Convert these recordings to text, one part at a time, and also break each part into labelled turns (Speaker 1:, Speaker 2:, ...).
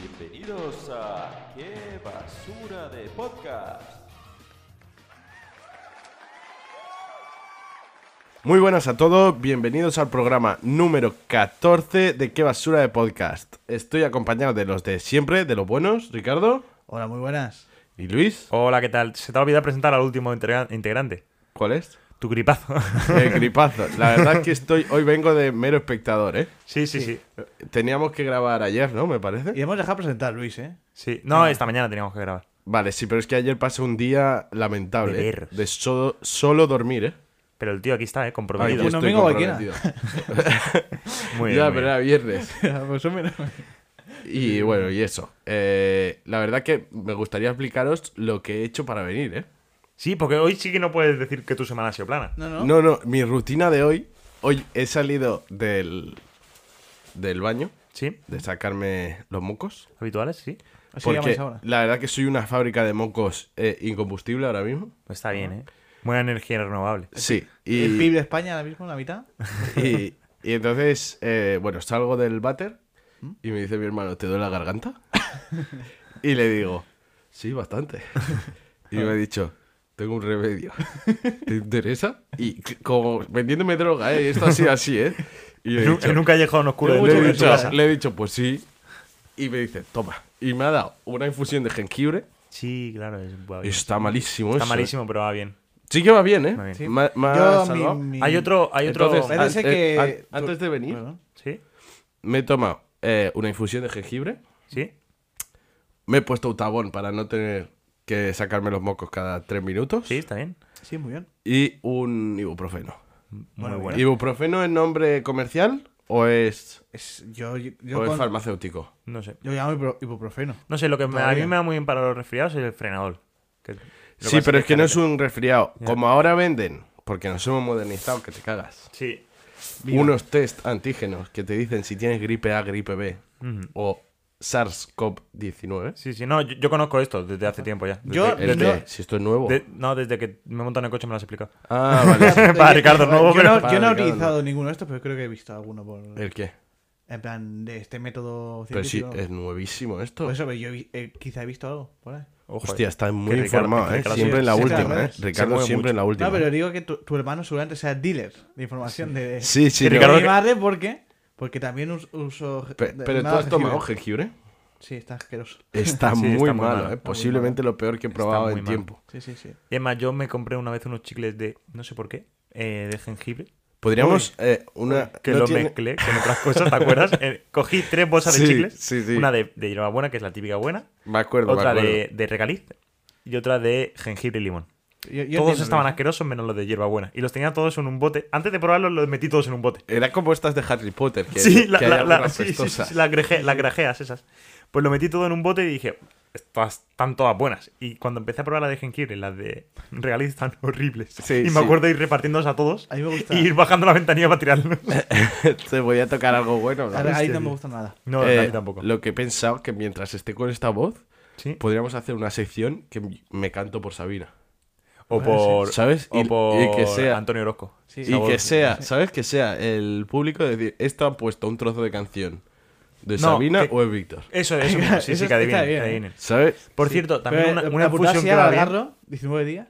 Speaker 1: Bienvenidos a Qué basura de podcast.
Speaker 2: Muy buenas a todos, bienvenidos al programa número 14 de Qué Basura de Podcast. Estoy acompañado de los de siempre, de los buenos, Ricardo
Speaker 3: Hola, muy buenas.
Speaker 2: y Luis.
Speaker 4: Hola, ¿qué tal? Se te ha olvidado presentar al último integra- integrante.
Speaker 2: ¿Cuál es?
Speaker 4: Tu gripazo.
Speaker 2: El gripazo. La verdad es que estoy, hoy vengo de mero espectador, ¿eh?
Speaker 4: sí, sí, sí,
Speaker 2: Teníamos que grabar ayer, ¿no? Me parece.
Speaker 3: Y hemos dejado presentar a Luis, ¿eh?
Speaker 4: sí. No, esta mañana teníamos que grabar.
Speaker 2: Vale, sí, pero es que ayer pasé un día lamentable.
Speaker 4: De
Speaker 2: ¿eh?
Speaker 4: ver.
Speaker 2: De solo, solo dormir, ¿eh?
Speaker 4: Pero el tío aquí está, ¿eh?
Speaker 2: Ay, yo
Speaker 4: Comprometido.
Speaker 3: Un
Speaker 2: estoy
Speaker 3: domingo cualquiera.
Speaker 2: comprometido.
Speaker 4: Muy bien,
Speaker 2: ya, pero
Speaker 4: muy bien.
Speaker 2: era viernes.
Speaker 3: Pues hombre, no.
Speaker 2: Y bueno, y eso. Eh, la verdad que me gustaría explicaros lo que he hecho para venir, ¿eh?
Speaker 4: Sí, porque hoy sí que no puedes decir que tu semana ha sido plana.
Speaker 3: no, no.
Speaker 2: No, no, mi rutina de hoy. Hoy he salido del, del baño,
Speaker 4: ¿Sí?
Speaker 2: de sacarme los mocos.
Speaker 4: ¿Habituales? Sí.
Speaker 3: Así
Speaker 2: Porque
Speaker 3: llamáis ahora.
Speaker 2: la verdad que soy una fábrica de mocos eh, incombustible ahora mismo.
Speaker 4: Pues está bien, ¿eh? Buena energía renovable.
Speaker 2: Sí.
Speaker 3: El PIB
Speaker 2: Y,
Speaker 3: de España ahora mismo, la mitad.
Speaker 2: y- y entonces, eh, bueno, salgo del váter y me dice mi hermano, ¿te duele la garganta? y le digo, sí, bastante. Y me ha dicho, tengo un remedio. ¿Te interesa? Y c- como vendiéndome droga, ¿eh? Esto ha sido así, ¿eh? Y le he
Speaker 4: En un,
Speaker 2: dicho,
Speaker 4: en un callejón oscuro de
Speaker 2: le, he
Speaker 4: de tu
Speaker 2: dicho,
Speaker 4: casa.
Speaker 2: le he dicho, pues sí. Y me dice, toma. Y me ha dado una infusión de jengibre.
Speaker 4: Sí, claro. Es, va
Speaker 2: Y
Speaker 4: bien.
Speaker 2: está malísimo
Speaker 4: Está
Speaker 2: eso,
Speaker 4: malísimo, pero va bien.
Speaker 2: ¿eh? Sí que va bien, ¿eh?
Speaker 4: Va bien.
Speaker 3: Sí.
Speaker 2: Ma- ma-
Speaker 3: Yo,
Speaker 2: salvado.
Speaker 3: mi- mi-
Speaker 4: Hay otro... Hay otro...
Speaker 2: Entonces,
Speaker 3: Parece
Speaker 2: an-
Speaker 3: que-
Speaker 2: eh, an- antes de venir,
Speaker 3: Perdón.
Speaker 4: ¿Sí?
Speaker 2: me he tomado eh, una infusión de jengibre.
Speaker 4: ¿Sí?
Speaker 2: Me he puesto un tabón para no tener que sacarme los mocos cada tres minutos.
Speaker 4: Sí, está bien.
Speaker 3: Sí, muy bien.
Speaker 2: Y un ibuprofeno.
Speaker 4: Muy
Speaker 3: Bueno,
Speaker 2: pues
Speaker 4: bueno.
Speaker 2: ¿Ibuprofeno es nombre comercial o es,
Speaker 3: Es, yo, yo,
Speaker 2: o
Speaker 3: yo,
Speaker 2: es
Speaker 3: con-
Speaker 2: farmacéutico?
Speaker 4: No sé.
Speaker 3: yo llamo hipro- ibuprofeno.
Speaker 4: No sé, lo que me- a
Speaker 3: Todavía.
Speaker 4: mí me da muy bien para los resfriados es el frenador. que- lo
Speaker 2: Sí,
Speaker 4: pasa
Speaker 2: pero es que no es
Speaker 4: generalmente-
Speaker 2: un resfriado. Como ahora venden, porque nos hemos modernizado, que te cagas.
Speaker 4: Sí.
Speaker 2: unos test antígenos que te dicen si tienes gripe A, gripe B o SARS-CoV-19.
Speaker 4: Sí, sí, no, yo, yo conozco esto desde hace tiempo ya. Desde-
Speaker 3: Yo-
Speaker 2: El
Speaker 4: desde-
Speaker 2: de, Este, si esto es nuevo.
Speaker 4: de- no, desde que me he montado en el coche me lo has explicado.
Speaker 2: Ah, vale.
Speaker 4: Para Ricardo,
Speaker 3: Yo-
Speaker 4: no,
Speaker 3: yo no, yo no he
Speaker 4: pero-
Speaker 2: Para Ricardo,
Speaker 3: utilizado ninguno de estos, pero creo que he visto alguno por.
Speaker 2: ¿El qué?
Speaker 3: En plan, de este método
Speaker 2: Pero pues sí,
Speaker 3: científico.
Speaker 2: es nuevísimo esto.
Speaker 3: Por eso, pero yo he vi- eh, quizá he visto algo por ahí.
Speaker 4: Ojo,
Speaker 2: Hostia,
Speaker 4: eh.
Speaker 2: está muy
Speaker 4: Que Ricardo-
Speaker 2: informado,
Speaker 4: que
Speaker 2: ¿eh?
Speaker 4: Ricardo
Speaker 2: Siempre en la
Speaker 3: sí,
Speaker 2: última,
Speaker 3: claro,
Speaker 2: ¿eh?
Speaker 3: se
Speaker 2: Ricardo
Speaker 4: mueve
Speaker 2: siempre en la última.
Speaker 3: No, pero digo que tu, tu hermano seguramente sea dealer de información de.
Speaker 2: Sí, sí.
Speaker 4: que
Speaker 2: no.
Speaker 4: Ricardo-
Speaker 3: Mi madre, ¿por qué? Porque también us- uso.
Speaker 2: Pe-
Speaker 3: de-
Speaker 2: pero tú
Speaker 3: nada
Speaker 2: has tomado
Speaker 3: jengibre.
Speaker 2: jengibre.
Speaker 3: Sí, está asqueroso.
Speaker 2: Está
Speaker 4: Sí,
Speaker 2: muy
Speaker 4: está muy malo,
Speaker 2: malo, ¿eh?
Speaker 4: está muy
Speaker 2: Posiblemente lo peor que he probado
Speaker 4: muy
Speaker 2: en
Speaker 4: malo.
Speaker 2: tiempo.
Speaker 3: Sí, sí, sí.
Speaker 4: Y además, yo me compré una vez unos chicles de, no sé por qué, eh, de jengibre.
Speaker 2: Podríamos. eh, una,
Speaker 4: Que
Speaker 2: no
Speaker 4: lo
Speaker 2: tiene-
Speaker 4: mezclé con otras cosas, ¿te acuerdas? Eh, cogí tres bolsas
Speaker 2: Sí,
Speaker 4: de chicles.
Speaker 2: sí, sí.
Speaker 4: Una de, de hierbabuena, que es la típica buena.
Speaker 2: Me acuerdo, me
Speaker 4: otra
Speaker 2: acuerdo.
Speaker 4: de, de regaliz. Y otra de jengibre y limón.
Speaker 3: Yo- yo
Speaker 4: todos
Speaker 3: entiendo, ¿eh?
Speaker 4: estaban
Speaker 3: Luis.
Speaker 4: asquerosos menos los de hierbabuena. Y los tenía todos en un bote. Antes de probarlos, los metí todos en un bote.
Speaker 2: Era como estas de Harry Potter. Que,
Speaker 4: Sí, la,
Speaker 2: que hay
Speaker 4: la- la-
Speaker 2: algunas
Speaker 4: sí, sí, sí,
Speaker 2: apestosas.
Speaker 4: sí, las greje- las grajeas esas. Pues lo metí todo en un bote y dije, estas están todas buenas. Y cuando empecé a probar la de jengibre, las de regaliz están horribles.
Speaker 2: Sí,
Speaker 4: y me
Speaker 2: sí.
Speaker 4: acuerdo de ir repartiéndolas a todos
Speaker 3: A mí me gusta.
Speaker 4: y ir bajando la ventanilla para tirarlos.
Speaker 2: Eh, Te voy a tocar algo bueno. ¿no?
Speaker 3: La regalita no me gusta nada.
Speaker 4: No,
Speaker 2: Eh,
Speaker 4: a mí tampoco.
Speaker 2: Lo que he pensado que mientras esté con esta voz,
Speaker 4: Sí.
Speaker 2: podríamos hacer una sección que m- me canto por Sabina.
Speaker 4: O por,
Speaker 2: ¿Sabes?
Speaker 4: o
Speaker 2: Y-
Speaker 4: por
Speaker 2: y que sea-
Speaker 4: Antonio Orozco.
Speaker 3: Sí.
Speaker 2: y que sea, ¿sabes? Que sea el público decir, esto han puesto un trozo de canción de
Speaker 4: No,
Speaker 2: Sabina
Speaker 4: que-
Speaker 2: o es Víctor.
Speaker 4: Eso, eso. Sí,
Speaker 3: Eso
Speaker 4: sí, que
Speaker 3: está
Speaker 4: adivinen.
Speaker 3: bien,
Speaker 4: que
Speaker 3: ¿eh?
Speaker 4: adivinen.
Speaker 2: ¿Sabes?
Speaker 4: Por cierto, también una,
Speaker 3: Pero
Speaker 4: una
Speaker 3: la putada
Speaker 4: infusión
Speaker 3: sería
Speaker 4: que va bien.
Speaker 3: alargarlo, 19 días.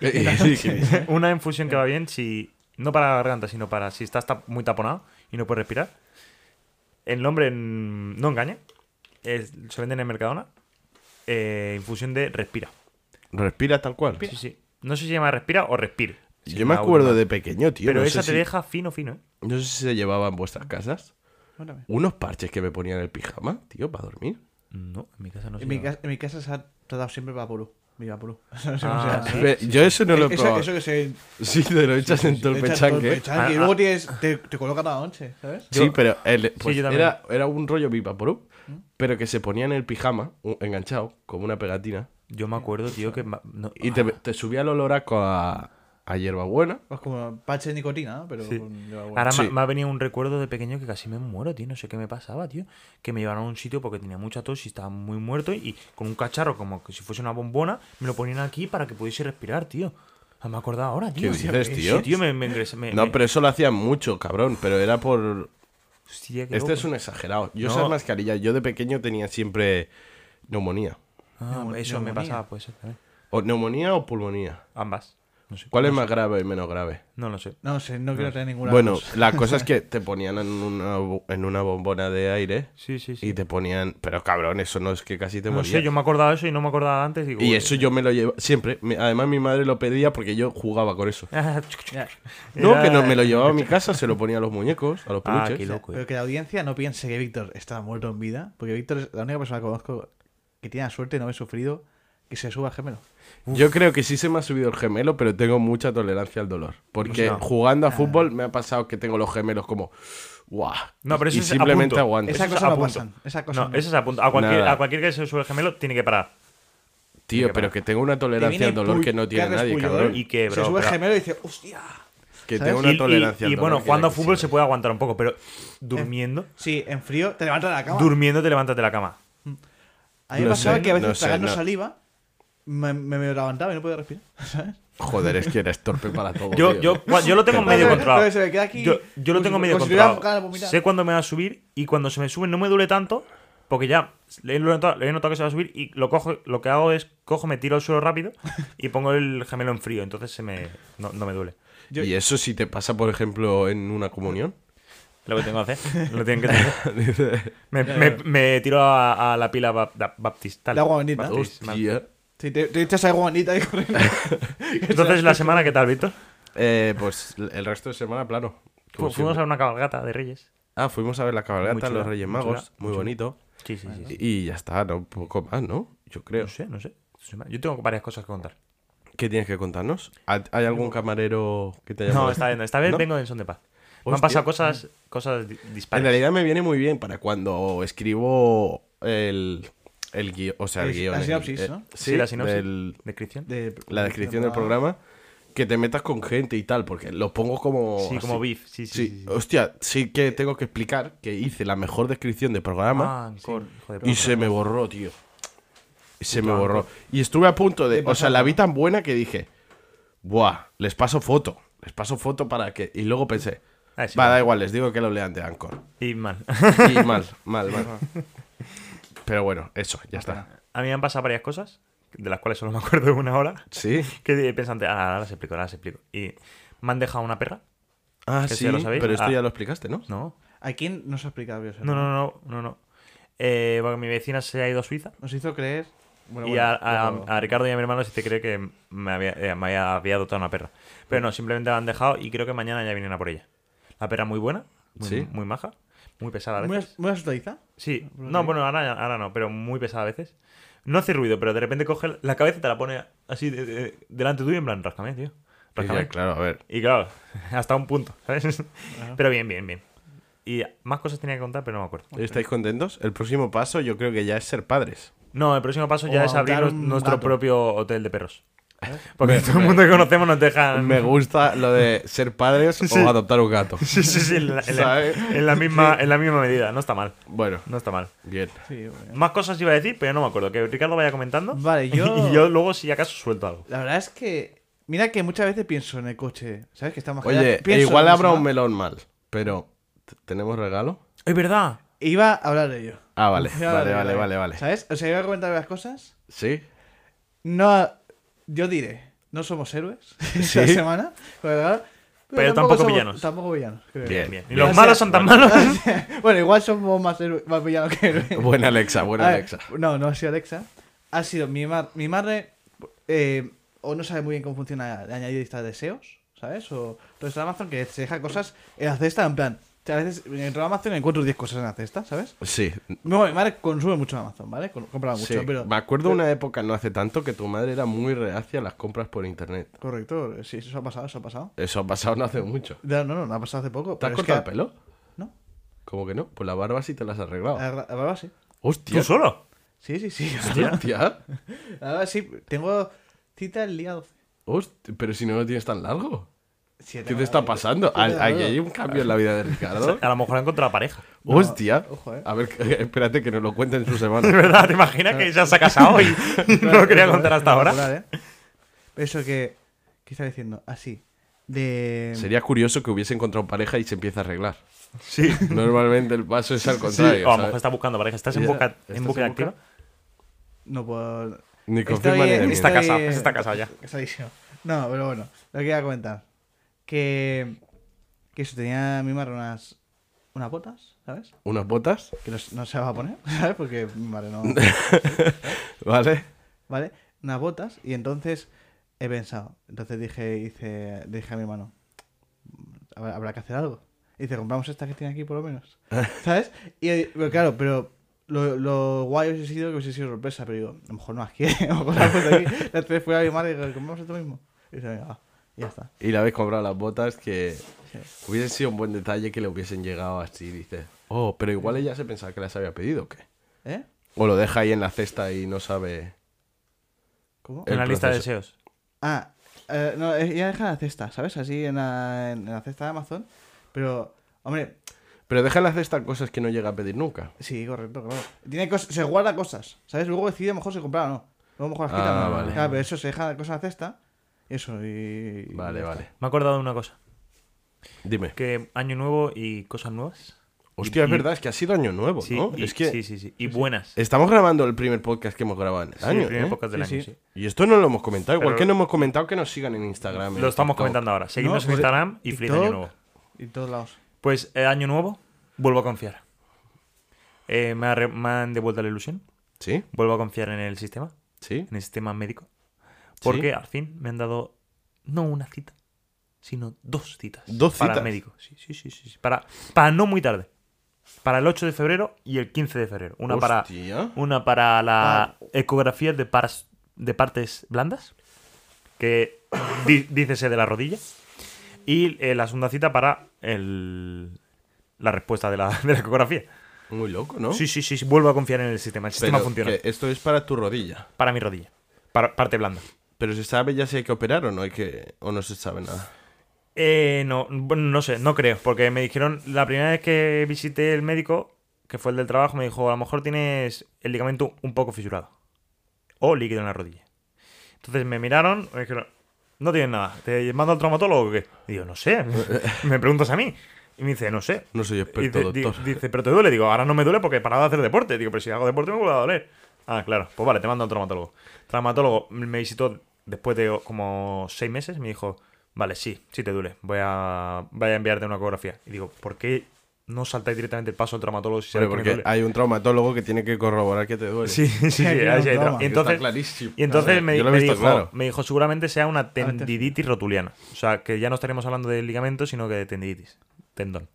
Speaker 4: Una infusión que va bien si. No para la garganta, sino para si estás tap- muy taponado y no puedes respirar. El nombre mm, no engaña. Es- se vende en el Mercadona. Eh, infusión de respira.
Speaker 2: Respira tal cual.
Speaker 4: Sí, sí. No sé si se llama respira o respire. Se
Speaker 2: Yo
Speaker 4: llama
Speaker 2: me acuerdo
Speaker 4: última.
Speaker 2: de pequeño, tío.
Speaker 4: Pero
Speaker 2: no,
Speaker 4: esa
Speaker 2: sé
Speaker 4: te
Speaker 2: si,
Speaker 4: deja fino, fino, ¿eh?
Speaker 2: no sé si se llevaba en vuestras casas
Speaker 3: Cuéntame.
Speaker 2: unos parches que me ponían en el pijama, tío, para dormir.
Speaker 4: No, en mi casa no se
Speaker 3: En mi,
Speaker 4: lleva.
Speaker 3: casa, en mi casa se ha tratado siempre Vaporú. Mi Vaporú.
Speaker 4: Ah, sí. E-,
Speaker 2: Ve, Yo eso no lo he
Speaker 3: ¿eh? eso,
Speaker 2: probado.
Speaker 3: eso que se.
Speaker 2: Sí, te lo echas en todo el
Speaker 3: le echas
Speaker 2: pechanque.
Speaker 3: pechanque,
Speaker 4: Ah,
Speaker 3: Y
Speaker 4: ah.
Speaker 3: luego tienes, te, te colocan a la once, ¿sabes?
Speaker 2: Sí, pero el- pues
Speaker 4: yo también. ¿Mm?
Speaker 2: era, era un rollo Vivaporub, pero que se ponía en el pijama, u- enganchado, como una pegatina,
Speaker 4: Yo me acuerdo, tío, que. ma- no- ah,
Speaker 2: y te, te subía el oloraco a, a hierbabuena.
Speaker 3: Pues como parche de nicotina, ¿no? pero
Speaker 4: Sí.
Speaker 3: con hierbabuena.
Speaker 4: Ahora
Speaker 2: Sí.
Speaker 4: me, me ha venido un recuerdo de pequeño que casi me muero, tío. No sé qué me pasaba, tío. Que me llevaron a un sitio porque tenía mucha tos y estaba muy muerto. Y con un cacharro como que si fuese una bombona, me lo ponían aquí para que pudiese respirar, tío. No me he acordado ahora, tío.
Speaker 2: ¿Qué dices, tío?
Speaker 4: Sí, tío, me, me ingresé. me- Eh, me-
Speaker 2: No, pero eso lo hacían mucho, cabrón, pero era por...
Speaker 4: Hostia, qué
Speaker 2: Este
Speaker 4: loco.
Speaker 2: es un exagerado. Yo
Speaker 4: No.
Speaker 2: esas mascarillas, yo de pequeño tenía siempre Neumonía.
Speaker 4: Ah,
Speaker 3: Neu-
Speaker 4: eso me
Speaker 3: neumonía.
Speaker 4: pasaba, puede ser también.
Speaker 2: ¿O neumonía o pulmonía?
Speaker 4: Ambas. No sé.
Speaker 2: ¿Cuál es más grave y menos grave?
Speaker 4: No lo sé.
Speaker 3: No sé, no
Speaker 4: Ah.
Speaker 3: quiero tener ninguna.
Speaker 2: Bueno,
Speaker 3: cosa.
Speaker 2: la cosa es que te ponían en una, bo- en una bombona de aire
Speaker 4: Sí, sí, sí.
Speaker 2: y te ponían... Pero cabrón, eso no es que casi te
Speaker 4: No
Speaker 2: morías.
Speaker 4: sé, yo me acordaba de eso y no me acordaba antes. digo,
Speaker 2: Y
Speaker 4: "Uy".
Speaker 2: eso yo me lo llevaba siempre. Mi- Además, mi madre lo pedía porque yo jugaba con eso.
Speaker 3: Ya.
Speaker 2: No,
Speaker 4: Era-
Speaker 2: que no me lo llevaba a mi casa, se lo ponía a los muñecos, a los
Speaker 4: Ah,
Speaker 2: peluches.
Speaker 4: qué loco.
Speaker 3: Pero que la audiencia no piense que Víctor está muerto en vida, porque Víctor es la única persona que conozco que tiene la suerte de no haber sufrido que se le suba gemelo.
Speaker 2: Yo creo que sí se me ha subido el gemelo, pero tengo mucha tolerancia al dolor. Porque
Speaker 4: Hostia.
Speaker 2: jugando a fútbol me ha pasado que tengo los gemelos como. ¡Guau!
Speaker 4: No, pero eso
Speaker 2: y
Speaker 4: es a
Speaker 2: simplemente
Speaker 4: punto.
Speaker 2: aguanto.
Speaker 3: Esa
Speaker 4: eso
Speaker 3: cosa
Speaker 4: es a
Speaker 3: no
Speaker 4: punto.
Speaker 3: pasan. Esa cosa
Speaker 4: No,
Speaker 3: no.
Speaker 4: eso es a punto. A cualquier,
Speaker 2: Nada.
Speaker 4: a cualquier que se sube el gemelo tiene que parar.
Speaker 2: Tío, pero que tengo una tolerancia al dolor que no tiene nadie, cabrón.
Speaker 4: Y que, bro,
Speaker 3: se sube
Speaker 4: pero-
Speaker 3: gemelo y dice, hostia.
Speaker 2: Que
Speaker 3: ¿sabes?
Speaker 2: tengo una
Speaker 4: Y- y-
Speaker 2: tolerancia
Speaker 4: y,
Speaker 2: al dolor.
Speaker 4: bueno,
Speaker 2: que
Speaker 4: jugando
Speaker 2: ya
Speaker 4: a fútbol se
Speaker 2: quisiera.
Speaker 4: puede aguantar un poco, pero durmiendo,
Speaker 3: Sí, en frío te levantas de Eh. la cama.
Speaker 4: durmiendo te levantas de la cama.
Speaker 3: a mí me
Speaker 2: no
Speaker 3: pasaba
Speaker 2: sé,
Speaker 3: que a veces
Speaker 2: no sé,
Speaker 3: tragando
Speaker 2: no.
Speaker 3: saliva me, me, me levantaba y no podía respirar, ¿sabes?
Speaker 2: Joder, es que eres torpe para todo.
Speaker 4: Yo,
Speaker 2: tío.
Speaker 4: yo, yo lo tengo
Speaker 3: No,
Speaker 4: medio
Speaker 3: no,
Speaker 4: controlado.
Speaker 3: no, se me queda aquí
Speaker 4: yo, yo lo
Speaker 3: como
Speaker 4: tengo
Speaker 3: si-
Speaker 4: medio
Speaker 3: como si tuviera ganas de
Speaker 4: controlado.
Speaker 3: vomitar.
Speaker 4: Sé cuándo me va a subir y cuando se me sube no me duele tanto porque ya he notado, he notado que se va a subir y lo cojo lo que hago es cojo, me tiro al suelo rápido y pongo el gemelo en frío. Entonces se me, no, no me duele.
Speaker 3: yo-
Speaker 2: ¿Y eso si te pasa, por ejemplo, en una comunión?
Speaker 4: Lo que tengo que hacer. Lo tienen que tener.
Speaker 2: Dice,
Speaker 4: Me, me- me tiro a, a la pila bap- da- baptistal.
Speaker 3: De agua bendita.
Speaker 4: Baptis-
Speaker 2: Hostia.
Speaker 3: Sí, te, te echas agua bonita ahí corriendo.
Speaker 4: Entonces, la semana, ¿qué tal, Víctor?
Speaker 2: Eh, pues el resto de semana, plano. Como
Speaker 4: Fu- Fuimos
Speaker 2: siempre.
Speaker 4: a una cabalgata de Reyes.
Speaker 2: Ah, fuimos a ver la
Speaker 4: Muy
Speaker 2: cabalgata de
Speaker 4: chula,
Speaker 2: los Reyes
Speaker 4: muy chula,
Speaker 2: Magos.
Speaker 4: muy
Speaker 2: Muy
Speaker 4: chula.
Speaker 2: bonito.
Speaker 4: Sí, sí, sí. sí.
Speaker 2: Y ya está, ¿no? Un poco más, ¿no? Yo creo.
Speaker 4: No sé, no sé. Yo tengo varias cosas que contar.
Speaker 2: ¿Qué tienes que contarnos? ¿Ha- ¿Hay algún camarero que te haya
Speaker 4: No,
Speaker 2: molestado?
Speaker 4: está bien. Esta vez
Speaker 2: ¿No?
Speaker 4: vengo del son de paz. Me han
Speaker 2: Hostia.
Speaker 4: pasado cosas, cosas di- dispares.
Speaker 2: En realidad me viene muy bien para cuando escribo el, el guión. O sea, el,
Speaker 3: El- la
Speaker 2: guión. el-
Speaker 3: sinopsis,
Speaker 2: eh,
Speaker 3: ¿no?
Speaker 2: sí,
Speaker 4: Sí, la sinopsis.
Speaker 2: del-
Speaker 4: ¿De Cristian?
Speaker 3: De-
Speaker 2: la descripción del programa. Que te metas con gente y tal, porque lo pongo como.
Speaker 4: Sí, como
Speaker 2: así.
Speaker 4: beef. Sí, sí. sí, sí.
Speaker 2: Hostia, sí que tengo que explicar que hice la mejor descripción de programa.
Speaker 4: Ah, Ancor, hijo de puta.
Speaker 2: Y se me borró, tío. Y Se me
Speaker 4: Puto
Speaker 2: borró. Y estuve a punto de.
Speaker 3: De
Speaker 2: O sea, la
Speaker 3: pasarla.
Speaker 2: vi tan buena que dije. Buah, les paso foto. Les paso foto para que. Y luego pensé.
Speaker 4: Ah, sí,
Speaker 2: va,
Speaker 4: vale.
Speaker 2: da igual, les digo que lo lean de Anchor.
Speaker 4: Y mal.
Speaker 2: Y mal, mal, mal. Pero bueno, eso, ya está.
Speaker 4: A mí me han pasado varias cosas, de las cuales solo me acuerdo de una hora.
Speaker 2: Sí.
Speaker 4: Que pensan, ah, ahora se explico, ahora se explico. Y me han dejado una perra.
Speaker 2: Ah,
Speaker 4: Que
Speaker 2: sí,
Speaker 4: ya lo sabéis.
Speaker 2: pero esto
Speaker 4: Ah.
Speaker 2: ya lo explicaste, ¿no?
Speaker 4: No,
Speaker 3: ¿A quién nos ha explicado? Biosfera?
Speaker 4: no, no, no, no. no. Eh, porque mi vecina se ha ido a Suiza.
Speaker 3: Nos hizo creer. Bueno,
Speaker 4: y
Speaker 3: bueno,
Speaker 4: a, a-
Speaker 3: pero-
Speaker 4: a Ricardo y a mi hermano si te cree que me había, eh, me había, había adoptado una perra. Pero no, simplemente la han dejado y creo que mañana ya vienen a por ella. La perra muy buena, muy,
Speaker 2: Sí.
Speaker 4: muy maja, muy pesada a
Speaker 3: ¿Muy,
Speaker 4: veces.
Speaker 3: as- muy asustadiza?
Speaker 4: Sí, no, bueno, ahora, ahora no, pero muy pesada a veces. No hace ruido, pero de repente coge la cabeza y te la pone así de- de- delante tuyo en plan, ráscame, tío.
Speaker 2: Y ya,
Speaker 4: ráscame".
Speaker 2: claro, a ver.
Speaker 4: Y claro, hasta un punto, ¿sabes? Pero bien, bien, bien. Y más cosas tenía que contar, pero no me acuerdo.
Speaker 2: ¿Estáis contentos? El próximo paso yo creo que ya es ser padres.
Speaker 4: No, el próximo paso
Speaker 3: O
Speaker 4: ya es
Speaker 3: adoptar
Speaker 4: abrir nos-
Speaker 3: un ¿Eh?
Speaker 4: nuestro
Speaker 3: gato.
Speaker 4: propio hotel de perros. Porque todo el mundo que conocemos nos deja.
Speaker 2: Me gusta lo de ser padres
Speaker 4: Ah. Sí.
Speaker 2: o adoptar un gato.
Speaker 4: Sí, sí, sí, en la, en la-
Speaker 2: ¿Sabes?
Speaker 4: en la misma, en la misma medida. No está mal.
Speaker 2: Bueno,
Speaker 4: No está mal.
Speaker 2: bien.
Speaker 3: Sí, bueno.
Speaker 4: Más cosas iba a decir, pero ya no me acuerdo. Que Ricardo vaya comentando.
Speaker 3: Vale, yo-
Speaker 4: Y yo luego, si acaso, suelto algo.
Speaker 3: La verdad es que. Mira que muchas veces pienso en el coche. ¿Sabes? Que estamos
Speaker 2: Oye, e
Speaker 3: pienso
Speaker 2: igual
Speaker 3: en
Speaker 2: habrá
Speaker 3: eso,
Speaker 2: un
Speaker 3: ¿no?
Speaker 2: melón mal, pero ¿t- ¿tenemos regalo?
Speaker 4: Es verdad.
Speaker 3: Iba a hablar de ello.
Speaker 2: Ah, vale,
Speaker 3: Iba a hablar
Speaker 2: vale,
Speaker 3: de
Speaker 2: vale,
Speaker 3: ello.
Speaker 2: vale, vale.
Speaker 3: ¿Sabes? O sea, iba a comentar varias cosas.
Speaker 2: ¿Sí?
Speaker 3: No. Yo diré, no somos héroes esta
Speaker 2: Sí.
Speaker 3: semana. con el regalo,
Speaker 4: Pero tampoco
Speaker 3: somos-
Speaker 4: villanos.
Speaker 3: Tampoco villanos. creo.
Speaker 2: Bien.
Speaker 4: Bien. Y
Speaker 2: bien.
Speaker 4: los
Speaker 3: O sea,
Speaker 4: malos son tan malos.
Speaker 3: bueno, igual somos más, héroe- más villanos que héroes.
Speaker 2: Buena Alexa, buena
Speaker 3: A ver,
Speaker 2: Alexa.
Speaker 3: No, no ha sido Alexa. Ha sido mi, mar- mi madre. eh, o no sabe muy bien cómo funciona de añadir listas de deseos, ¿sabes? O todo esto de Amazon que se deja cosas en la cesta, en plan. o sea, a veces entro a Amazon y encuentro 10 cosas en la cesta, ¿sabes?
Speaker 2: Sí,
Speaker 3: Bueno, mi madre consume mucho en Amazon, ¿vale? Con- Compra Ah, mucho,
Speaker 2: sí.
Speaker 3: pero.
Speaker 2: Me acuerdo una época no hace tanto que tu madre era muy reacia a las compras por internet.
Speaker 3: Correcto, sí, eso ha pasado, eso ha pasado.
Speaker 2: Eso ha pasado no hace mucho.
Speaker 3: No, no, no, no ha pasado hace poco.
Speaker 2: ¿Te has
Speaker 3: pero es
Speaker 2: cortado
Speaker 3: que-
Speaker 2: el pelo?
Speaker 3: No, Ah,
Speaker 2: ¿Cómo que no? Pues la barba sí te la has arreglado.
Speaker 4: Oh.
Speaker 3: la verdad- la verdad sí.
Speaker 2: Hostia.
Speaker 4: ¿Tú solo?
Speaker 3: Sí, sí, sí.
Speaker 2: Hostia.
Speaker 3: La verdad sí, tengo cita el día 12.
Speaker 2: Hostia, Pero si no lo tienes tan largo.
Speaker 3: Sí,
Speaker 2: ¿Qué
Speaker 3: tengo
Speaker 2: te
Speaker 3: la-
Speaker 2: está pasando?
Speaker 3: Sí,
Speaker 2: ¿A-
Speaker 3: tengo
Speaker 2: Aquí
Speaker 3: la-
Speaker 2: hay un cambio en la vida de Ricardo.
Speaker 4: A lo mejor ha encontrado pareja.
Speaker 3: No,
Speaker 2: Hostia.
Speaker 3: ojo, eh.
Speaker 2: A ver, espérate que nos lo cuenten en su
Speaker 4: Es
Speaker 2: semana.
Speaker 4: verdad, ¿te imaginas que ya se ha casado hoy? no lo quería contar hasta ahora.
Speaker 3: Espectacular, ¿eh? Eso que. ¿Qué está diciendo? Así. De.
Speaker 4: Em.
Speaker 2: Sería curioso que hubiese encontrado pareja y se empieza a arreglar.
Speaker 4: Sí.
Speaker 2: Normalmente el paso es al
Speaker 4: Sí,
Speaker 2: contrario.
Speaker 4: o a lo
Speaker 2: ¿sabes?
Speaker 4: mejor está buscando pareja. ¿Estás en
Speaker 2: Ya,
Speaker 4: busca,
Speaker 2: ¿estás
Speaker 4: en
Speaker 2: en
Speaker 4: busca
Speaker 2: busca?
Speaker 4: activa?
Speaker 3: No puedo.
Speaker 2: Ni confirma ni
Speaker 3: estoy-
Speaker 2: demiente.
Speaker 4: Está
Speaker 3: estoy-
Speaker 4: casado, ese está casado ya.
Speaker 3: Casadísimo. No, pero bueno, lo que iba a comentar. Que. Que eso tenía mi madre unas. Unas botas, ¿sabes?
Speaker 2: Unas botas,
Speaker 3: Que no, no se las va a poner, ¿sabes? Porque mi madre no.
Speaker 2: ¿vale?
Speaker 3: ¿Vale? Unas botas, y entonces he pensado. Entonces dije, hice, dije a mi hermano: "Habrá- Habrá que hacer algo. Y dice: Compramos esta que tiene aquí, por lo menos. ¿Sabes? Y eh, pero claro, pero. Lo, lo guay hubiese sido que hubiese sido sorpresa, pero digo, a lo mejor no las quiere, a lo mejor las puesto aquí. Entonces fui a mi madre y digo, compramos esto mismo. Y dice, venga, va, y ya está.
Speaker 2: Y le habéis comprado las botas que
Speaker 3: Sí.
Speaker 2: hubiese sido un buen detalle que le hubiesen llegado así, dice. Oh, pero igual ella se pensaba que las había pedido, ¿o qué?
Speaker 3: ¿Eh?
Speaker 2: O lo deja ahí en la cesta y no sabe.
Speaker 3: ¿Cómo?
Speaker 2: Eh.
Speaker 4: En la
Speaker 2: El
Speaker 4: lista de
Speaker 2: proceso.
Speaker 4: deseos.
Speaker 3: Ah, eh, no, eh, ella deja la cesta, ¿sabes? Así en la, en la cesta de Amazon. Pero, hombre,
Speaker 2: Pero deja en la cesta cosas que no llega a pedir nunca.
Speaker 3: sí, correcto, claro. Tiene cos- se guarda cosas, ¿sabes? Luego decide a lo mejor se comprar o no. Luego a lo mejor las quita.
Speaker 2: Ah,
Speaker 3: ¿no?
Speaker 2: vale.
Speaker 3: Claro, pero eso se deja cosas en la cesta. Eso, y.
Speaker 2: Vale,
Speaker 3: y ya
Speaker 2: vale.
Speaker 3: está.
Speaker 4: Me he acordado de una cosa.
Speaker 2: Dime.
Speaker 4: Que año nuevo y cosas nuevas.
Speaker 2: Hostia, es
Speaker 4: y-
Speaker 2: verdad, es que ha sido año nuevo,
Speaker 4: Sí,
Speaker 2: ¿no?
Speaker 4: y-
Speaker 2: es que
Speaker 4: sí, sí, sí. Y buenas.
Speaker 2: estamos grabando el primer podcast que hemos grabado en el
Speaker 4: Sí,
Speaker 2: año.
Speaker 4: el primer
Speaker 2: ¿eh?
Speaker 4: podcast del
Speaker 3: Sí,
Speaker 4: año,
Speaker 3: sí.
Speaker 4: sí.
Speaker 2: Y esto no lo hemos comentado, igual
Speaker 4: Pero-
Speaker 2: que no hemos comentado que nos sigan en Instagram. en
Speaker 4: Lo estamos
Speaker 2: TikTok.
Speaker 4: comentando ahora. Seguidnos
Speaker 3: No,
Speaker 4: en Instagram y
Speaker 3: TikTok,
Speaker 4: feliz año nuevo.
Speaker 3: Y en todos lados.
Speaker 4: Pues eh, año nuevo, vuelvo a confiar. Eh, me, ha re- me han devuelto la ilusión.
Speaker 2: ¿Sí?
Speaker 4: Vuelvo a confiar en el sistema,
Speaker 2: ¿Sí?
Speaker 4: en el sistema médico. Porque al fin me han dado no una cita, sino dos citas.
Speaker 2: ¿Dos
Speaker 4: para
Speaker 2: citas?
Speaker 4: médico. Sí, sí, sí, sí, sí. Para, para no muy tarde. Para el 8 de febrero y el 15 de febrero. Una para
Speaker 2: Hostia.
Speaker 4: una para la
Speaker 2: Ah.
Speaker 4: ecografía de, paras- de partes blandas, que di- dícese de la rodilla. Y eh, la segunda cita para el- la respuesta de la, de la ecografía.
Speaker 2: Muy loco, ¿no?
Speaker 4: Sí, sí, sí, sí, vuelvo a confiar en el sistema. El sistema
Speaker 2: Pero
Speaker 4: funciona.
Speaker 2: que esto es para tu rodilla.
Speaker 4: Para mi rodilla. Para parte blanda.
Speaker 2: Pero se sabe ya si hay que operar o no hay que o no se sabe nada.
Speaker 4: Eh, no, bueno, no sé, no creo, porque me dijeron la primera vez que visité el médico, que fue el del trabajo, me dijo, a lo mejor tienes el ligamento un poco fisurado o líquido en la rodilla. Entonces me miraron, me dijeron, no tienes nada, ¿te mando al traumatólogo o qué? Y yo, no sé, me preguntas a mí. Y me dice, no sé.
Speaker 2: No soy
Speaker 4: Y
Speaker 2: experto,
Speaker 4: dice, di-
Speaker 2: doctor.
Speaker 4: dice, pero te duele. Digo, ahora no me duele porque he parado de hacer deporte. Digo, pero si hago deporte me vuelve a doler. Ah, claro. Pues vale, te mando al traumatólogo. Traumatólogo me visitó después de o- como seis meses y me dijo, vale, sí, sí te duele. Voy a, voy a enviarte una ecografía. Y digo, ¿por qué no saltáis directamente el paso al traumatólogo si
Speaker 2: Hombre,
Speaker 4: sabéis que me
Speaker 2: porque
Speaker 4: duele?
Speaker 2: hay un traumatólogo que tiene que corroborar que te duele.
Speaker 4: Sí, sí, sí.
Speaker 3: Aquí
Speaker 4: ahí
Speaker 3: no hay
Speaker 4: sí hay
Speaker 3: drama.
Speaker 4: drama.
Speaker 2: Está
Speaker 4: Y entonces,
Speaker 2: clarísimo.
Speaker 4: y entonces
Speaker 2: Claro,
Speaker 4: me,
Speaker 2: yo lo he
Speaker 4: me
Speaker 2: visto
Speaker 4: dijo,
Speaker 2: claro.
Speaker 4: me dijo, seguramente sea una
Speaker 3: ver, te-
Speaker 4: tendiditis rotuliana. O sea, que ya no estaremos hablando de ligamento, sino que de tendiditis, tendón.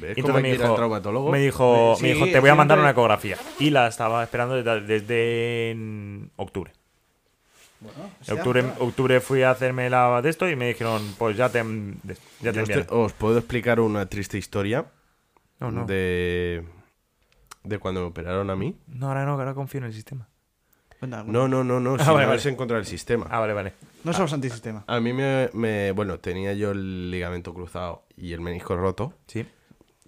Speaker 2: ¿Ves
Speaker 4: Y
Speaker 2: cómo
Speaker 4: entonces
Speaker 2: hay
Speaker 4: me
Speaker 2: que ir al
Speaker 4: dijo,
Speaker 2: traumatólogo?
Speaker 4: me dijo,
Speaker 3: Sí,
Speaker 4: me dijo, te voy a mandar
Speaker 3: siempre-
Speaker 4: una ecografía. Y la estaba esperando desde, desde en octubre.
Speaker 3: Bueno, o
Speaker 4: En
Speaker 3: sea,
Speaker 4: octubre, octubre fui a hacerme la de esto y me dijeron, pues ya te, de- ya te
Speaker 2: Yo os, te-
Speaker 4: enviaré.
Speaker 2: os puedo explicar una triste historia
Speaker 4: No,
Speaker 2: oh,
Speaker 4: no.
Speaker 2: de de cuando me operaron a mí.
Speaker 4: No, ahora no, que ahora confío en el sistema.
Speaker 3: cuenta, cuenta.
Speaker 2: No, no, no, no, si
Speaker 4: Ah, vale,
Speaker 2: no
Speaker 4: vale.
Speaker 2: es en contra del sistema.
Speaker 4: Ah, vale, vale.
Speaker 3: No somos antisistema.
Speaker 2: A mí me, me- bueno, tenía yo el ligamento cruzado y el menisco roto
Speaker 4: Sí,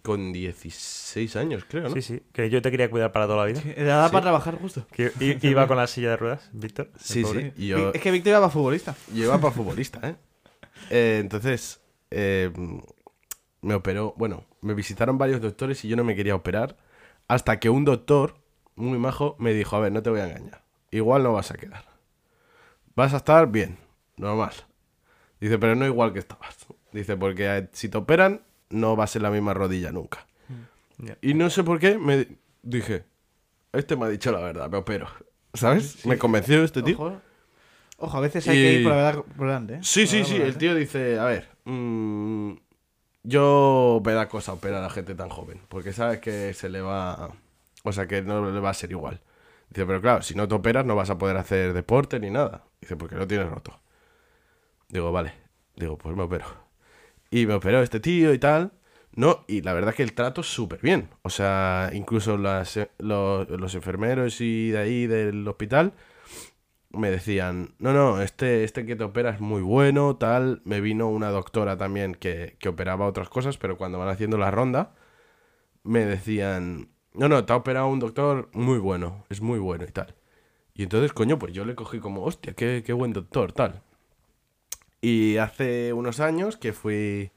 Speaker 2: con 16 años, creo, ¿no?
Speaker 4: sí, sí. Que yo te quería cuidar para toda la vida.
Speaker 3: Le da para trabajar justo.
Speaker 4: Que i- iba con la silla de ruedas, Víctor. el
Speaker 2: Sí,
Speaker 4: pobre.
Speaker 2: sí. Y yo,
Speaker 3: Es que Víctor era futbolista.
Speaker 2: Lleva para futbolista, ¿eh? Eh, entonces, eh, me operó. Bueno, me visitaron varios doctores y yo no me quería operar. Hasta que un doctor, muy majo, me dijo: A ver, no te voy a engañar. Igual no vas a quedar. Vas a estar bien, normal. Dice, pero no igual que estabas. Dice, porque eh, si te operan, no vas en la misma rodilla nunca.
Speaker 4: Ya.
Speaker 2: Y no sé por qué me di- dije: Este me ha dicho la verdad, me opero. ¿Sabes? Me convenció este tío.
Speaker 3: Ojo. eh. Ojo, a veces hay que
Speaker 2: Y-
Speaker 3: ir por la verdad por delante. ¿eh?
Speaker 2: Sí,
Speaker 3: Por la
Speaker 2: sí, sí.
Speaker 3: verdad por
Speaker 2: El
Speaker 3: delante.
Speaker 2: tío dice, a ver, mm, yo me da cosa operar a gente tan joven, porque sabes que se le va, o sea, que no le va a ser igual. Dice, pero claro, si no te operas no vas a poder hacer deporte ni nada. Dice, porque lo tienes roto. Digo, vale. Digo, pues me opero. Y me operó este tío y tal. No, y la verdad es que el trato súper bien. O sea, incluso las, eh, los, los enfermeros y de ahí del hospital me decían, no, no, este, este que te opera es muy bueno, tal. Me vino una doctora también que, que operaba otras cosas, pero cuando van haciendo la ronda, me decían, no, no, te ha operado un doctor muy bueno, es muy bueno y tal. Y entonces, coño, pues yo le cogí como, hostia, qué, qué buen doctor, tal. Y hace unos años que fui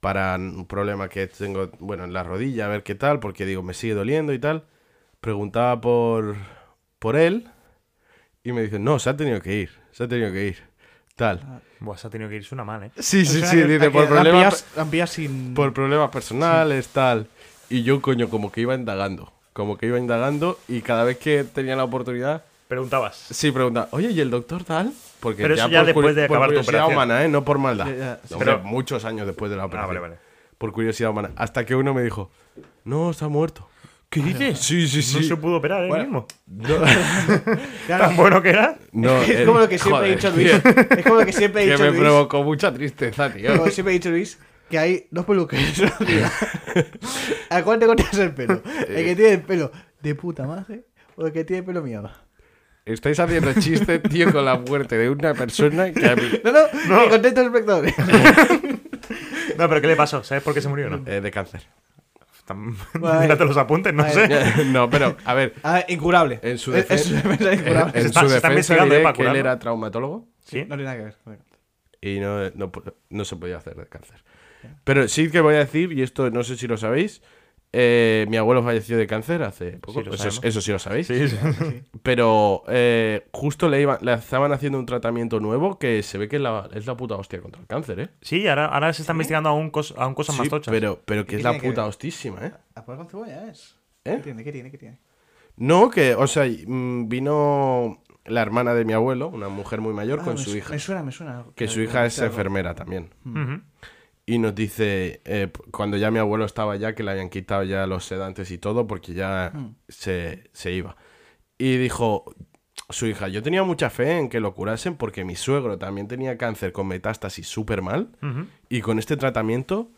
Speaker 2: para un problema que tengo, bueno, en la rodilla, a ver qué tal, porque digo, me sigue doliendo y tal. Preguntaba por, por él Y me dicen, no, se ha tenido que ir, se ha tenido que ir. Tal.
Speaker 4: Buah, se ha tenido que irse una mal, ¿eh?
Speaker 2: Sí, sí,
Speaker 3: O sea,
Speaker 2: sí,
Speaker 3: Pues que-
Speaker 2: dice,
Speaker 3: que
Speaker 2: por
Speaker 3: la han
Speaker 2: problemas,
Speaker 3: pillado- la han pillado sin.
Speaker 2: por problemas personales, tal. Y yo, coño, como que iba indagando. Como que iba indagando y cada vez que tenía la oportunidad,
Speaker 4: Preguntabas.
Speaker 2: sí preguntaba, oye, ¿y el doctor tal? Porque
Speaker 4: Pero eso ya
Speaker 2: por
Speaker 4: después
Speaker 2: curi-
Speaker 4: de
Speaker 2: por
Speaker 4: acabar tu
Speaker 2: curiosidad
Speaker 4: operación.
Speaker 2: humana, ¿eh? No por maldad.
Speaker 3: Ya, ya,
Speaker 2: No,
Speaker 3: sí.
Speaker 2: hombre,
Speaker 4: Pero- Ah,
Speaker 2: muchos años después de la operación.
Speaker 4: vale, vale.
Speaker 2: Por curiosidad humana. Hasta que uno me dijo, no, está muerto.
Speaker 4: ¿Qué dices?
Speaker 2: Sí, sí, sí.
Speaker 4: Ah, No se pudo operar él
Speaker 2: Bueno,
Speaker 4: mismo.
Speaker 3: Claro,
Speaker 4: Tan bueno que era.
Speaker 2: No,
Speaker 3: es
Speaker 2: el-
Speaker 3: como lo que siempre
Speaker 2: joder,
Speaker 3: he dicho Luis.
Speaker 2: tío,
Speaker 3: Es como lo que siempre he
Speaker 2: Que
Speaker 3: dicho
Speaker 2: me
Speaker 3: Luis.
Speaker 2: provocó mucha tristeza, tío.
Speaker 4: Pues-
Speaker 3: Como siempre he dicho Luis, que hay dos peluqueros. en la vida. ¿A cuál te cortas el pelo? El
Speaker 2: Eh.
Speaker 3: que tiene el pelo de puta madre o el que tiene el pelo mierda.
Speaker 2: Estáis haciendo chiste, tío, con la muerte de una persona que a mí...
Speaker 3: No, no, que conteste al espectador.
Speaker 4: No, pero ¿qué le pasó? ¿Sabes por qué se murió o no?
Speaker 2: Eh, de cáncer.
Speaker 4: Tan-
Speaker 3: Vale.
Speaker 4: Mírate los apuntes, no
Speaker 3: Vale.
Speaker 4: sé.
Speaker 2: No, pero, a ver,
Speaker 3: Ah, incurable.
Speaker 2: En su
Speaker 3: Es-
Speaker 2: defensa-
Speaker 3: es una enfermedad incurable.
Speaker 2: en
Speaker 4: está-
Speaker 2: su
Speaker 4: se
Speaker 2: defensa
Speaker 4: está investigando,
Speaker 2: diré
Speaker 4: ¿eh? para
Speaker 2: que él
Speaker 4: curarlo.
Speaker 2: era traumatólogo
Speaker 4: Sí.
Speaker 3: No tiene nada que ver. Bueno,
Speaker 2: y no, no, pu- no se podía hacer de cáncer. Pero sí que voy a decir, y esto no sé si lo sabéis, eh, mi abuelo falleció de cáncer hace poco,
Speaker 4: Sí, lo
Speaker 2: eso,
Speaker 4: sabemos.
Speaker 2: eso sí lo sabéis.
Speaker 4: Sí, sí.
Speaker 2: Pero eh, justo le, iban, le estaban haciendo un tratamiento nuevo que se ve que es la, es la puta hostia contra el cáncer, ¿eh?
Speaker 4: Sí, ahora, ahora se está investigando aún, cos- aún cosas más
Speaker 2: Sí,
Speaker 4: tochas.
Speaker 2: pero, pero que
Speaker 3: ¿Qué
Speaker 2: es la
Speaker 3: tiene que
Speaker 2: puta
Speaker 3: ver?
Speaker 2: hostísima, ¿eh?
Speaker 3: A poner con cebolla es.
Speaker 2: ¿Eh?
Speaker 3: ¿Qué tiene? ¿Qué tiene? ¿Qué tiene?
Speaker 2: No, que, o sea, mm, vino la hermana de mi abuelo, una mujer muy mayor,
Speaker 3: Ah,
Speaker 2: con
Speaker 3: me
Speaker 2: su
Speaker 3: su-
Speaker 2: hija.
Speaker 3: Me suena, me suena.
Speaker 2: Que su hija es enfermera también.
Speaker 4: Ujú.
Speaker 2: Y nos dice, eh, p- cuando ya mi abuelo estaba ya, que le habían quitado ya los sedantes y todo, porque ya
Speaker 4: Mm.
Speaker 2: se, se iba. Y dijo su hija, yo tenía mucha fe en que lo curasen porque mi suegro también tenía cáncer con metástasis súper mal.
Speaker 4: Ujú.
Speaker 2: Y con este tratamiento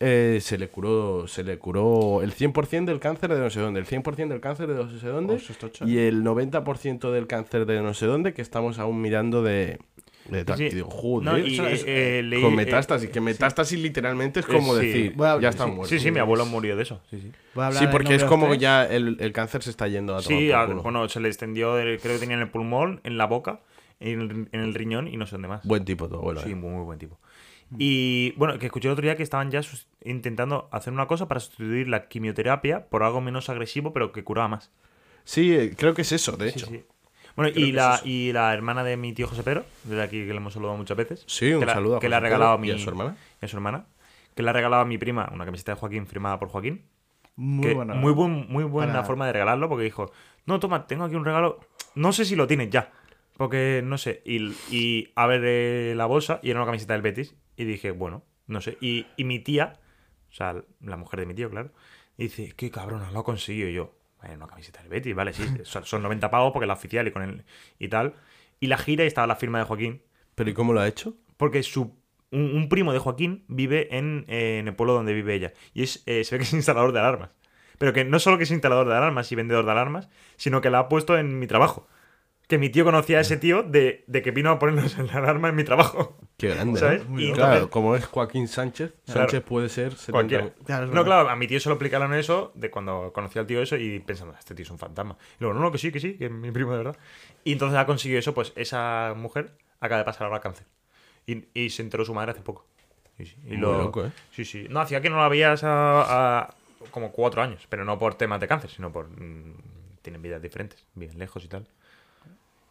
Speaker 2: eh, se le curó se le curó el 100% del cáncer de no sé dónde, el 100% del cáncer de no sé dónde
Speaker 3: Ostras, tocho,
Speaker 2: y el 90% del cáncer de no sé dónde que estamos aún mirando de... de tal.
Speaker 4: Sí,
Speaker 2: Y
Speaker 4: sí.
Speaker 2: digo, joder,
Speaker 4: No, y,
Speaker 2: eso es-
Speaker 4: eh, eh, leí-
Speaker 2: con
Speaker 4: eh,
Speaker 2: metástasis, que metástasis literalmente es como
Speaker 4: Eh, sí.
Speaker 2: decir,
Speaker 3: Voy a-
Speaker 2: ya está
Speaker 3: sí,
Speaker 2: muerto.
Speaker 4: Sí, sí, mi abuelo murió de eso. Sí, sí.
Speaker 3: Voy a hablar
Speaker 2: Sí,
Speaker 3: en
Speaker 2: porque
Speaker 3: nombre
Speaker 2: es
Speaker 3: de
Speaker 2: como
Speaker 3: ustedes.
Speaker 2: ya el, el cáncer se está yendo a tomar
Speaker 4: Sí,
Speaker 2: por
Speaker 4: a-
Speaker 2: culo.
Speaker 4: bueno, se le extendió, el- creo que tenía en el pulmón, en la boca, en el, en el riñón y no sé dónde más.
Speaker 2: Buen tipo tu abuelo.
Speaker 4: sí,
Speaker 2: eh.
Speaker 4: muy, muy buen tipo. Y bueno, que escuché el otro día que estaban ya sus- intentando hacer una cosa para sustituir la quimioterapia por algo menos agresivo, pero que curaba más.
Speaker 2: Sí, eh, creo que es eso, de hecho.
Speaker 4: Sí, sí. Bueno, y la, y la hermana de mi tío José Pedro, desde aquí que le hemos saludado muchas veces.
Speaker 2: Sí, un
Speaker 4: que la-
Speaker 2: saludo a
Speaker 4: Que le ha
Speaker 2: José Pedro
Speaker 4: regalado a mi.
Speaker 2: y a su hermana.
Speaker 4: y a su hermana. Que le ha regalado a mi prima una camiseta de Joaquín firmada por Joaquín.
Speaker 3: Muy
Speaker 4: que
Speaker 3: bueno.
Speaker 4: muy, buen- muy buena
Speaker 3: para-
Speaker 4: forma de regalarlo porque dijo, no, toma, tengo aquí un regalo, no sé si lo tienes ya, porque no sé, y, y abre la bolsa y era una camiseta del Betis y dije, bueno, no sé, y, y mi tía, o sea, la mujer de mi tío, claro, dice, qué cabrona, lo ha conseguido Y yo, "Vale, una camiseta del Betis, vale, sí, son, son 90 pavos porque la oficial y con el, y tal, y la gira y estaba la firma de Joaquín,
Speaker 2: Pero ¿y cómo lo ha hecho?
Speaker 4: porque su un, un primo de Joaquín vive en, eh, en el pueblo donde vive ella. Y es, eh, se ve que es instalador de alarmas. Pero que no solo que es instalador de alarmas y vendedor de alarmas, sino que la ha puesto en mi trabajo. Que mi tío conocía a ese tío de, de que vino a ponernos la alarma en mi trabajo.
Speaker 2: Qué grande.
Speaker 4: ¿Sabes?
Speaker 2: ¿eh?
Speaker 4: Muy
Speaker 2: Y
Speaker 4: bien.
Speaker 2: claro,
Speaker 4: Entonces-
Speaker 2: como es Joaquín Sánchez,
Speaker 4: Claro.
Speaker 2: Sánchez puede ser 70.
Speaker 4: Cualquiera.
Speaker 3: Claro, es
Speaker 4: no,
Speaker 3: verdad.
Speaker 4: claro, a mi tío se lo explicaron eso de cuando conocí al tío eso y pensando, este tío es un fantasma. Y luego, no, no, que sí, que sí, que es mi primo de verdad. Y entonces ha conseguido eso, pues esa mujer acaba de pasar ahora a cáncer. Y, y se enteró su madre hace poco. Y, sí,
Speaker 2: Muy
Speaker 4: y
Speaker 2: loco, ¿eh?
Speaker 4: Sí, sí. No, hacía que no la veías a, a como cuatro años, pero no por temas de cáncer, sino por... mm, tienen vidas diferentes, bien lejos y tal.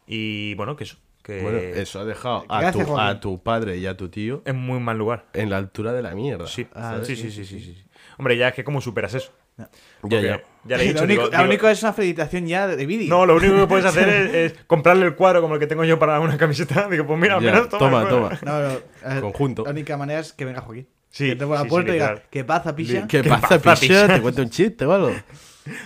Speaker 4: Y bueno, que eso. Que
Speaker 2: Bueno, eso ha dejado a
Speaker 3: Gracias,
Speaker 2: tu,
Speaker 3: Joaquín.
Speaker 2: a tu padre y a tu tío
Speaker 4: Es muy mal lugar.
Speaker 2: en la altura de la mierda.
Speaker 4: Sí.
Speaker 3: Ah,
Speaker 4: sí,
Speaker 3: sí,
Speaker 4: sí, sí, sí, sí, sí. Hombre, ya es que cómo superas eso.
Speaker 2: Ya,
Speaker 4: Porque
Speaker 2: ya.
Speaker 4: ya le he
Speaker 3: Sí,
Speaker 4: dicho.
Speaker 3: lo único, lo
Speaker 4: digo- digo-
Speaker 3: único es una felicitación ya de, de vídeo.
Speaker 4: No, lo único que puedes hacer es, es comprarle el cuadro como el que tengo yo para una camiseta. Digo, pues mira, al
Speaker 2: Ya,
Speaker 4: menos
Speaker 2: toma,
Speaker 4: el cuadro.
Speaker 2: toma.
Speaker 3: No, no, eh,
Speaker 2: Conjunto.
Speaker 3: La única manera es que venga Joaquín.
Speaker 4: Sí,
Speaker 3: Que te ponga
Speaker 4: sí,
Speaker 3: la
Speaker 4: sí,
Speaker 3: puerta y diga,
Speaker 4: literal.
Speaker 3: ¿qué pasa, pilla?
Speaker 2: ¿Qué,
Speaker 4: ¿Qué
Speaker 2: pasa,
Speaker 4: pasa,
Speaker 2: picha?
Speaker 4: picha?
Speaker 2: ¿Te cuento un chiste o algo?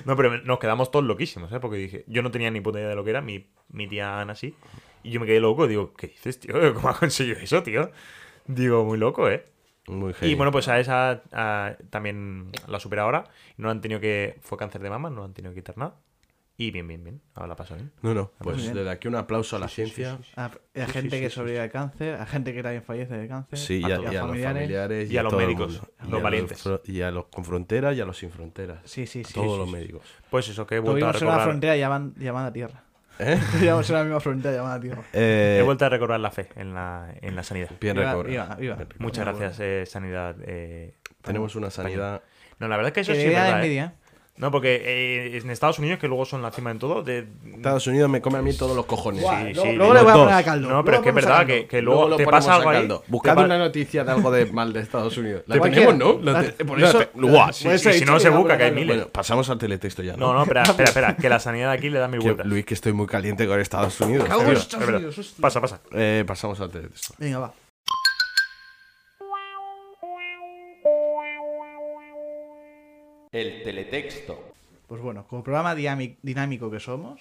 Speaker 4: No, pero nos quedamos todos loquísimos, ¿eh? Porque dije, yo no tenía ni puta idea de lo que era, mi, mi tía Ana sí. Y yo me quedé loco, digo, ¿qué dices, tío? ¿Cómo has conseguido eso, tío? Digo, muy loco, ¿eh?
Speaker 2: Muy
Speaker 4: Y
Speaker 2: genial.
Speaker 4: bueno, pues a esa a- también la supera ahora. No han tenido que. Fue cáncer de mama, no han tenido que quitar nada. Y bien, bien, bien. Ahora la paso bien.
Speaker 2: No, no, pues
Speaker 3: bien.
Speaker 2: desde aquí un aplauso a la ciencia. Sí,
Speaker 3: A, a gente que sobrevive al cáncer, a gente que también fallece de cáncer.
Speaker 2: y, a, y a los familiares
Speaker 4: y a los
Speaker 2: todo el
Speaker 4: médicos,
Speaker 2: mundo.
Speaker 4: a los
Speaker 2: Y a
Speaker 4: valientes.
Speaker 2: fro- Y a los con fronteras y a los sin fronteras.
Speaker 3: Sí, sí, sí,
Speaker 2: A todos
Speaker 3: sí,
Speaker 2: los
Speaker 3: sí,
Speaker 2: médicos.
Speaker 4: Pues eso, que he vuelto a
Speaker 3: Tuvimos en una
Speaker 4: recobrar.
Speaker 3: frontera llamada, llamada Tierra.
Speaker 2: ¿Eh?
Speaker 3: Tuvimos en la misma frontera llamada Tierra.
Speaker 2: Eh,
Speaker 4: He vuelto a recobrar la fe en la, en la sanidad.
Speaker 2: bien
Speaker 3: Viva,
Speaker 2: recobrado.
Speaker 3: viva, viva.
Speaker 2: Bien recobrado.
Speaker 4: Muchas gracias, eh, Sanidad. eh,
Speaker 2: Tenemos una sanidad.
Speaker 4: No, la verdad es que eso
Speaker 3: Que
Speaker 4: sí
Speaker 3: le
Speaker 4: es
Speaker 3: da
Speaker 4: verdad, ¿eh?
Speaker 3: envidia.
Speaker 4: No, porque eh, en Estados Unidos, que luego son la cima en todo, de,
Speaker 2: Estados Unidos me come a mí todos los cojones.
Speaker 3: Guau,
Speaker 4: sí,
Speaker 3: luego-
Speaker 4: sí,
Speaker 3: luego
Speaker 4: los
Speaker 3: le voy a
Speaker 2: dos.
Speaker 3: poner a caldo.
Speaker 4: No, pero
Speaker 3: Luego
Speaker 4: es que
Speaker 3: ponemos
Speaker 4: es
Speaker 3: a
Speaker 4: verdad
Speaker 3: caldo.
Speaker 4: que, que luego, te pasa algo ahí. te
Speaker 2: Buscad
Speaker 4: pa-
Speaker 2: una noticia de algo de mal de Estados Unidos. La
Speaker 3: Cualquiera.
Speaker 2: tenemos, ¿no? La
Speaker 3: La-
Speaker 2: te- por
Speaker 3: la-
Speaker 2: eso.
Speaker 3: la-
Speaker 2: Guau,
Speaker 3: la-
Speaker 2: sí,
Speaker 3: por
Speaker 2: sí,
Speaker 3: eso he
Speaker 2: sí,
Speaker 4: si
Speaker 3: dicho
Speaker 4: no,
Speaker 3: que
Speaker 4: se
Speaker 3: la-
Speaker 4: busca, que hay
Speaker 2: sí.
Speaker 4: miles.
Speaker 2: Bueno, pasamos al teletexto ya.
Speaker 4: No,
Speaker 2: No,
Speaker 4: no, espera, espera, espera, que la sanidad de aquí le da mil
Speaker 2: Que-
Speaker 4: vueltas.
Speaker 2: Luis, que estoy muy caliente con Estados Unidos.
Speaker 3: Cago en
Speaker 2: tío.
Speaker 3: Estados
Speaker 4: Es verdad.
Speaker 3: Unidos, hostia.
Speaker 4: Pasa, pasa.
Speaker 2: Eh, pasamos al teletexto.
Speaker 3: Venga, va.
Speaker 1: El teletexto.
Speaker 3: Pues bueno, como programa diami- dinámico que somos,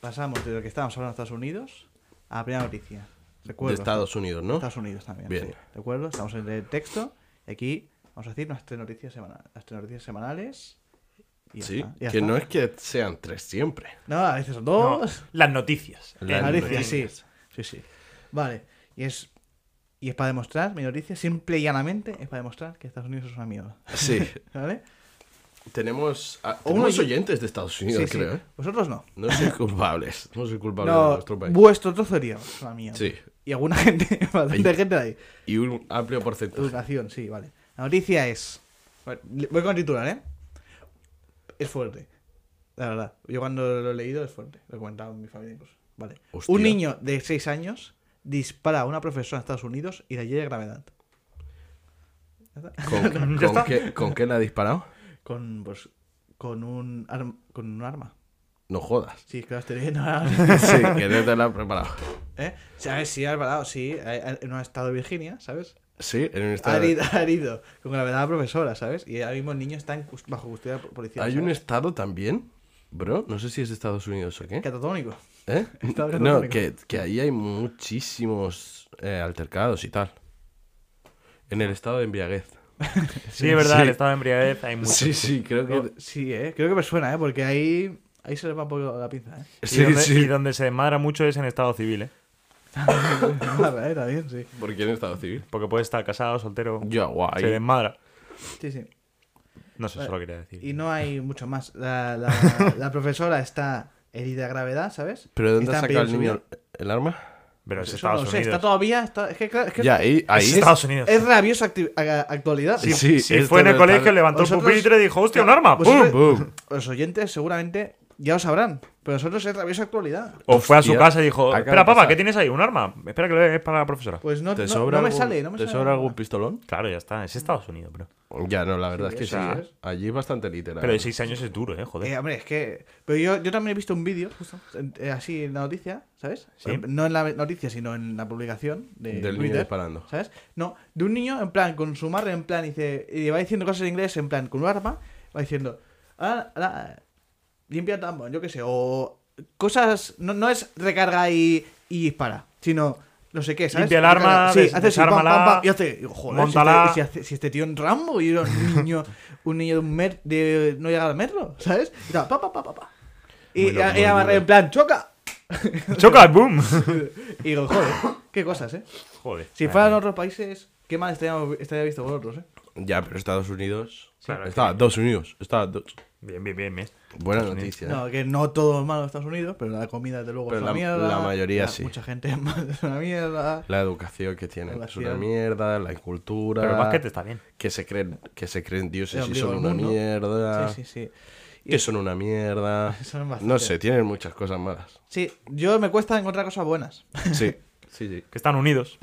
Speaker 3: pasamos de lo que estábamos hablando en Estados Unidos a la primera noticia.
Speaker 2: De
Speaker 3: Recuerdo.
Speaker 2: Estados Unidos, ¿no?
Speaker 3: Estados Unidos también.
Speaker 2: Bien.
Speaker 3: sí. ¿De acuerdo? Estamos en el texto. Y aquí vamos a decir nuestras tres noticias, semana- las tres noticias semanales. Y ya
Speaker 2: Sí,
Speaker 3: está, ya
Speaker 2: que
Speaker 3: está.
Speaker 2: no es que sean tres siempre.
Speaker 3: No, a veces son
Speaker 4: No,
Speaker 3: dos.
Speaker 4: las noticias.
Speaker 2: Las
Speaker 4: Eh,
Speaker 3: a veces
Speaker 2: noticias.
Speaker 3: sí. Sí, sí. Vale. Y es, y es para demostrar, mi noticia, simple y llanamente, es para demostrar que Estados Unidos es una mierda.
Speaker 2: Sí,
Speaker 3: ¿Vale?
Speaker 2: tenemos, a-
Speaker 3: Uno
Speaker 2: tenemos
Speaker 3: y-
Speaker 2: oyentes de Estados Unidos,
Speaker 3: Sí, sí.
Speaker 2: creo. ¿eh?
Speaker 3: Vosotros no.
Speaker 2: No soy culpables. No soy culpable de
Speaker 3: No,
Speaker 2: nuestro país.
Speaker 3: vuestro trozo de tierra es una mierda.
Speaker 2: Sí.
Speaker 3: Y alguna gente, bastante gente de ahí.
Speaker 2: Y un amplio porcentaje.
Speaker 3: Educación, sí, vale. La noticia es. Bueno, le- Voy con el titular, ¿eh? Es fuerte. La verdad. Yo cuando lo he leído es fuerte. Lo he comentado en mi familia incluso. Vale.
Speaker 2: Hostia.
Speaker 3: Un niño de 6 años dispara a una profesora en Estados Unidos y la lleva de gravedad.
Speaker 2: ¿Con, con
Speaker 4: Ya está.
Speaker 2: qué, ¿Con qué la ha disparado?
Speaker 3: Con, pues, con un arm- con un arma.
Speaker 2: No jodas.
Speaker 3: Sí, es que lo estoy leyendo ahora.
Speaker 2: Sí, que no te la ha preparado.
Speaker 3: ¿Eh? ¿Sabes? Sí, ha disparado, sí. ha- ha- En un estado de Virginia, ¿sabes?
Speaker 2: Sí, en un
Speaker 3: Ha
Speaker 2: estado.
Speaker 3: herido, ha herido con gravedad a la profesora, ¿sabes? Y ahora mismo el niño está en cus- bajo custodia policial.
Speaker 2: Hay un
Speaker 3: ¿sabes?
Speaker 2: estado también, bro. No sé si es de Estados Unidos o qué.
Speaker 3: Catatónico.
Speaker 2: ¿Eh?
Speaker 3: Estado
Speaker 2: No,
Speaker 3: británico.
Speaker 2: que, que ahí hay muchísimos eh, altercados y tal. En el estado de embriaguez.
Speaker 4: Sí, es verdad,
Speaker 2: Sí.
Speaker 4: el estado de embriaguez hay mucho.
Speaker 2: Sí, sí, creo
Speaker 3: Creo-
Speaker 2: que.
Speaker 3: sí, eh. Creo que me suena, eh. Porque ahí, ahí se le va un poco la pinza, eh.
Speaker 4: Y,
Speaker 2: Sí,
Speaker 4: donde,
Speaker 2: sí.
Speaker 4: y donde se desmadra mucho es en estado civil, ¿eh?
Speaker 3: A ver, está bien, sí.
Speaker 2: ¿Por qué en estado civil?
Speaker 4: Porque puede estar casado, soltero.
Speaker 2: Ya, guay.
Speaker 4: Se desmadra.
Speaker 3: Sí, sí.
Speaker 4: No sé, solo quería decir.
Speaker 3: Y no hay mucho más. La, la- la profesora está herida de gravedad, ¿sabes?
Speaker 2: ¿Pero de dónde
Speaker 3: Está
Speaker 2: ha
Speaker 3: en
Speaker 2: sacado el niño
Speaker 3: peligro su vida.
Speaker 2: el arma?
Speaker 4: Pero es
Speaker 3: Eso
Speaker 4: Estados
Speaker 3: no sé,
Speaker 4: Unidos.
Speaker 3: está todavía. está- es que, claro, es que
Speaker 2: Ya, ahí. ahí
Speaker 4: Es
Speaker 2: es-
Speaker 4: Estados Unidos.
Speaker 3: es rabioso acti- a- actualidad.
Speaker 2: Sí,
Speaker 4: Si
Speaker 2: esto
Speaker 4: fue en
Speaker 2: no
Speaker 4: el
Speaker 2: está-
Speaker 4: colegio, levantó el
Speaker 3: Vosotros-
Speaker 4: pupitre y dijo, hostia, un arma. ¡Pum!
Speaker 3: Vosotros-
Speaker 2: ¡Bum!
Speaker 3: Pues Los oyentes seguramente ya lo sabrán. Pero nosotros es rabiosa actualidad.
Speaker 4: O fue a su
Speaker 2: Hostia,
Speaker 4: casa y dijo,
Speaker 2: acaba
Speaker 4: espera,
Speaker 2: de
Speaker 4: papá,
Speaker 2: pasar".
Speaker 4: ¿qué tienes ahí? ¿Un arma? Espera que lo es para la profesora.
Speaker 3: Pues no,
Speaker 2: ¿Te
Speaker 3: no-
Speaker 2: sobra
Speaker 3: no me
Speaker 2: algún-
Speaker 3: sale, no me
Speaker 2: ¿Te
Speaker 3: sale.
Speaker 2: sobra algún pistolón?
Speaker 4: Claro, ya está. Es Estados Unidos, bro.
Speaker 2: Ya, no, la verdad
Speaker 3: Sí,
Speaker 2: es que
Speaker 3: sí,
Speaker 2: sí.
Speaker 3: sí,
Speaker 2: ¿eh?
Speaker 3: es.
Speaker 2: Allí es bastante literal.
Speaker 4: Pero de 6 años es duro, ¿eh?
Speaker 3: Eh,
Speaker 4: Joder.
Speaker 3: hombre, es que. Pero yo, yo también he visto un vídeo, justo, eh, así en la noticia, ¿sabes?
Speaker 4: Sí.
Speaker 3: Pero No en la noticia, sino en la publicación de
Speaker 2: Del niño
Speaker 3: Twitter,
Speaker 2: disparando.
Speaker 3: ¿Sabes? No, de un niño, en plan, con su madre, en plan, y, dice, y va diciendo cosas en inglés, en plan, con un arma, va diciendo. "Ah, la- limpia tambor, yo qué sé, o. Cosas. No, no es recarga y, y dispara, sino. No sé qué, ¿sabes?
Speaker 4: Limpia el
Speaker 3: Recarga.
Speaker 4: arma,
Speaker 3: sí,
Speaker 4: des-
Speaker 3: hace así, pam, pam,
Speaker 4: desármala,
Speaker 3: pam, y hace, digo, joder,
Speaker 4: móntala.
Speaker 3: si este, si este- si este tío en Rambo y era un niño, un niño de un mer, de no llegar al metro, ¿sabes? Y tal, pa, pa, pa, pa, pa. Y
Speaker 2: Muy loco,
Speaker 3: ella
Speaker 2: muy
Speaker 3: ella va
Speaker 2: loco.
Speaker 3: en plan, choca.
Speaker 4: ¡Choca! ¡Boom!
Speaker 3: Y digo, joder, qué cosas, ¿eh?
Speaker 4: Joder.
Speaker 3: Si fueran otros países, qué mal estaríamos- estaría visto vosotros, ¿eh?
Speaker 2: Ya, pero Estados Unidos.
Speaker 4: Claro,
Speaker 2: Claro, Estados Unidos. Estados
Speaker 4: Bien, bien, bien, bien.
Speaker 2: Buena
Speaker 4: Estados Unidos.
Speaker 2: noticia. ¿eh?
Speaker 3: No, que no todo es malo en Estados Unidos, pero la comida, desde luego,
Speaker 2: Pero
Speaker 3: es una
Speaker 2: la-
Speaker 3: mierda.
Speaker 2: la mayoría sí.
Speaker 3: Mucha gente es mal- es una mierda.
Speaker 2: La educación que tienen
Speaker 3: La
Speaker 2: es una
Speaker 3: ciudad.
Speaker 2: mierda, la cultura.
Speaker 4: Pero el básquet está bien.
Speaker 2: Que se creen, que se creen dioses
Speaker 3: El
Speaker 2: y
Speaker 3: ombligo
Speaker 2: son
Speaker 3: del
Speaker 2: una
Speaker 3: mundo.
Speaker 2: mierda.
Speaker 3: Sí, sí, sí.
Speaker 2: Que son una mierda.
Speaker 3: Son bastante-
Speaker 2: no sé, tienen muchas cosas malas.
Speaker 3: Sí, yo me cuesta encontrar cosas buenas.
Speaker 2: Sí. sí, sí.
Speaker 4: Que están unidos.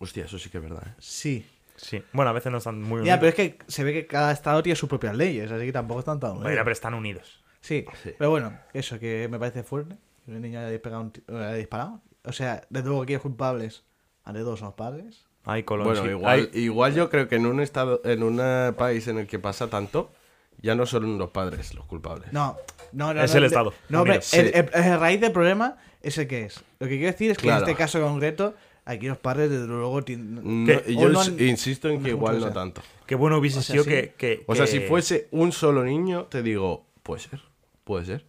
Speaker 2: Hostia, eso sí que es verdad. ¿eh?
Speaker 3: Sí.
Speaker 4: Sí. Bueno, a veces no están muy unidos.
Speaker 3: Ya, pero es que se ve que cada estado tiene sus propias leyes, así que tampoco están tan
Speaker 4: Bueno, ya, pero están unidos.
Speaker 3: Sí,
Speaker 2: Sí.
Speaker 3: pero bueno, eso que me parece fuerte. Que un niño haya disparado. un ti- eh, haya disparado. O sea, desde luego aquí hay culpables. A de dos son los padres.
Speaker 4: Hay colonias.
Speaker 2: Bueno, igual, igual yo creo que en un estado, en un país en el que pasa tanto, ya no son los padres los culpables.
Speaker 3: No, no, no.
Speaker 4: Es
Speaker 3: no,
Speaker 4: el
Speaker 3: de-
Speaker 4: Estado.
Speaker 3: No, hombre,
Speaker 2: Sí.
Speaker 3: el, el- el raíz del problema es el que es. Lo que quiero decir es que
Speaker 2: Claro.
Speaker 3: en este caso concreto, aquí los padres, desde luego, tienen.
Speaker 2: No,
Speaker 4: ¿Qué?
Speaker 2: y
Speaker 3: O
Speaker 2: yo
Speaker 3: no
Speaker 2: ins-
Speaker 3: han-
Speaker 2: insisto en que
Speaker 3: mucho
Speaker 2: igual no
Speaker 3: deseo.
Speaker 2: tanto.
Speaker 4: Qué bueno hubiese
Speaker 3: O sea,
Speaker 4: sido
Speaker 3: sí.
Speaker 4: que, que-
Speaker 2: O sea,
Speaker 4: que-
Speaker 2: si fuese un solo niño, te digo, puede ser, puede ser.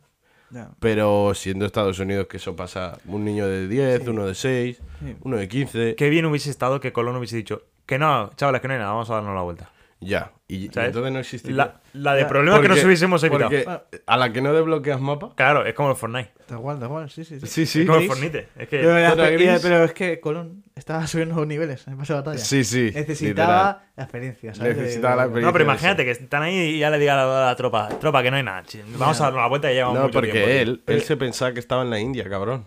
Speaker 3: Ya.
Speaker 2: Pero siendo Estados Unidos que eso pasa, un niño de 10, uno de 6,
Speaker 3: Sí.
Speaker 2: uno de 15.
Speaker 4: Qué bien hubiese estado que Colón hubiese dicho que no, chavales, que no hay nada, vamos a darnos la vuelta.
Speaker 2: Ya. Y, y
Speaker 4: ¿sabes?
Speaker 2: entonces no existía.
Speaker 4: La, la de problemas que nos hubiésemos evitado.
Speaker 2: porque
Speaker 3: Ah.
Speaker 2: a la que no desbloqueas mapa.
Speaker 4: Claro, es como el Fortnite.
Speaker 3: Da igual, da igual, sí, sí. sí.
Speaker 2: Sí,
Speaker 4: Es
Speaker 2: sí.
Speaker 4: como el
Speaker 3: Gris.
Speaker 4: Fortnite. Es
Speaker 3: Pero,
Speaker 4: que.
Speaker 3: ya,
Speaker 2: Zona
Speaker 3: pero- ya,
Speaker 2: gris.
Speaker 3: pero es que Colón estaba subiendo los niveles en el pase de batalla.
Speaker 2: Sí, sí,
Speaker 3: Necesitaba
Speaker 2: literal.
Speaker 3: la experiencia, ¿sabes? De-
Speaker 2: Necesitaba la
Speaker 3: de-
Speaker 2: experiencia.
Speaker 4: No, pero
Speaker 2: eso.
Speaker 4: imagínate que están ahí y ya le diga a la, a la tropa, tropa, que no hay nada. chi- Vamos a dar una vuelta y llevamos
Speaker 2: No,
Speaker 4: mucho
Speaker 2: porque
Speaker 4: tiempo".
Speaker 2: él, él se pensaba que estaba en la India, cabrón.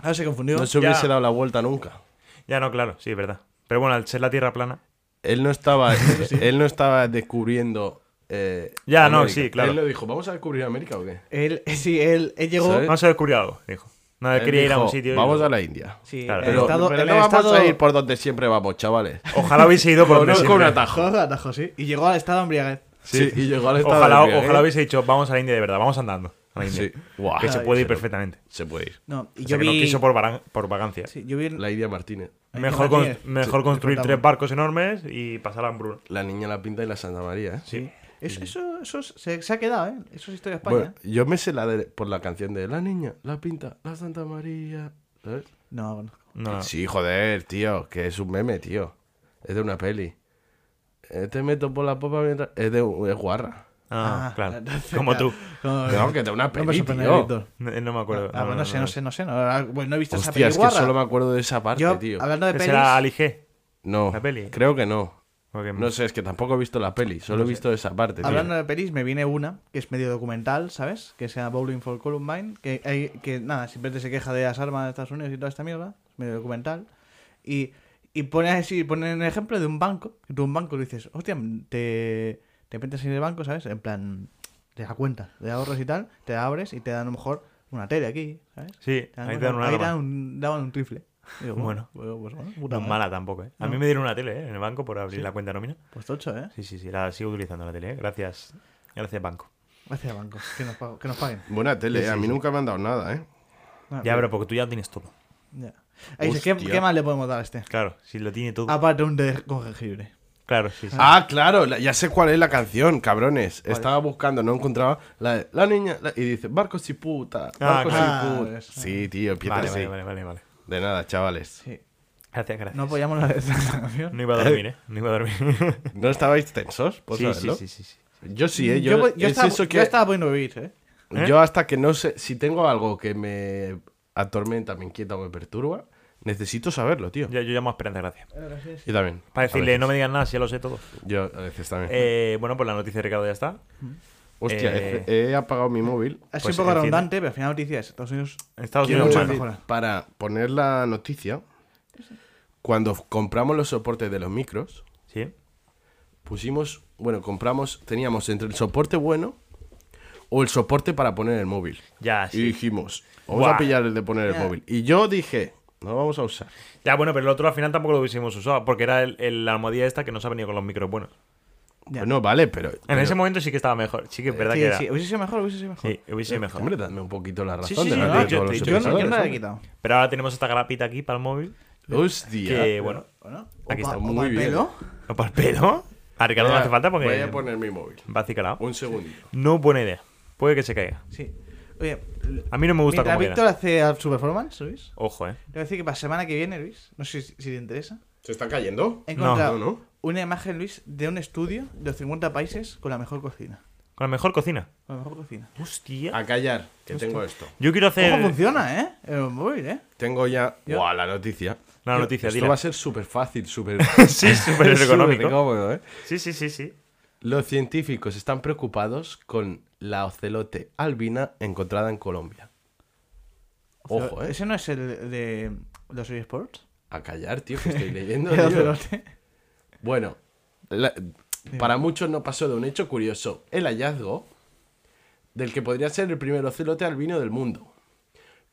Speaker 3: Ahora se confundió.
Speaker 2: No se
Speaker 4: Ya.
Speaker 2: hubiese dado la vuelta nunca.
Speaker 4: Ya no, claro, sí, es verdad. Pero bueno, al ser la tierra plana.
Speaker 2: Él no estaba, él no estaba descubriendo. eh,
Speaker 4: Ya, no,
Speaker 2: América.
Speaker 4: sí, claro.
Speaker 2: Él le dijo, ¿vamos a descubrir América o qué?
Speaker 3: Él, sí, él, él llegó.
Speaker 2: ¿Sabes?
Speaker 4: No se descubrió algo, dijo. No,
Speaker 2: Él
Speaker 4: quería ir a
Speaker 2: dijo,
Speaker 4: un sitio. y-
Speaker 2: Vamos a la India.
Speaker 3: Sí,
Speaker 4: Claro.
Speaker 3: el
Speaker 2: Pero,
Speaker 3: estado-
Speaker 2: pero
Speaker 3: el
Speaker 2: no vamos
Speaker 3: estado-
Speaker 2: a ir por donde siempre vamos, chavales.
Speaker 4: Ojalá hubiese ido por donde
Speaker 2: Conozco un
Speaker 4: siempre.
Speaker 2: atajo.
Speaker 3: Joder, atajo, sí. Y llegó al estado de embriaguez.
Speaker 2: Sí, y llegó al estado
Speaker 4: Ojalá,
Speaker 2: de India, ¿eh?
Speaker 4: ojalá hubiese dicho, vamos a la India de verdad, vamos andando. A la India.
Speaker 2: Sí. Guau.
Speaker 4: Que se puede ir perfectamente.
Speaker 2: Se puede ir.
Speaker 3: No, y
Speaker 4: O
Speaker 3: yo
Speaker 4: sea, que lo
Speaker 3: vi.
Speaker 4: quiso por, varan- por vagancia.
Speaker 3: sí, yo vi.
Speaker 2: La India Martínez.
Speaker 4: Mejor,
Speaker 3: Ahí
Speaker 4: con-
Speaker 3: está Martínez.
Speaker 4: mejor
Speaker 3: Sí.
Speaker 4: construir
Speaker 3: Faltaba.
Speaker 4: tres barcos enormes y pasar a hambruna.
Speaker 2: La niña La Pinta y la Santa María, ¿eh?
Speaker 4: Sí.
Speaker 3: Eso, eso, eso es- se, se ha quedado, ¿eh? Eso es historia de España.
Speaker 2: Bueno, yo me sé la de, por la canción de La niña, la pinta, la Santa María. ¿sabes?
Speaker 3: No, no.
Speaker 4: No, no.
Speaker 2: Sí, joder, tío, que es un meme, tío. Es de una peli. Eh, Te meto por la popa mientras. Es de es guarra.
Speaker 4: Ah,
Speaker 3: Ah,
Speaker 4: claro.
Speaker 3: entonces,
Speaker 4: Como
Speaker 3: claro.
Speaker 4: tú.
Speaker 3: No,
Speaker 2: No, que de una
Speaker 3: no me
Speaker 2: peli.
Speaker 3: sorprende,
Speaker 2: tío.
Speaker 3: Víctor.
Speaker 4: No, eh, no me acuerdo.
Speaker 3: Ah, bueno, no sé, no sé, no sé. No, ahora- bueno, no he visto esa
Speaker 2: Hostia,
Speaker 3: peli
Speaker 2: es que
Speaker 3: guarra.
Speaker 2: solo me acuerdo de esa parte,
Speaker 3: Yo,
Speaker 2: tío.
Speaker 3: hablando de
Speaker 4: ¿Ese
Speaker 3: pelis,
Speaker 4: era Ali G?
Speaker 2: No,
Speaker 4: la peli.
Speaker 2: creo que no.
Speaker 4: Porque-
Speaker 2: No sé, es que tampoco he visto la peli, solo he visto esa parte. tío.
Speaker 3: hablando de pelis, me viene una que es medio documental, ¿sabes? Que se llama Bowling for Columbine, que, hay, que nada, simplemente se queja de las armas de Estados Unidos y toda esta mierda, es medio documental. Y, y pone así, pone el ejemplo de un banco, y tú a un banco le dices, hostia, te, te metes en el banco, ¿sabes? En plan, te da cuenta de ahorros y tal, te abres y te dan a lo mejor una tele aquí, ¿sabes?
Speaker 4: Sí,
Speaker 3: Te dan
Speaker 4: ahí te
Speaker 3: una-
Speaker 4: dan un
Speaker 3: Ah, ahí dan
Speaker 4: arma.
Speaker 3: un- daban un rifle. Digo,
Speaker 4: Bueno.
Speaker 3: bueno, pues bueno, puta
Speaker 4: No
Speaker 3: madre.
Speaker 4: es mala tampoco, ¿eh? A mí me dieron una tele, ¿eh? En el banco por abrir la cuenta nómina.
Speaker 3: Pues tocho, ¿eh?
Speaker 4: Sí, sí, sí. La sigo utilizando la tele, ¿eh? Gracias. Gracias, banco.
Speaker 3: Gracias, banco. Que nos, pago- que nos paguen.
Speaker 2: Buena tele, eh, a mí nunca me han dado nada, ¿eh?
Speaker 3: Ah,
Speaker 4: Ya, pero porque tú ya tienes todo.
Speaker 3: Ya. Ahí dice, ¿qué,
Speaker 2: Hostia.
Speaker 3: qué más le podemos dar a este?
Speaker 4: Claro, si lo tiene todo.
Speaker 3: Aparte un de con jengibre.
Speaker 4: Claro, sí, sí.
Speaker 2: Ah, claro, la- ya sé cuál es la canción, cabrones. Estaba buscando, no encontraba la, de- la niña la- y dice barcos y puta, barcos y
Speaker 3: claro. Ah,
Speaker 2: puta.
Speaker 3: eso.
Speaker 2: Sí, tío, empieza
Speaker 4: vale,
Speaker 2: así.
Speaker 4: vale, vale, vale, vale.
Speaker 2: De nada, chavales.
Speaker 3: Sí.
Speaker 4: Gracias, gracias.
Speaker 3: No
Speaker 4: No,
Speaker 3: apoyamos la desaceleración.
Speaker 4: iba a dormir, ¿eh? No iba a dormir.
Speaker 2: ¿No estabais tensos? por
Speaker 4: sí, sí,
Speaker 2: Pues saberlo?
Speaker 4: sí, sí, sí.
Speaker 2: Yo sí, ¿eh?
Speaker 3: yo,
Speaker 2: Yo,
Speaker 3: yo
Speaker 2: es
Speaker 3: estaba,
Speaker 2: eso que-
Speaker 3: yo estaba poniendo vivir, ¿eh?
Speaker 4: ¿Eh?
Speaker 2: yo hasta que no sé, si tengo algo que me atormenta, me inquieta o me perturba, necesito saberlo, tío.
Speaker 4: Yo, yo llamo a Esperanza, gracias.
Speaker 2: Yo también.
Speaker 4: Para
Speaker 2: a
Speaker 4: decirle,
Speaker 2: veces.
Speaker 4: no me digan nada, si ya lo sé todo.
Speaker 2: Yo a veces también.
Speaker 4: Eh, bueno, pues la noticia de Ricardo ya está.
Speaker 2: Hostia,
Speaker 4: eh,
Speaker 2: he, he apagado mi móvil.
Speaker 3: Ha sido
Speaker 4: Pues,
Speaker 3: un poco
Speaker 4: en fin.
Speaker 3: redundante, pero al final noticias. Estados Unidos.
Speaker 4: Estados
Speaker 2: Quiero
Speaker 4: Unidos,
Speaker 3: mucho
Speaker 2: decir,
Speaker 4: mano.
Speaker 3: mejor.
Speaker 2: para poner la noticia, cuando compramos los soportes de los micros,
Speaker 4: Sí.
Speaker 2: pusimos, bueno, compramos, teníamos entre el soporte bueno o el soporte para poner el móvil.
Speaker 4: Ya,
Speaker 2: Y
Speaker 4: Ah, sí.
Speaker 2: dijimos, vamos
Speaker 4: Guau.
Speaker 2: a pillar el de poner el
Speaker 3: Ya.
Speaker 2: móvil. Y yo dije, no lo vamos a usar.
Speaker 4: Ya, bueno, pero el otro al final tampoco lo hubiésemos usado, porque era el, el- la almohadilla esta que nos ha venido con los micros buenos.
Speaker 3: Ya.
Speaker 2: Bueno, Pues vale, pero.
Speaker 4: En ese momento sí que estaba mejor. Sí que es verdad
Speaker 3: Sí,
Speaker 4: que era.
Speaker 3: sí, hubiese sido mejor, hubiese sido mejor.
Speaker 4: Sí, hubiese sido mejor.
Speaker 2: eh, Hombre, dame un poquito la razón
Speaker 4: Sí, sí,
Speaker 2: de
Speaker 4: sí,
Speaker 2: no
Speaker 4: no,
Speaker 2: tener todos
Speaker 4: yo te he
Speaker 2: los
Speaker 4: dicho
Speaker 3: Yo no, yo
Speaker 2: episodios,
Speaker 3: no la he
Speaker 2: hombre.
Speaker 3: quitado.
Speaker 4: Pero ahora tenemos esta grapita aquí para el móvil.
Speaker 2: Hostia.
Speaker 4: Que bueno,
Speaker 3: Bueno,
Speaker 4: Aquí
Speaker 3: o
Speaker 4: está,
Speaker 3: pa- o
Speaker 2: muy
Speaker 3: pa'l
Speaker 2: bien.
Speaker 3: pelo.
Speaker 4: no para el pelo. A Ricardo no
Speaker 2: Voy a-
Speaker 4: hace falta
Speaker 2: Voy a
Speaker 4: porque
Speaker 2: poner mi móvil.
Speaker 4: va acicalado.
Speaker 2: Un segundito.
Speaker 4: No buena idea. Puede que se caiga.
Speaker 3: Sí. Oye, l-
Speaker 4: A mí no me gusta
Speaker 3: mientras
Speaker 4: como
Speaker 3: Víctor
Speaker 4: queda.
Speaker 3: hace al su performance, Luis,
Speaker 4: Ojo, eh.
Speaker 3: le voy a decir que para la semana que viene, Luis, no sé si, si te interesa,
Speaker 2: ¿Se está cayendo?
Speaker 3: he encontrado
Speaker 2: No, no.
Speaker 3: una imagen, Luis, de un estudio de los 50 países con la mejor cocina.
Speaker 4: Con la mejor cocina.
Speaker 3: Con la mejor cocina.
Speaker 4: Hostia.
Speaker 2: A callar, que tengo esto.
Speaker 4: Yo quiero
Speaker 3: ¿Cómo
Speaker 4: hacer
Speaker 3: funciona, eh? El móvil, eh.
Speaker 2: Tengo ya.
Speaker 3: Yo-
Speaker 2: Buah, la noticia.
Speaker 4: la noticia,
Speaker 2: Esto
Speaker 4: dila.
Speaker 2: va a ser súper fácil, súper.
Speaker 4: Sí, súper económico.
Speaker 2: cómodo, ¿eh?
Speaker 4: Sí, sí, sí, sí.
Speaker 2: Los científicos están preocupados con la ocelote albina encontrada en Colombia. Ojo,
Speaker 3: Pero,
Speaker 2: ¿eh?
Speaker 3: ¿Ese no es el de los eSports?
Speaker 2: A callar, tío, que estoy leyendo.
Speaker 3: El
Speaker 2: tío.
Speaker 3: ocelote.
Speaker 2: Bueno, la- para muchos no pasó de un hecho curioso el hallazgo del que podría ser el primer ocelote albino del mundo.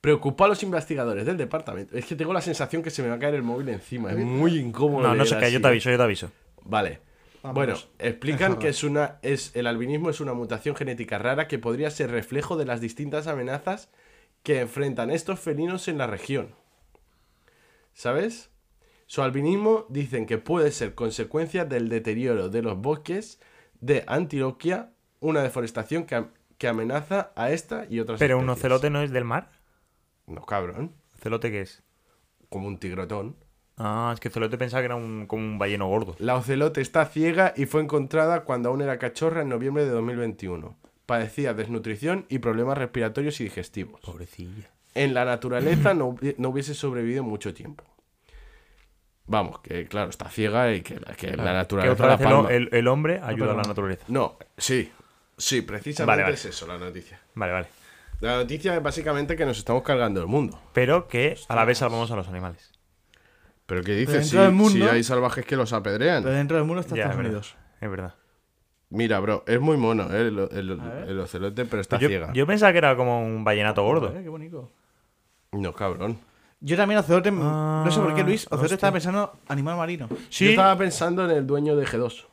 Speaker 2: Preocupó a los investigadores del departamento. Es que tengo la sensación que se me va a caer el móvil encima. Es muy incómodo.
Speaker 4: No, no
Speaker 2: leer
Speaker 4: se cae,
Speaker 2: así.
Speaker 4: yo
Speaker 2: ¿eh?
Speaker 4: te aviso, yo te aviso.
Speaker 2: Vale.
Speaker 3: Vamos.
Speaker 2: Bueno, explican que es una es el albinismo es una mutación genética rara que podría ser reflejo de las distintas amenazas que enfrentan estos felinos en la región. ¿Sabes? Su albinismo dicen que puede ser consecuencia del deterioro de los bosques de Antioquia, una deforestación que, am- que amenaza a esta y otras
Speaker 4: Pero un
Speaker 2: especies.
Speaker 4: ocelote no es del mar.
Speaker 2: No, cabrón.
Speaker 4: ¿Ocelote qué es?
Speaker 2: Como un tigrotón.
Speaker 4: Ah, es que Celote pensaba que era un, como un balleno gordo.
Speaker 2: La ocelote está ciega y fue encontrada cuando aún era cachorra en noviembre de 2021. Padecía desnutrición y problemas respiratorios y digestivos.
Speaker 4: Pobrecilla.
Speaker 2: En la naturaleza no, hubi- no hubiese sobrevivido mucho tiempo. Vamos, que claro, está ciega y que la, que la
Speaker 4: Que
Speaker 2: naturaleza
Speaker 4: otra
Speaker 2: la
Speaker 4: vez el-
Speaker 2: palma.
Speaker 4: el, el hombre ayuda a la
Speaker 3: pero-
Speaker 4: naturaleza.
Speaker 2: No, sí, sí, precisamente
Speaker 4: Vale, vale.
Speaker 2: es eso la noticia.
Speaker 4: Vale, vale.
Speaker 2: La noticia es básicamente que nos estamos cargando el mundo.
Speaker 4: Pero que a la vez salvamos a los animales.
Speaker 2: Pero que
Speaker 3: Pero
Speaker 2: dices si,
Speaker 3: dentro del mundo-
Speaker 2: si hay salvajes que los apedrean.
Speaker 3: Pero dentro del muro está
Speaker 4: Ya, es
Speaker 3: Estados
Speaker 4: verdad.
Speaker 3: Unidos.
Speaker 4: Es verdad.
Speaker 2: Mira, bro, es muy mono eh, el, el-
Speaker 3: ver.
Speaker 2: el ocelote, pero está
Speaker 4: Pues Yo,
Speaker 2: ciega.
Speaker 4: yo pensaba que era como un ballenato gordo.
Speaker 3: Joder, qué bonito.
Speaker 2: No, cabrón.
Speaker 3: Yo también Ocelote,
Speaker 4: Ah,
Speaker 3: no sé por qué Luis, Ocelote
Speaker 4: hostia.
Speaker 3: estaba pensando animal marino.
Speaker 2: Yo
Speaker 4: Sí,
Speaker 2: estaba pensando en el dueño de G2.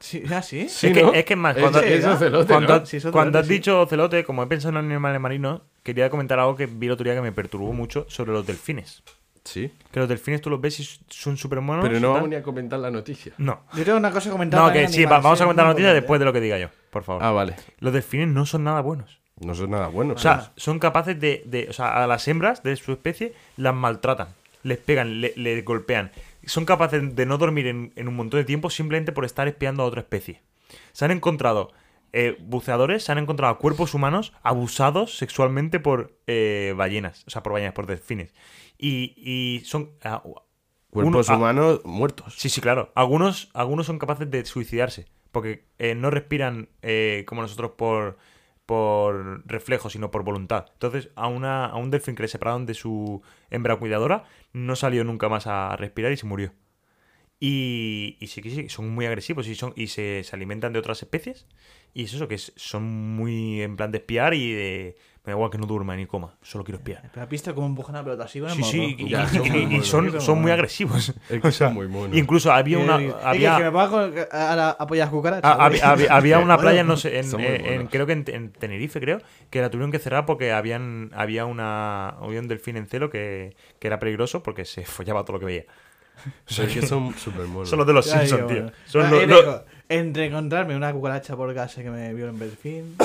Speaker 3: Sí, ¿Ah, sí?
Speaker 2: Sí,
Speaker 4: es, que,
Speaker 2: ¿no?
Speaker 4: es que es más,
Speaker 2: Es-
Speaker 4: cuando,
Speaker 2: es ocelote,
Speaker 4: cuando-
Speaker 2: ¿no?
Speaker 4: cuando
Speaker 3: Sí, es ocelote,
Speaker 4: cuando has
Speaker 3: sí.
Speaker 4: dicho celote, como he pensado en animales marinos, quería comentar algo que vi el otro día que me perturbó mucho sobre los delfines.
Speaker 2: Sí.
Speaker 4: Que los delfines tú los ves y son súper monos.
Speaker 2: Pero no
Speaker 4: tal.
Speaker 2: vamos ni a comentar la noticia.
Speaker 4: No.
Speaker 3: Yo tengo una cosa comentada.
Speaker 4: No, que sí, va-
Speaker 3: eh,
Speaker 2: ¿eh?
Speaker 4: vamos a contar la noticia después de lo que diga yo, por favor.
Speaker 2: Ah, vale.
Speaker 4: Los delfines no son nada buenos.
Speaker 2: No son nada buenos.
Speaker 4: O sea, son capaces de, de- O sea, a las hembras de su especie las maltratan, les pegan, le- les golpean. Son capaces de no dormir en, en un montón de tiempo simplemente por estar espiando a otra especie. Se han encontrado eh, buceadores, se han encontrado cuerpos humanos abusados sexualmente por eh, ballenas, o sea, por ballenas, por delfines. Y, y son. ah,
Speaker 2: Cuerpos
Speaker 4: uno- ah,
Speaker 2: humanos muertos.
Speaker 4: Sí, sí, claro. Algunos, algunos son capaces de suicidarse porque eh, no respiran eh, como nosotros por, por reflejo, sino por voluntad. Entonces, a, una, a un delfín que le separaron de su hembra cuidadora, no salió nunca más a respirar y se murió. Y, y sí que sí, son muy agresivos y, son, y se, se alimentan de otras especies. Y es eso, que es- son muy en plan de espiar y de... Me da igual que no duerma ni coma, solo quiero espiar.
Speaker 3: ¿Has visto cómo empujan la pelota así con el
Speaker 4: Sí, sí,
Speaker 3: morro?
Speaker 4: y,
Speaker 2: Ya,
Speaker 4: y-
Speaker 2: son
Speaker 4: y-
Speaker 2: muy
Speaker 4: y
Speaker 2: monos.
Speaker 4: son, son muy agresivos.
Speaker 2: Es que son muy monos.
Speaker 4: Incluso había una...
Speaker 3: Y- y- y
Speaker 4: Había,
Speaker 3: que me ponga con- a, la- a apoyar cucarachas.
Speaker 4: Ah,
Speaker 3: güey.
Speaker 4: había, había- había una
Speaker 2: Bueno,
Speaker 4: playa, no sé, en, eh,
Speaker 2: son muy
Speaker 4: en- en-
Speaker 2: buenos.
Speaker 4: creo que en, en Tenerife, creo, que la tuvieron que cerrar porque habían, había, una, había un delfín en celo que, que era peligroso porque se follaba todo lo que veía.
Speaker 2: Es que son súper monos.
Speaker 4: Son los de los
Speaker 3: Ya
Speaker 4: Simpsons,
Speaker 3: digo,
Speaker 4: tío.
Speaker 3: bueno.
Speaker 4: Son
Speaker 3: Ah,
Speaker 4: los-
Speaker 3: y
Speaker 4: los-
Speaker 3: digo, Entre encontrarme una cucaracha por casa que me vio en Delfín.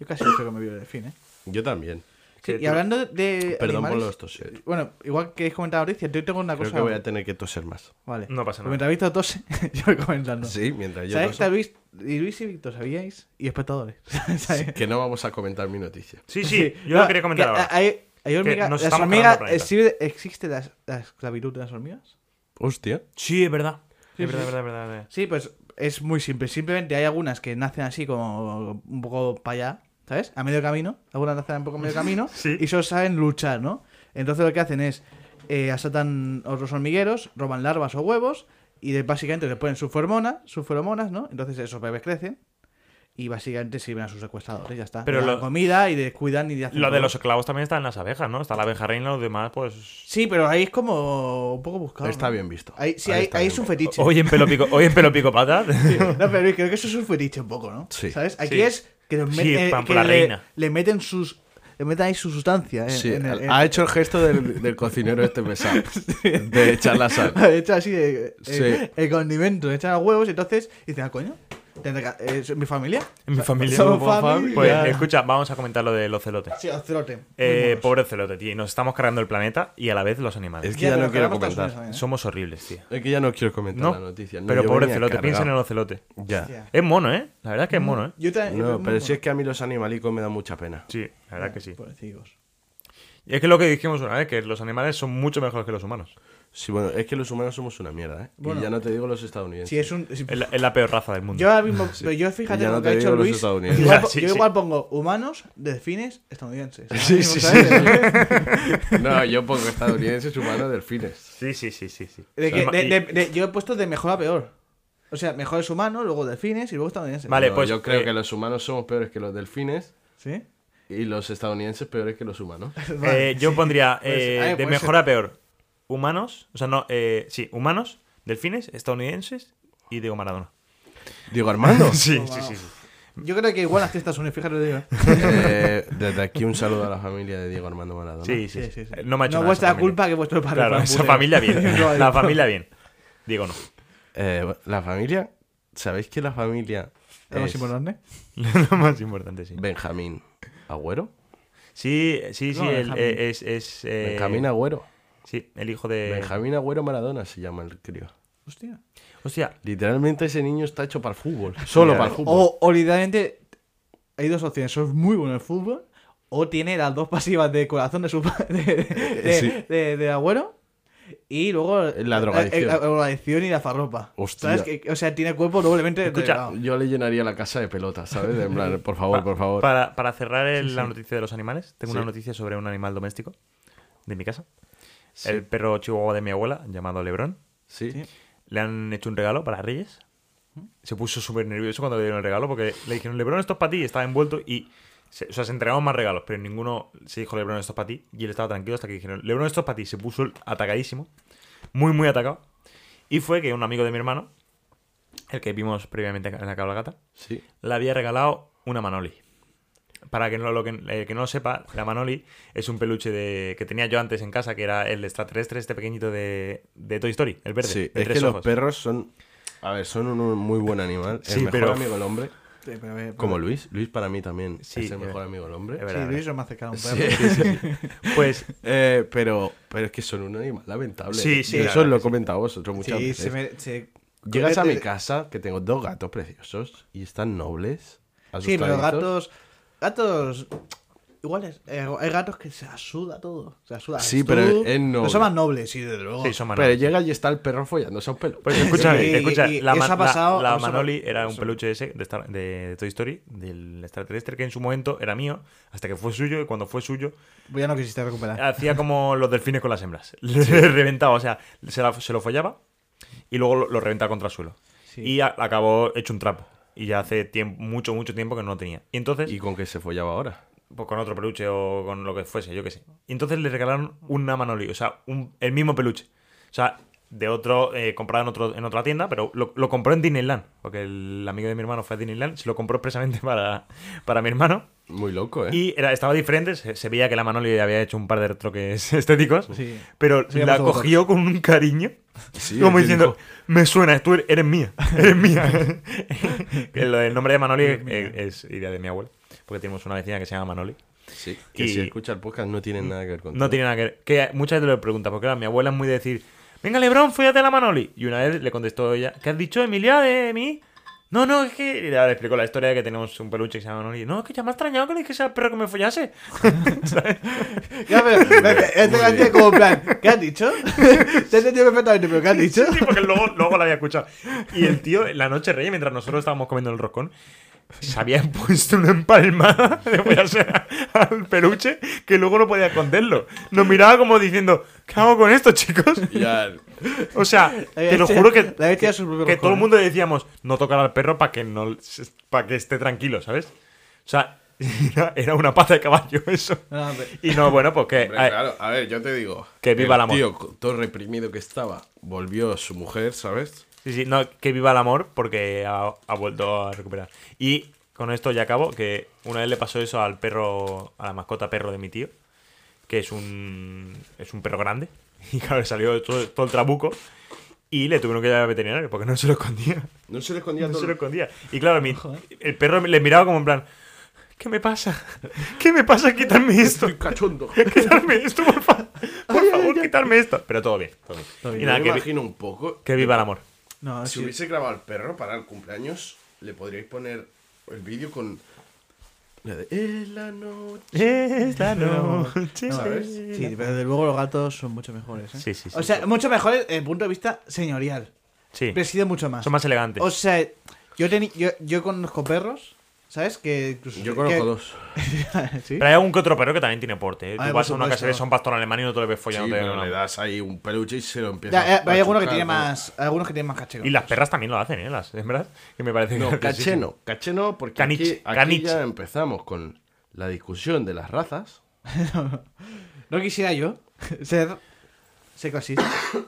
Speaker 3: Yo casi creo que me vio en Delfín, ¿eh?
Speaker 2: Yo también.
Speaker 3: Sí,
Speaker 4: Que
Speaker 3: y
Speaker 4: tú-
Speaker 3: hablando de.
Speaker 2: Perdón
Speaker 3: animales,
Speaker 2: por los toses.
Speaker 3: Bueno, igual que he comentado ahorita, yo tengo una
Speaker 2: Creo
Speaker 3: cosa.
Speaker 2: que voy a tener que toser más.
Speaker 3: Vale.
Speaker 4: No pasa nada.
Speaker 3: Mientras visto tose, yo voy comentando.
Speaker 2: Sí, mientras yo
Speaker 3: ¿Sabéis
Speaker 2: toso.
Speaker 3: que Luis, y Luis y Víctor sabíais? Y espectadores. ¿Sabéis?
Speaker 2: Que no vamos a comentar mi noticia.
Speaker 4: Sí, sí, yo
Speaker 3: No,
Speaker 4: lo quería comentar
Speaker 3: que ah,
Speaker 4: ahora.
Speaker 3: Hay, hay hormigas.
Speaker 4: nos
Speaker 3: Las
Speaker 4: estamos
Speaker 3: hormigas.
Speaker 4: cargando el planeta.
Speaker 3: ¿existe- ¿Existe la, la esclavitud de las hormigas?
Speaker 2: Hostia.
Speaker 4: Sí, es verdad.
Speaker 3: Sí,
Speaker 4: es verdad,
Speaker 3: sí,
Speaker 4: verdad, verdad, verdad.
Speaker 3: Sí, pues es muy simple. Simplemente hay algunas que nacen así como un poco para allá, ¿sabes? A medio camino. Algunas nacen un poco a medio camino
Speaker 4: Sí.
Speaker 3: y solo saben luchar, ¿no? Entonces lo que hacen es eh, asaltan otros hormigueros, roban larvas o huevos y de- básicamente le ponen sus hormonas, sus feromonas, ¿no? Entonces esos bebés crecen y básicamente sirven a sus secuestradores, ya está.
Speaker 4: Pero
Speaker 3: Le dan
Speaker 4: lo-
Speaker 3: comida y descuidan y hacen
Speaker 4: Lo de
Speaker 3: todo.
Speaker 4: los esclavos también está en las abejas, ¿no? Está la abeja reina, los demás, pues.
Speaker 3: Sí, pero ahí es como un poco buscado.
Speaker 2: Está
Speaker 3: ¿no?
Speaker 2: bien visto.
Speaker 3: Ahí, sí,
Speaker 2: Ahí
Speaker 3: ahí,
Speaker 2: está
Speaker 3: ahí
Speaker 2: bien
Speaker 3: es un
Speaker 2: visto.
Speaker 3: fetiche.
Speaker 4: Hoy en pelo pico, hoy en pelo pico patas.
Speaker 3: No, pero Luis, creo que eso es un fetiche un poco, ¿no?
Speaker 2: Sí.
Speaker 3: ¿Sabes? Aquí
Speaker 4: Sí.
Speaker 3: es que, nos met-
Speaker 4: Sí,
Speaker 3: eh,
Speaker 4: pan por
Speaker 3: que
Speaker 4: la
Speaker 3: le,
Speaker 4: reina.
Speaker 3: le meten sus. Le meten ahí su sustancia. En,
Speaker 2: Sí,
Speaker 3: en el- en-
Speaker 2: ha hecho el gesto del, del cocinero este pesado. De echar la sal.
Speaker 3: echa así eh,
Speaker 2: Sí.
Speaker 3: eh, el condimento, le echan huevos y entonces dicen, ah, coño, tendré que- eh, ¿es mi familia?
Speaker 4: En mi familia.
Speaker 3: Somos
Speaker 4: Pues,
Speaker 3: familia.
Speaker 4: Pues escucha, vamos a comentar lo de los celotes.
Speaker 3: Sí, ocelote.
Speaker 4: Eh, pobre celote, tío. y Nos estamos cargando el planeta y a la vez los animales.
Speaker 2: Es que ya, no quiero comentar.
Speaker 3: Son...
Speaker 4: Somos horribles, tío.
Speaker 2: Es que ya no quiero comentar
Speaker 4: No,
Speaker 2: la noticia. No,
Speaker 4: pero
Speaker 2: yo
Speaker 4: pobre
Speaker 2: venía
Speaker 4: celote,
Speaker 2: cargado.
Speaker 4: piensen en el ocelote.
Speaker 2: Ya.
Speaker 4: Es mono, ¿eh? La verdad es que
Speaker 3: Mm.
Speaker 4: es mono, ¿eh?
Speaker 3: Yo también.
Speaker 2: No, pero si
Speaker 3: sí
Speaker 2: es que a mí los animalicos me dan mucha pena.
Speaker 4: Sí, la verdad que sí.
Speaker 3: Pobrecicos.
Speaker 4: Y es que lo que dijimos una vez, que los animales son mucho mejores que los humanos.
Speaker 2: Sí, bueno, es que los humanos somos una mierda, ¿eh?
Speaker 3: Bueno.
Speaker 2: y ya no te digo los estadounidenses.
Speaker 3: Si es un. si-
Speaker 4: Es la, es la peor raza del mundo.
Speaker 3: Yo ahora mismo. Pero yo fíjate
Speaker 2: Ya
Speaker 3: lo
Speaker 2: no
Speaker 3: que ha
Speaker 2: te
Speaker 3: dicho
Speaker 2: digo los
Speaker 3: Luis.
Speaker 2: estadounidenses.
Speaker 3: igual
Speaker 4: Ya,
Speaker 3: po-
Speaker 4: sí,
Speaker 3: yo
Speaker 4: sí.
Speaker 3: igual pongo humanos, delfines, estadounidenses.
Speaker 2: Sí,
Speaker 3: Ahora
Speaker 2: sí,
Speaker 3: mismo,
Speaker 2: sí.
Speaker 3: ¿sabes?
Speaker 2: No, yo pongo estadounidenses, humanos, delfines.
Speaker 4: Sí, sí, sí, sí, sí.
Speaker 3: De que-
Speaker 4: Y-
Speaker 3: de- de- de- yo he puesto de mejor a peor. O sea, mejor es humano, luego delfines y luego estadounidenses.
Speaker 4: Vale,
Speaker 2: No,
Speaker 4: pues,
Speaker 2: yo creo
Speaker 4: eh,
Speaker 2: que los humanos somos peores que los delfines
Speaker 3: ¿Sí?
Speaker 2: y los estadounidenses peores que los humanos.
Speaker 3: Vale.
Speaker 4: eh, yo pondría
Speaker 3: Puede
Speaker 4: eh,
Speaker 3: ser. Ah,
Speaker 4: de
Speaker 3: puede
Speaker 4: mejor a peor humanos, o sea, no, eh, sí, humanos, delfines, estadounidenses y Diego Maradona.
Speaker 2: Digo, Armando.
Speaker 4: Sí,
Speaker 3: Oh,
Speaker 4: sí, sí. sí.
Speaker 3: Yo creo que igual nací en Estados Unidos, fíjate lo digo.
Speaker 2: Eh, desde aquí un saludo a la familia de Diego Armando Maradona.
Speaker 4: Sí,
Speaker 3: Sí,
Speaker 4: sí, sí.
Speaker 3: sí, sí.
Speaker 4: Eh, No me ha hecho
Speaker 3: No
Speaker 4: nada
Speaker 3: vuestra
Speaker 4: esa familia.
Speaker 3: culpa que vuestro padre
Speaker 4: Claro,
Speaker 3: fue un
Speaker 4: esa
Speaker 3: putero.
Speaker 4: familia bien.
Speaker 3: Yo ahí.
Speaker 4: la familia bien. Diego no.
Speaker 2: Eh, la familia, ¿sabéis que la familia
Speaker 3: Lo más
Speaker 2: es
Speaker 3: importante.
Speaker 4: Lo más importante, sí.
Speaker 2: Benjamín Agüero?
Speaker 4: Sí, sí, sí,
Speaker 3: No,
Speaker 4: el-
Speaker 3: Benjamín.
Speaker 4: eh, es... es eh,
Speaker 2: Benjamín Agüero.
Speaker 4: Sí, el hijo de.
Speaker 2: Benjamín Agüero Maradona se llama el crío.
Speaker 3: Hostia.
Speaker 4: Hostia,
Speaker 2: Literalmente ese niño está hecho para el fútbol. Solo
Speaker 4: Ya Oh.
Speaker 2: para el
Speaker 4: ves.
Speaker 2: fútbol.
Speaker 3: O, o literalmente hay dos opciones, o es muy bueno en el fútbol, o tiene las dos pasivas de corazón de su pa- de, de,
Speaker 2: Eh, sí.
Speaker 3: de- de abuelo, y luego eh,
Speaker 2: La drogadicción.
Speaker 3: la, la drogadicción y la farropa.
Speaker 2: Hostia.
Speaker 3: ¿Sabes? Que- o sea, tiene cuerpo doblemente
Speaker 4: Escucha,
Speaker 3: delgado.
Speaker 2: Yo le llenaría la casa de pelotas, ¿sabes? En plan, por favor,
Speaker 4: pa-
Speaker 2: por favor.
Speaker 4: Para, para cerrar el- la noticia de los animales, tengo una
Speaker 2: Sí.
Speaker 4: noticia sobre un animal doméstico de mi casa.
Speaker 2: Sí.
Speaker 4: El perro chihuahua de mi abuela, llamado Lebrón.
Speaker 2: Sí.
Speaker 4: Le han hecho un regalo para Reyes. Se puso súper nervioso cuando le dieron el regalo porque le dijeron, Lebrón, esto es para ti. Y estaba envuelto y... Se, o sea, se entregaron más regalos, pero ninguno se dijo, Lebrón, esto es para ti. Y él estaba tranquilo hasta que dijeron, Lebrón, esto es para ti. Se puso atacadísimo. Muy, muy atacado. Y fue que un amigo de mi hermano, el que vimos previamente en la cabalgata,
Speaker 2: Sí.
Speaker 4: le había regalado una Manoli. Para que no lo, que, el que no lo sepa, la Manoli es un peluche de, que tenía yo antes en casa, que era el extraterrestre, este pequeñito de, de Toy Story, el verde.
Speaker 2: Sí,
Speaker 4: de
Speaker 2: es
Speaker 4: tres
Speaker 2: que los
Speaker 4: ojos.
Speaker 2: perros son. A ver, son un un muy buen animal.
Speaker 4: Sí,
Speaker 2: el mejor
Speaker 4: pero-
Speaker 2: amigo del hombre.
Speaker 3: Sí, pero, eh,
Speaker 2: Como Luis. Luis para mí también
Speaker 4: Sí,
Speaker 2: es el
Speaker 4: es
Speaker 2: mejor
Speaker 4: verdad.
Speaker 2: amigo del
Speaker 4: Es
Speaker 2: hombre.
Speaker 4: verdad,
Speaker 3: Sí, Luis
Speaker 4: es
Speaker 3: es más cercano a un
Speaker 2: Sí,
Speaker 3: perro.
Speaker 2: sí, sí.
Speaker 4: verdad. Pues
Speaker 2: Eh, pero, pero es que son un animal lamentable.
Speaker 4: Sí, sí,
Speaker 2: Yo
Speaker 4: la
Speaker 2: Eso
Speaker 4: verdad
Speaker 2: lo
Speaker 4: que
Speaker 2: he comentado vosotros muchas
Speaker 3: Sí,
Speaker 2: veces.
Speaker 3: se me- se-
Speaker 2: Llegas a mi
Speaker 3: eh,
Speaker 2: casa, que tengo dos gatos preciosos y están nobles.
Speaker 3: Sí, pero
Speaker 2: asustaditos.
Speaker 3: gatos. Gatos. Iguales. eh, hay gatos que se asuda todo. Se asuda.
Speaker 2: Sí,
Speaker 3: Tú-
Speaker 2: pero es noble.
Speaker 3: Pero son más nobles, sí, desde luego.
Speaker 4: sí, son
Speaker 2: Pero
Speaker 4: Manoli.
Speaker 2: llega y está el perro follándose a un pelo.
Speaker 4: Pues escúchame,
Speaker 3: Sí, Oh, y-
Speaker 4: escucha,
Speaker 3: y-
Speaker 4: la,
Speaker 3: y eso
Speaker 4: ma-
Speaker 3: ha pasado-
Speaker 4: la- la
Speaker 3: eso ha-
Speaker 4: Manoli era un
Speaker 3: eso-
Speaker 4: peluche ese de, Star- de- de Toy Story, del extraterrestre, que en su momento era mío, hasta que fue suyo, y cuando fue suyo,
Speaker 3: Pues Ya no quisiste recuperar.
Speaker 4: Hacía como los delfines con las hembras. Le reventaba, o sea, se, la- se lo follaba y luego lo, lo reventaba contra el suelo.
Speaker 3: Sí.
Speaker 4: Y a- acabó hecho un trapo. Y ya hace tiemp- mucho, mucho tiempo que no lo tenía. Y entonces,
Speaker 2: ¿Y con qué se follaba ahora?
Speaker 4: pues con otro peluche o con lo que fuese, yo qué sé. Y entonces le regalaron una Manoli, o sea, un- el mismo peluche. O sea, de otro, eh, comprado en, otro, en otra tienda, pero lo, lo compró en Disneyland. Porque el amigo de mi hermano fue a Disneyland, se lo compró expresamente para, para mi hermano.
Speaker 2: Muy loco, ¿eh?
Speaker 4: Y era, estaba diferente, se, se veía que la Manoli había hecho un par de retoques estéticos,
Speaker 3: Sí.
Speaker 4: pero
Speaker 3: Sí,
Speaker 4: la
Speaker 3: vamos todos.
Speaker 4: cogió con un cariño,
Speaker 2: Sí,
Speaker 4: como
Speaker 2: es que
Speaker 4: diciendo, me suena, tú er, eres, eres mía, eres mía. Que lo- el nombre de Manoli es, es idea de mi abuela, porque tenemos una vecina que se llama Manoli.
Speaker 2: Sí, que
Speaker 4: Y- Mm,
Speaker 2: si escucha el podcast no tienen nada que ver con
Speaker 4: No tiene nada que ver. Que muchas veces le pregunta, porque claro, mi abuela es muy de decir, venga Lebrón, fíjate a la Manoli. Y una vez le contestó ella, ¿qué has dicho, Emilia, de mí? No, no, es que... Y le explicó la historia de que tenemos un peluche que se llama Manoli. No, es que ya me ha extrañado que le dijese al perro que me follase.
Speaker 3: Ya, pero. Este
Speaker 2: bien.
Speaker 3: gato como en plan. ¿Qué has dicho? Te he entendido perfectamente, pero ¿qué has dicho?
Speaker 4: Sí, porque luego, luego la había escuchado. Y el tío, en la noche rey, mientras nosotros estábamos comiendo el roscón, se había puesto una empalmada de follarse al peluche que luego no podía esconderlo. Nos miraba como diciendo, ¿qué hago con esto, chicos?
Speaker 2: Ya,
Speaker 4: O sea,
Speaker 3: había
Speaker 4: te lo
Speaker 3: hecho-
Speaker 4: juro que,
Speaker 3: le había
Speaker 4: que,
Speaker 3: hecho su propio
Speaker 4: que
Speaker 3: roscón,
Speaker 4: todo el
Speaker 3: ¿eh?
Speaker 4: mundo decíamos, no tocar al perro para que, no, para que esté tranquilo, ¿sabes? O sea, era, era una pata de caballo eso.
Speaker 3: No, no, pero-
Speaker 4: Y no, bueno, pues que...
Speaker 2: hombre,
Speaker 4: ay,
Speaker 2: claro. A ver, yo te digo.
Speaker 4: Que viva
Speaker 2: el
Speaker 4: el amor.
Speaker 2: tío, co- todo reprimido que estaba, volvió su mujer, ¿sabes?
Speaker 4: Sí, sí, no, que viva el amor porque ha, ha vuelto a recuperar. Y con esto ya acabo, que una vez le pasó eso al perro, a la mascota perro de mi tío, que es un, es un perro grande, y claro, le salió todo, todo el trabuco, y le tuvieron que llevar al veterinario porque no se lo escondía.
Speaker 2: No se le escondía
Speaker 4: No
Speaker 2: todo.
Speaker 4: se lo
Speaker 2: el-
Speaker 4: escondía. Y claro, mi- el perro le miraba como en plan, ¿qué me pasa? ¿Qué me pasa quitarme esto?
Speaker 2: Estoy cachondo.
Speaker 4: Quitarme esto, por favor. Por favor, quitarme esto. Pero todo bien. todo bien. Y
Speaker 2: Yo
Speaker 4: nada,
Speaker 2: me
Speaker 4: que, vi-
Speaker 2: imagino un poco.
Speaker 4: que viva el amor.
Speaker 3: No,
Speaker 2: Si
Speaker 3: sí.
Speaker 2: hubiese grabado al perro para el cumpleaños, le podríais poner el vídeo con. La de. Es la noche.
Speaker 4: Es la noche.
Speaker 3: No, eh.
Speaker 2: ¿sabes?
Speaker 3: Sí, pero desde luego los gatos son mucho mejores. ¿eh?
Speaker 4: Sí, sí, sí.
Speaker 3: O sea, mucho mejores desde el punto de vista señorial.
Speaker 4: Sí.
Speaker 3: Preside mucho más.
Speaker 4: Son más elegantes.
Speaker 3: O sea, yo, teni- yo, yo conozco perros, ¿sabes? Que
Speaker 2: Yo conozco
Speaker 3: que-
Speaker 2: dos.
Speaker 3: ¿Sí?
Speaker 4: Pero hay algún que otro perro que también tiene porte. ¿eh?
Speaker 3: Ah,
Speaker 4: Tú
Speaker 3: por
Speaker 4: vas a una
Speaker 3: supuesto.
Speaker 4: casa y ves a un pastor alemán y no te lo ves follando.
Speaker 2: Sí,
Speaker 4: te-
Speaker 2: pero
Speaker 4: Pues no.
Speaker 2: le das ahí un peluche y se lo empieza
Speaker 3: Ya, eh,
Speaker 2: a
Speaker 3: hay alguno que
Speaker 2: chuchar
Speaker 3: tiene
Speaker 2: todo.
Speaker 3: más. Algunos que tienen más cacheo.
Speaker 4: Y las perras también lo hacen, ¿eh? Las hembras. Que me parece
Speaker 2: No,
Speaker 4: graciosísimo.
Speaker 2: caché no, caché no, porque
Speaker 4: Caniche,
Speaker 2: aquí, aquí
Speaker 4: caniche.
Speaker 2: ya empezamos con la discusión de las razas.
Speaker 3: No quisiera yo ser. Sé clasista.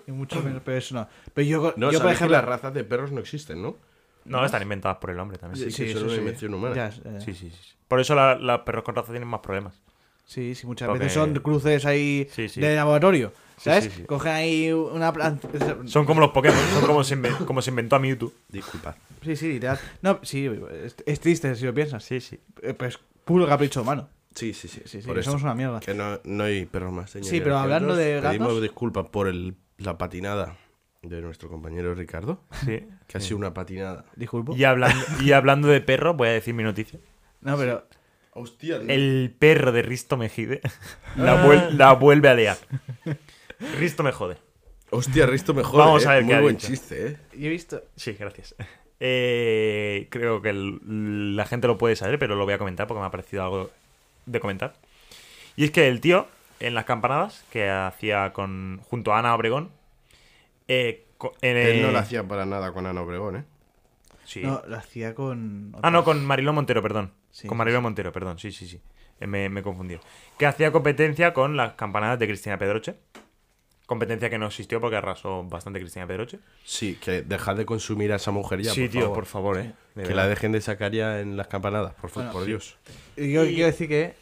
Speaker 3: y mucho menos, pero eso no. Pero yo,
Speaker 2: No,
Speaker 3: yo por
Speaker 2: sabéis que
Speaker 3: ejemplo.
Speaker 2: las razas de perros no existen, ¿no?
Speaker 4: No, están inventadas por el hombre también.
Speaker 2: Sí, que son una invención humana.
Speaker 3: Ya, eh, ya, ya.
Speaker 4: Sí, sí, sí. Por eso la- los perros con raza tienen más problemas.
Speaker 3: Sí, sí, muchas
Speaker 4: Porque-
Speaker 3: veces son cruces ahí
Speaker 4: Sí, sí.
Speaker 3: de laboratorio. ¿Sabes?
Speaker 4: sí, sí.
Speaker 3: Cogen ahí una planta.
Speaker 4: Son como los Pokémon. Son como se, inven- como se inventó a Mewtwo.
Speaker 2: Disculpad.
Speaker 3: Sí, sí, literal. No, sí, es, es triste si lo piensas.
Speaker 4: Sí, sí.
Speaker 3: Eh, Pues puro capricho humano.
Speaker 2: Sí, sí, sí.
Speaker 3: Sí, sí,
Speaker 2: por
Speaker 3: que
Speaker 2: eso.
Speaker 3: somos una mierda.
Speaker 2: Que no, no hay perros más. señores.
Speaker 3: Sí, pero hablando
Speaker 2: Nosotros
Speaker 3: de gatos-
Speaker 2: Pedimos disculpas por el- la patinada de nuestro compañero Ricardo,
Speaker 4: Sí.
Speaker 2: que ha sido una patinada.
Speaker 3: Disculpo.
Speaker 4: Y hablando, y hablando de perro, voy a decir mi noticia.
Speaker 3: No, pero.
Speaker 2: Hostia,
Speaker 4: El perro de Risto me jide.
Speaker 2: Ah.
Speaker 4: La, vuel- la vuelve a liar. Risto me jode.
Speaker 2: Hostia, Risto mejor.
Speaker 4: Vamos
Speaker 2: eh.
Speaker 4: a ver
Speaker 2: Muy
Speaker 4: qué ha
Speaker 2: buen
Speaker 4: dicho.
Speaker 2: chiste, eh.
Speaker 3: Yo he visto.
Speaker 4: Sí, gracias. Eh, creo que el- la gente lo puede saber, pero lo voy a comentar porque me ha parecido algo de comentar. Y es que el tío, en las campanadas que hacía con junto a Ana Obregón, eh, co- en
Speaker 2: Él no
Speaker 4: el-
Speaker 2: lo hacía para nada con Ana Obregón, eh.
Speaker 4: Sí.
Speaker 3: No, lo hacía con.
Speaker 4: Ah, no, con Marilón Montero, perdón.
Speaker 3: Sí,
Speaker 4: con
Speaker 3: sí,
Speaker 4: Marilón Montero, perdón, sí, sí, sí. Eh, Me, me confundí. Que hacía competencia con las campanadas de Cristina Pedroche. Competencia que no existió porque arrasó bastante Cristina Pedroche.
Speaker 2: Sí, que dejad de consumir a esa mujer ya.
Speaker 4: sí,
Speaker 2: por
Speaker 4: tío,
Speaker 2: favor.
Speaker 4: por favor, eh. De
Speaker 2: Que la
Speaker 4: verdad.
Speaker 2: dejen de sacar ya en las campanadas, por, fa-
Speaker 3: Bueno,
Speaker 2: por
Speaker 3: sí.
Speaker 2: Dios.
Speaker 3: Y Yo quiero decir que,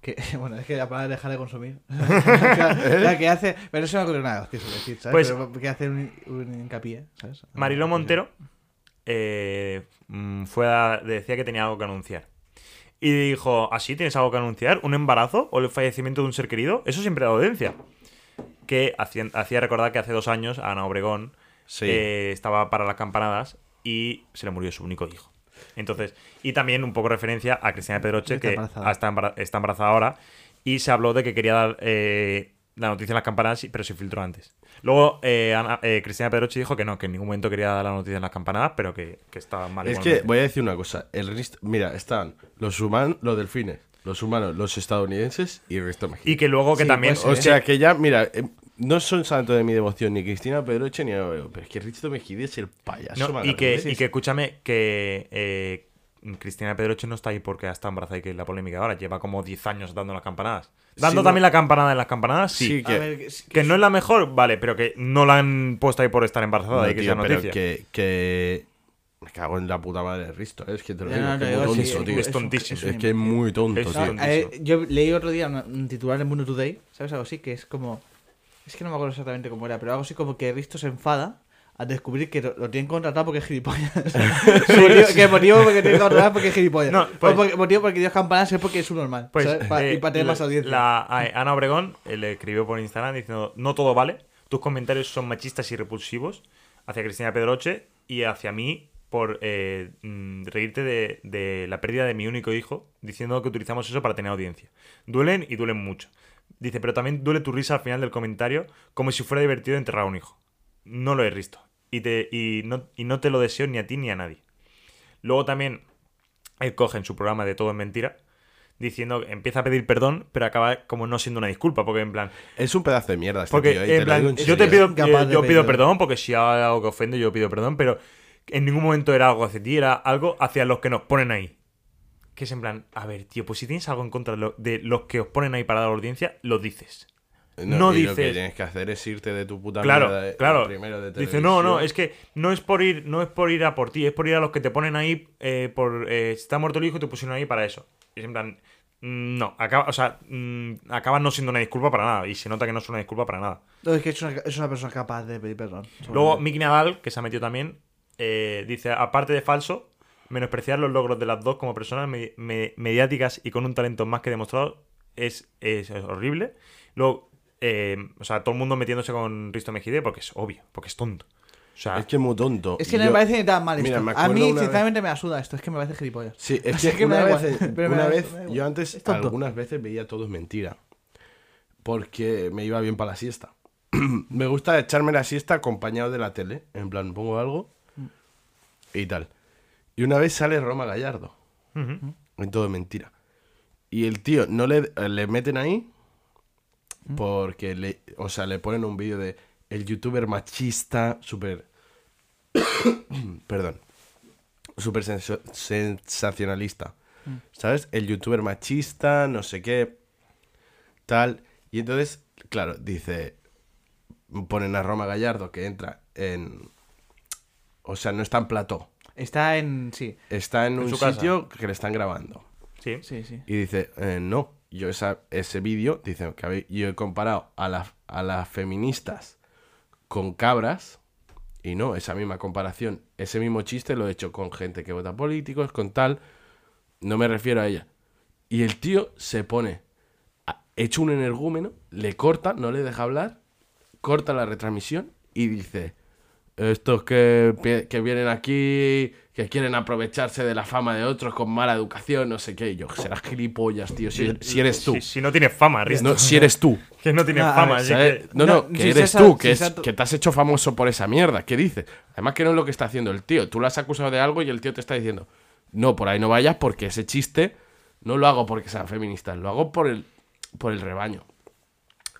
Speaker 3: que. Bueno, es que la palabra dejar de consumir. la, la que hace. Pero no se me ocurre nada que eso decir, ¿sabes?
Speaker 4: ¿Eh? Pues-
Speaker 3: Pero que hace un, un hincapié, ¿sabes?
Speaker 4: Mariló Montero eh, mm, fue a- decía que tenía algo que anunciar. Y dijo, ¿así tienes algo que anunciar? ¿Un embarazo o el fallecimiento de un ser querido? Eso siempre da audiencia. Que hacía, hacía recordar que hace dos años Ana Obregón
Speaker 2: Sí.
Speaker 4: eh, estaba para las campanadas y se le murió su único hijo. Entonces, y también un poco referencia a Cristina Pedroche,
Speaker 3: Está
Speaker 4: que
Speaker 3: embarazada.
Speaker 4: está, embara- está embarazada ahora, y se habló de que quería dar eh, la noticia en las campanadas, y- pero se filtró antes. Luego, eh, Ana- eh, Cristina Pedroche dijo que no, que en ningún momento quería dar la noticia en las campanadas, pero que, que estaba mal.
Speaker 2: Es que
Speaker 4: igualmente.
Speaker 2: voy a decir una cosa. El Risto- mira, están los humanos, los delfines, los humanos, los estadounidenses y Risto Mejía.
Speaker 4: Y que luego que
Speaker 3: Sí,
Speaker 4: también...
Speaker 3: puede ser,
Speaker 2: O sea que ya, mira, eh, no son santos de mi devoción ni Cristina Pedroche ni Ana Obregón, pero es que Risto Mejide es el payaso.
Speaker 4: No,
Speaker 2: más
Speaker 4: y, que,
Speaker 2: grande.
Speaker 4: y que escúchame, que eh, Cristina Pedroche no está ahí porque está embarazada y que es la polémica ahora. Lleva como 10 años dando las campanadas. Dando
Speaker 2: Sí,
Speaker 4: también
Speaker 2: no.
Speaker 4: la campanada en las campanadas, sí.
Speaker 2: Sí,
Speaker 3: A
Speaker 2: que-
Speaker 3: ver, que-
Speaker 4: Que no es la mejor, vale, pero que no la han puesto ahí por estar embarazada
Speaker 2: No,
Speaker 4: y que
Speaker 2: tío,
Speaker 4: sea
Speaker 2: pero
Speaker 4: noticia.
Speaker 2: que, que- Me cago en la puta madre de Risto, eh, es que te lo
Speaker 3: Ya,
Speaker 2: digo.
Speaker 3: no,
Speaker 2: es que
Speaker 3: no,
Speaker 2: es muy
Speaker 3: yo sí,
Speaker 2: tonto,
Speaker 4: es-
Speaker 2: tío.
Speaker 4: es tontísimo.
Speaker 2: Es que es muy tonto,
Speaker 4: Es
Speaker 2: tío.
Speaker 4: tonto.
Speaker 3: A ver, eh, yo leí otro día una- un titular en Mundo Today, ¿sabes? Algo así, que es como. Es que no me acuerdo exactamente cómo era, pero algo así como que Risto se enfada al descubrir que lo, lo tienen contratado porque es gilipollas. Motivo- Que el motivo porque tienen contratado porque es gilipollas.
Speaker 4: No, pues-
Speaker 3: o porque, motivo porque Dios campanas es porque es un normal.
Speaker 4: Pues,
Speaker 3: ¿sabes? Pa- y
Speaker 4: eh,
Speaker 3: para tener
Speaker 4: la-
Speaker 3: más audiencia.
Speaker 4: la- a- Ana Obregón eh, le escribió por Instagram diciendo: No todo vale, tus comentarios son machistas y repulsivos hacia Cristina Pedroche y hacia mí por eh, mm, reírte de, de la pérdida de mi único hijo, diciendo que utilizamos eso para tener audiencia. Duelen y duelen mucho. Dice, pero también duele tu risa al final del comentario, como si fuera divertido enterrar a un hijo. No lo he risto. Y, te, y, no, y no te lo deseo ni a ti ni a nadie. Luego también él coge en su programa de Todo es Mentira, diciendo, empieza a pedir perdón, pero acaba como no siendo una disculpa, porque en plan,
Speaker 2: Es un pedazo de mierda este
Speaker 4: porque
Speaker 2: tío, eh,
Speaker 4: en
Speaker 2: lo
Speaker 4: plan,
Speaker 2: digo en
Speaker 4: yo te
Speaker 2: serio.
Speaker 4: pido,
Speaker 3: Capaz
Speaker 4: yo,
Speaker 3: de
Speaker 4: yo
Speaker 3: pedir
Speaker 4: pido
Speaker 3: perdón.
Speaker 4: perdón, porque si hay algo que ofende, yo pido perdón, pero en ningún momento era algo hacia ti, era algo hacia los que nos ponen ahí. Que es en plan, a ver, tío, pues si tienes algo en contra de lo- de los que os ponen ahí para la audiencia, lo dices. no
Speaker 2: y Lo que
Speaker 4: dices-
Speaker 2: tienes que hacer es irte de tu puta
Speaker 4: Claro,
Speaker 2: mierda. eh,
Speaker 4: claro.
Speaker 2: Primero de
Speaker 4: Dice, no, no,
Speaker 2: televisión".
Speaker 4: es que no es por ir, no es por ir a por ti, es por ir a los que te ponen ahí eh, por eh, si está muerto el hijo te pusieron ahí para eso. Y es en plan, mm, no, acaba, o sea, mm, acaba no siendo una disculpa para nada. Y se nota que no es una disculpa para nada.
Speaker 3: No, es que es una, es una persona capaz de pedir perdón.
Speaker 4: Luego, Mick Nadal, que se ha metido también, eh, dice, aparte de falso, menospreciar los logros de las dos como personas me- me- mediáticas y con un talento más que demostrado es, es horrible. Luego, eh, o sea, todo el mundo metiéndose con Risto Mejide porque es obvio, porque es tonto. O sea,
Speaker 2: Es que es muy tonto.
Speaker 3: Es que
Speaker 2: Y
Speaker 3: no
Speaker 2: yo-
Speaker 3: me parece ni tan mal
Speaker 2: Mira,
Speaker 3: esto.
Speaker 2: me
Speaker 3: a
Speaker 2: acuerdo
Speaker 3: mí,
Speaker 2: una vez-
Speaker 3: sinceramente, me asuda esto. Es que me parece gilipollas.
Speaker 2: Sí,
Speaker 3: O
Speaker 2: es
Speaker 3: sea,
Speaker 2: que, una,
Speaker 3: me da igual,
Speaker 2: vez,
Speaker 3: pero me
Speaker 2: una
Speaker 3: da-
Speaker 2: vez-
Speaker 3: me da igual.
Speaker 2: yo antes
Speaker 3: Es tonto.
Speaker 2: algunas veces veía todo es mentira. Porque me iba bien para la siesta. me gusta echarme la siesta acompañado de la tele. En plan, pongo algo y tal. Y una vez sale Roma Gallardo. En todo es mentira. Y el tío no le, le meten ahí porque le, o sea, le ponen un vídeo de el youtuber machista, súper. Perdón súper senso- sensacionalista.
Speaker 4: Mm.
Speaker 2: ¿Sabes? El youtuber machista, no sé qué, tal. Y entonces, claro, dice, ponen a Roma Gallardo que entra en... O sea, no está en plató.
Speaker 3: Está en. Sí,
Speaker 2: Está en, un
Speaker 4: su casa.
Speaker 2: sitio que le están grabando.
Speaker 4: sí.
Speaker 3: sí, sí.
Speaker 2: Y dice, eh, no, yo esa, ese vídeo, dice, que habéis- yo he comparado a, las a las feministas con cabras, y no, esa misma comparación, ese mismo chiste lo he hecho con gente que vota políticos, con tal, no me refiero a ella. Y el tío se pone a- hecho un energúmeno, le corta, no le deja hablar, corta la retransmisión y dice: Estos que, pi- que vienen aquí, que quieren aprovecharse de la fama de otros con mala educación, no sé qué. Y yo, serás gilipollas, tío, si, si eres tú.
Speaker 4: Si, si no tienes fama, Risto.
Speaker 2: No, si eres tú.
Speaker 4: Que no tienes
Speaker 3: No, a
Speaker 4: fama.
Speaker 3: ver,
Speaker 4: así
Speaker 2: ¿sabes?
Speaker 4: que-
Speaker 2: No, no,
Speaker 3: No,
Speaker 2: que
Speaker 3: si
Speaker 2: eres
Speaker 3: se ha-
Speaker 2: tú,
Speaker 3: si
Speaker 2: que,
Speaker 3: se
Speaker 2: es-
Speaker 3: ha to-
Speaker 2: que te has hecho famoso por esa mierda. ¿Qué dices? Además que no es lo que está haciendo el tío. Tú lo has acusado de algo y el tío te está diciendo, no, por ahí no vayas porque ese chiste no lo hago porque sean feministas, lo hago por el, por el rebaño.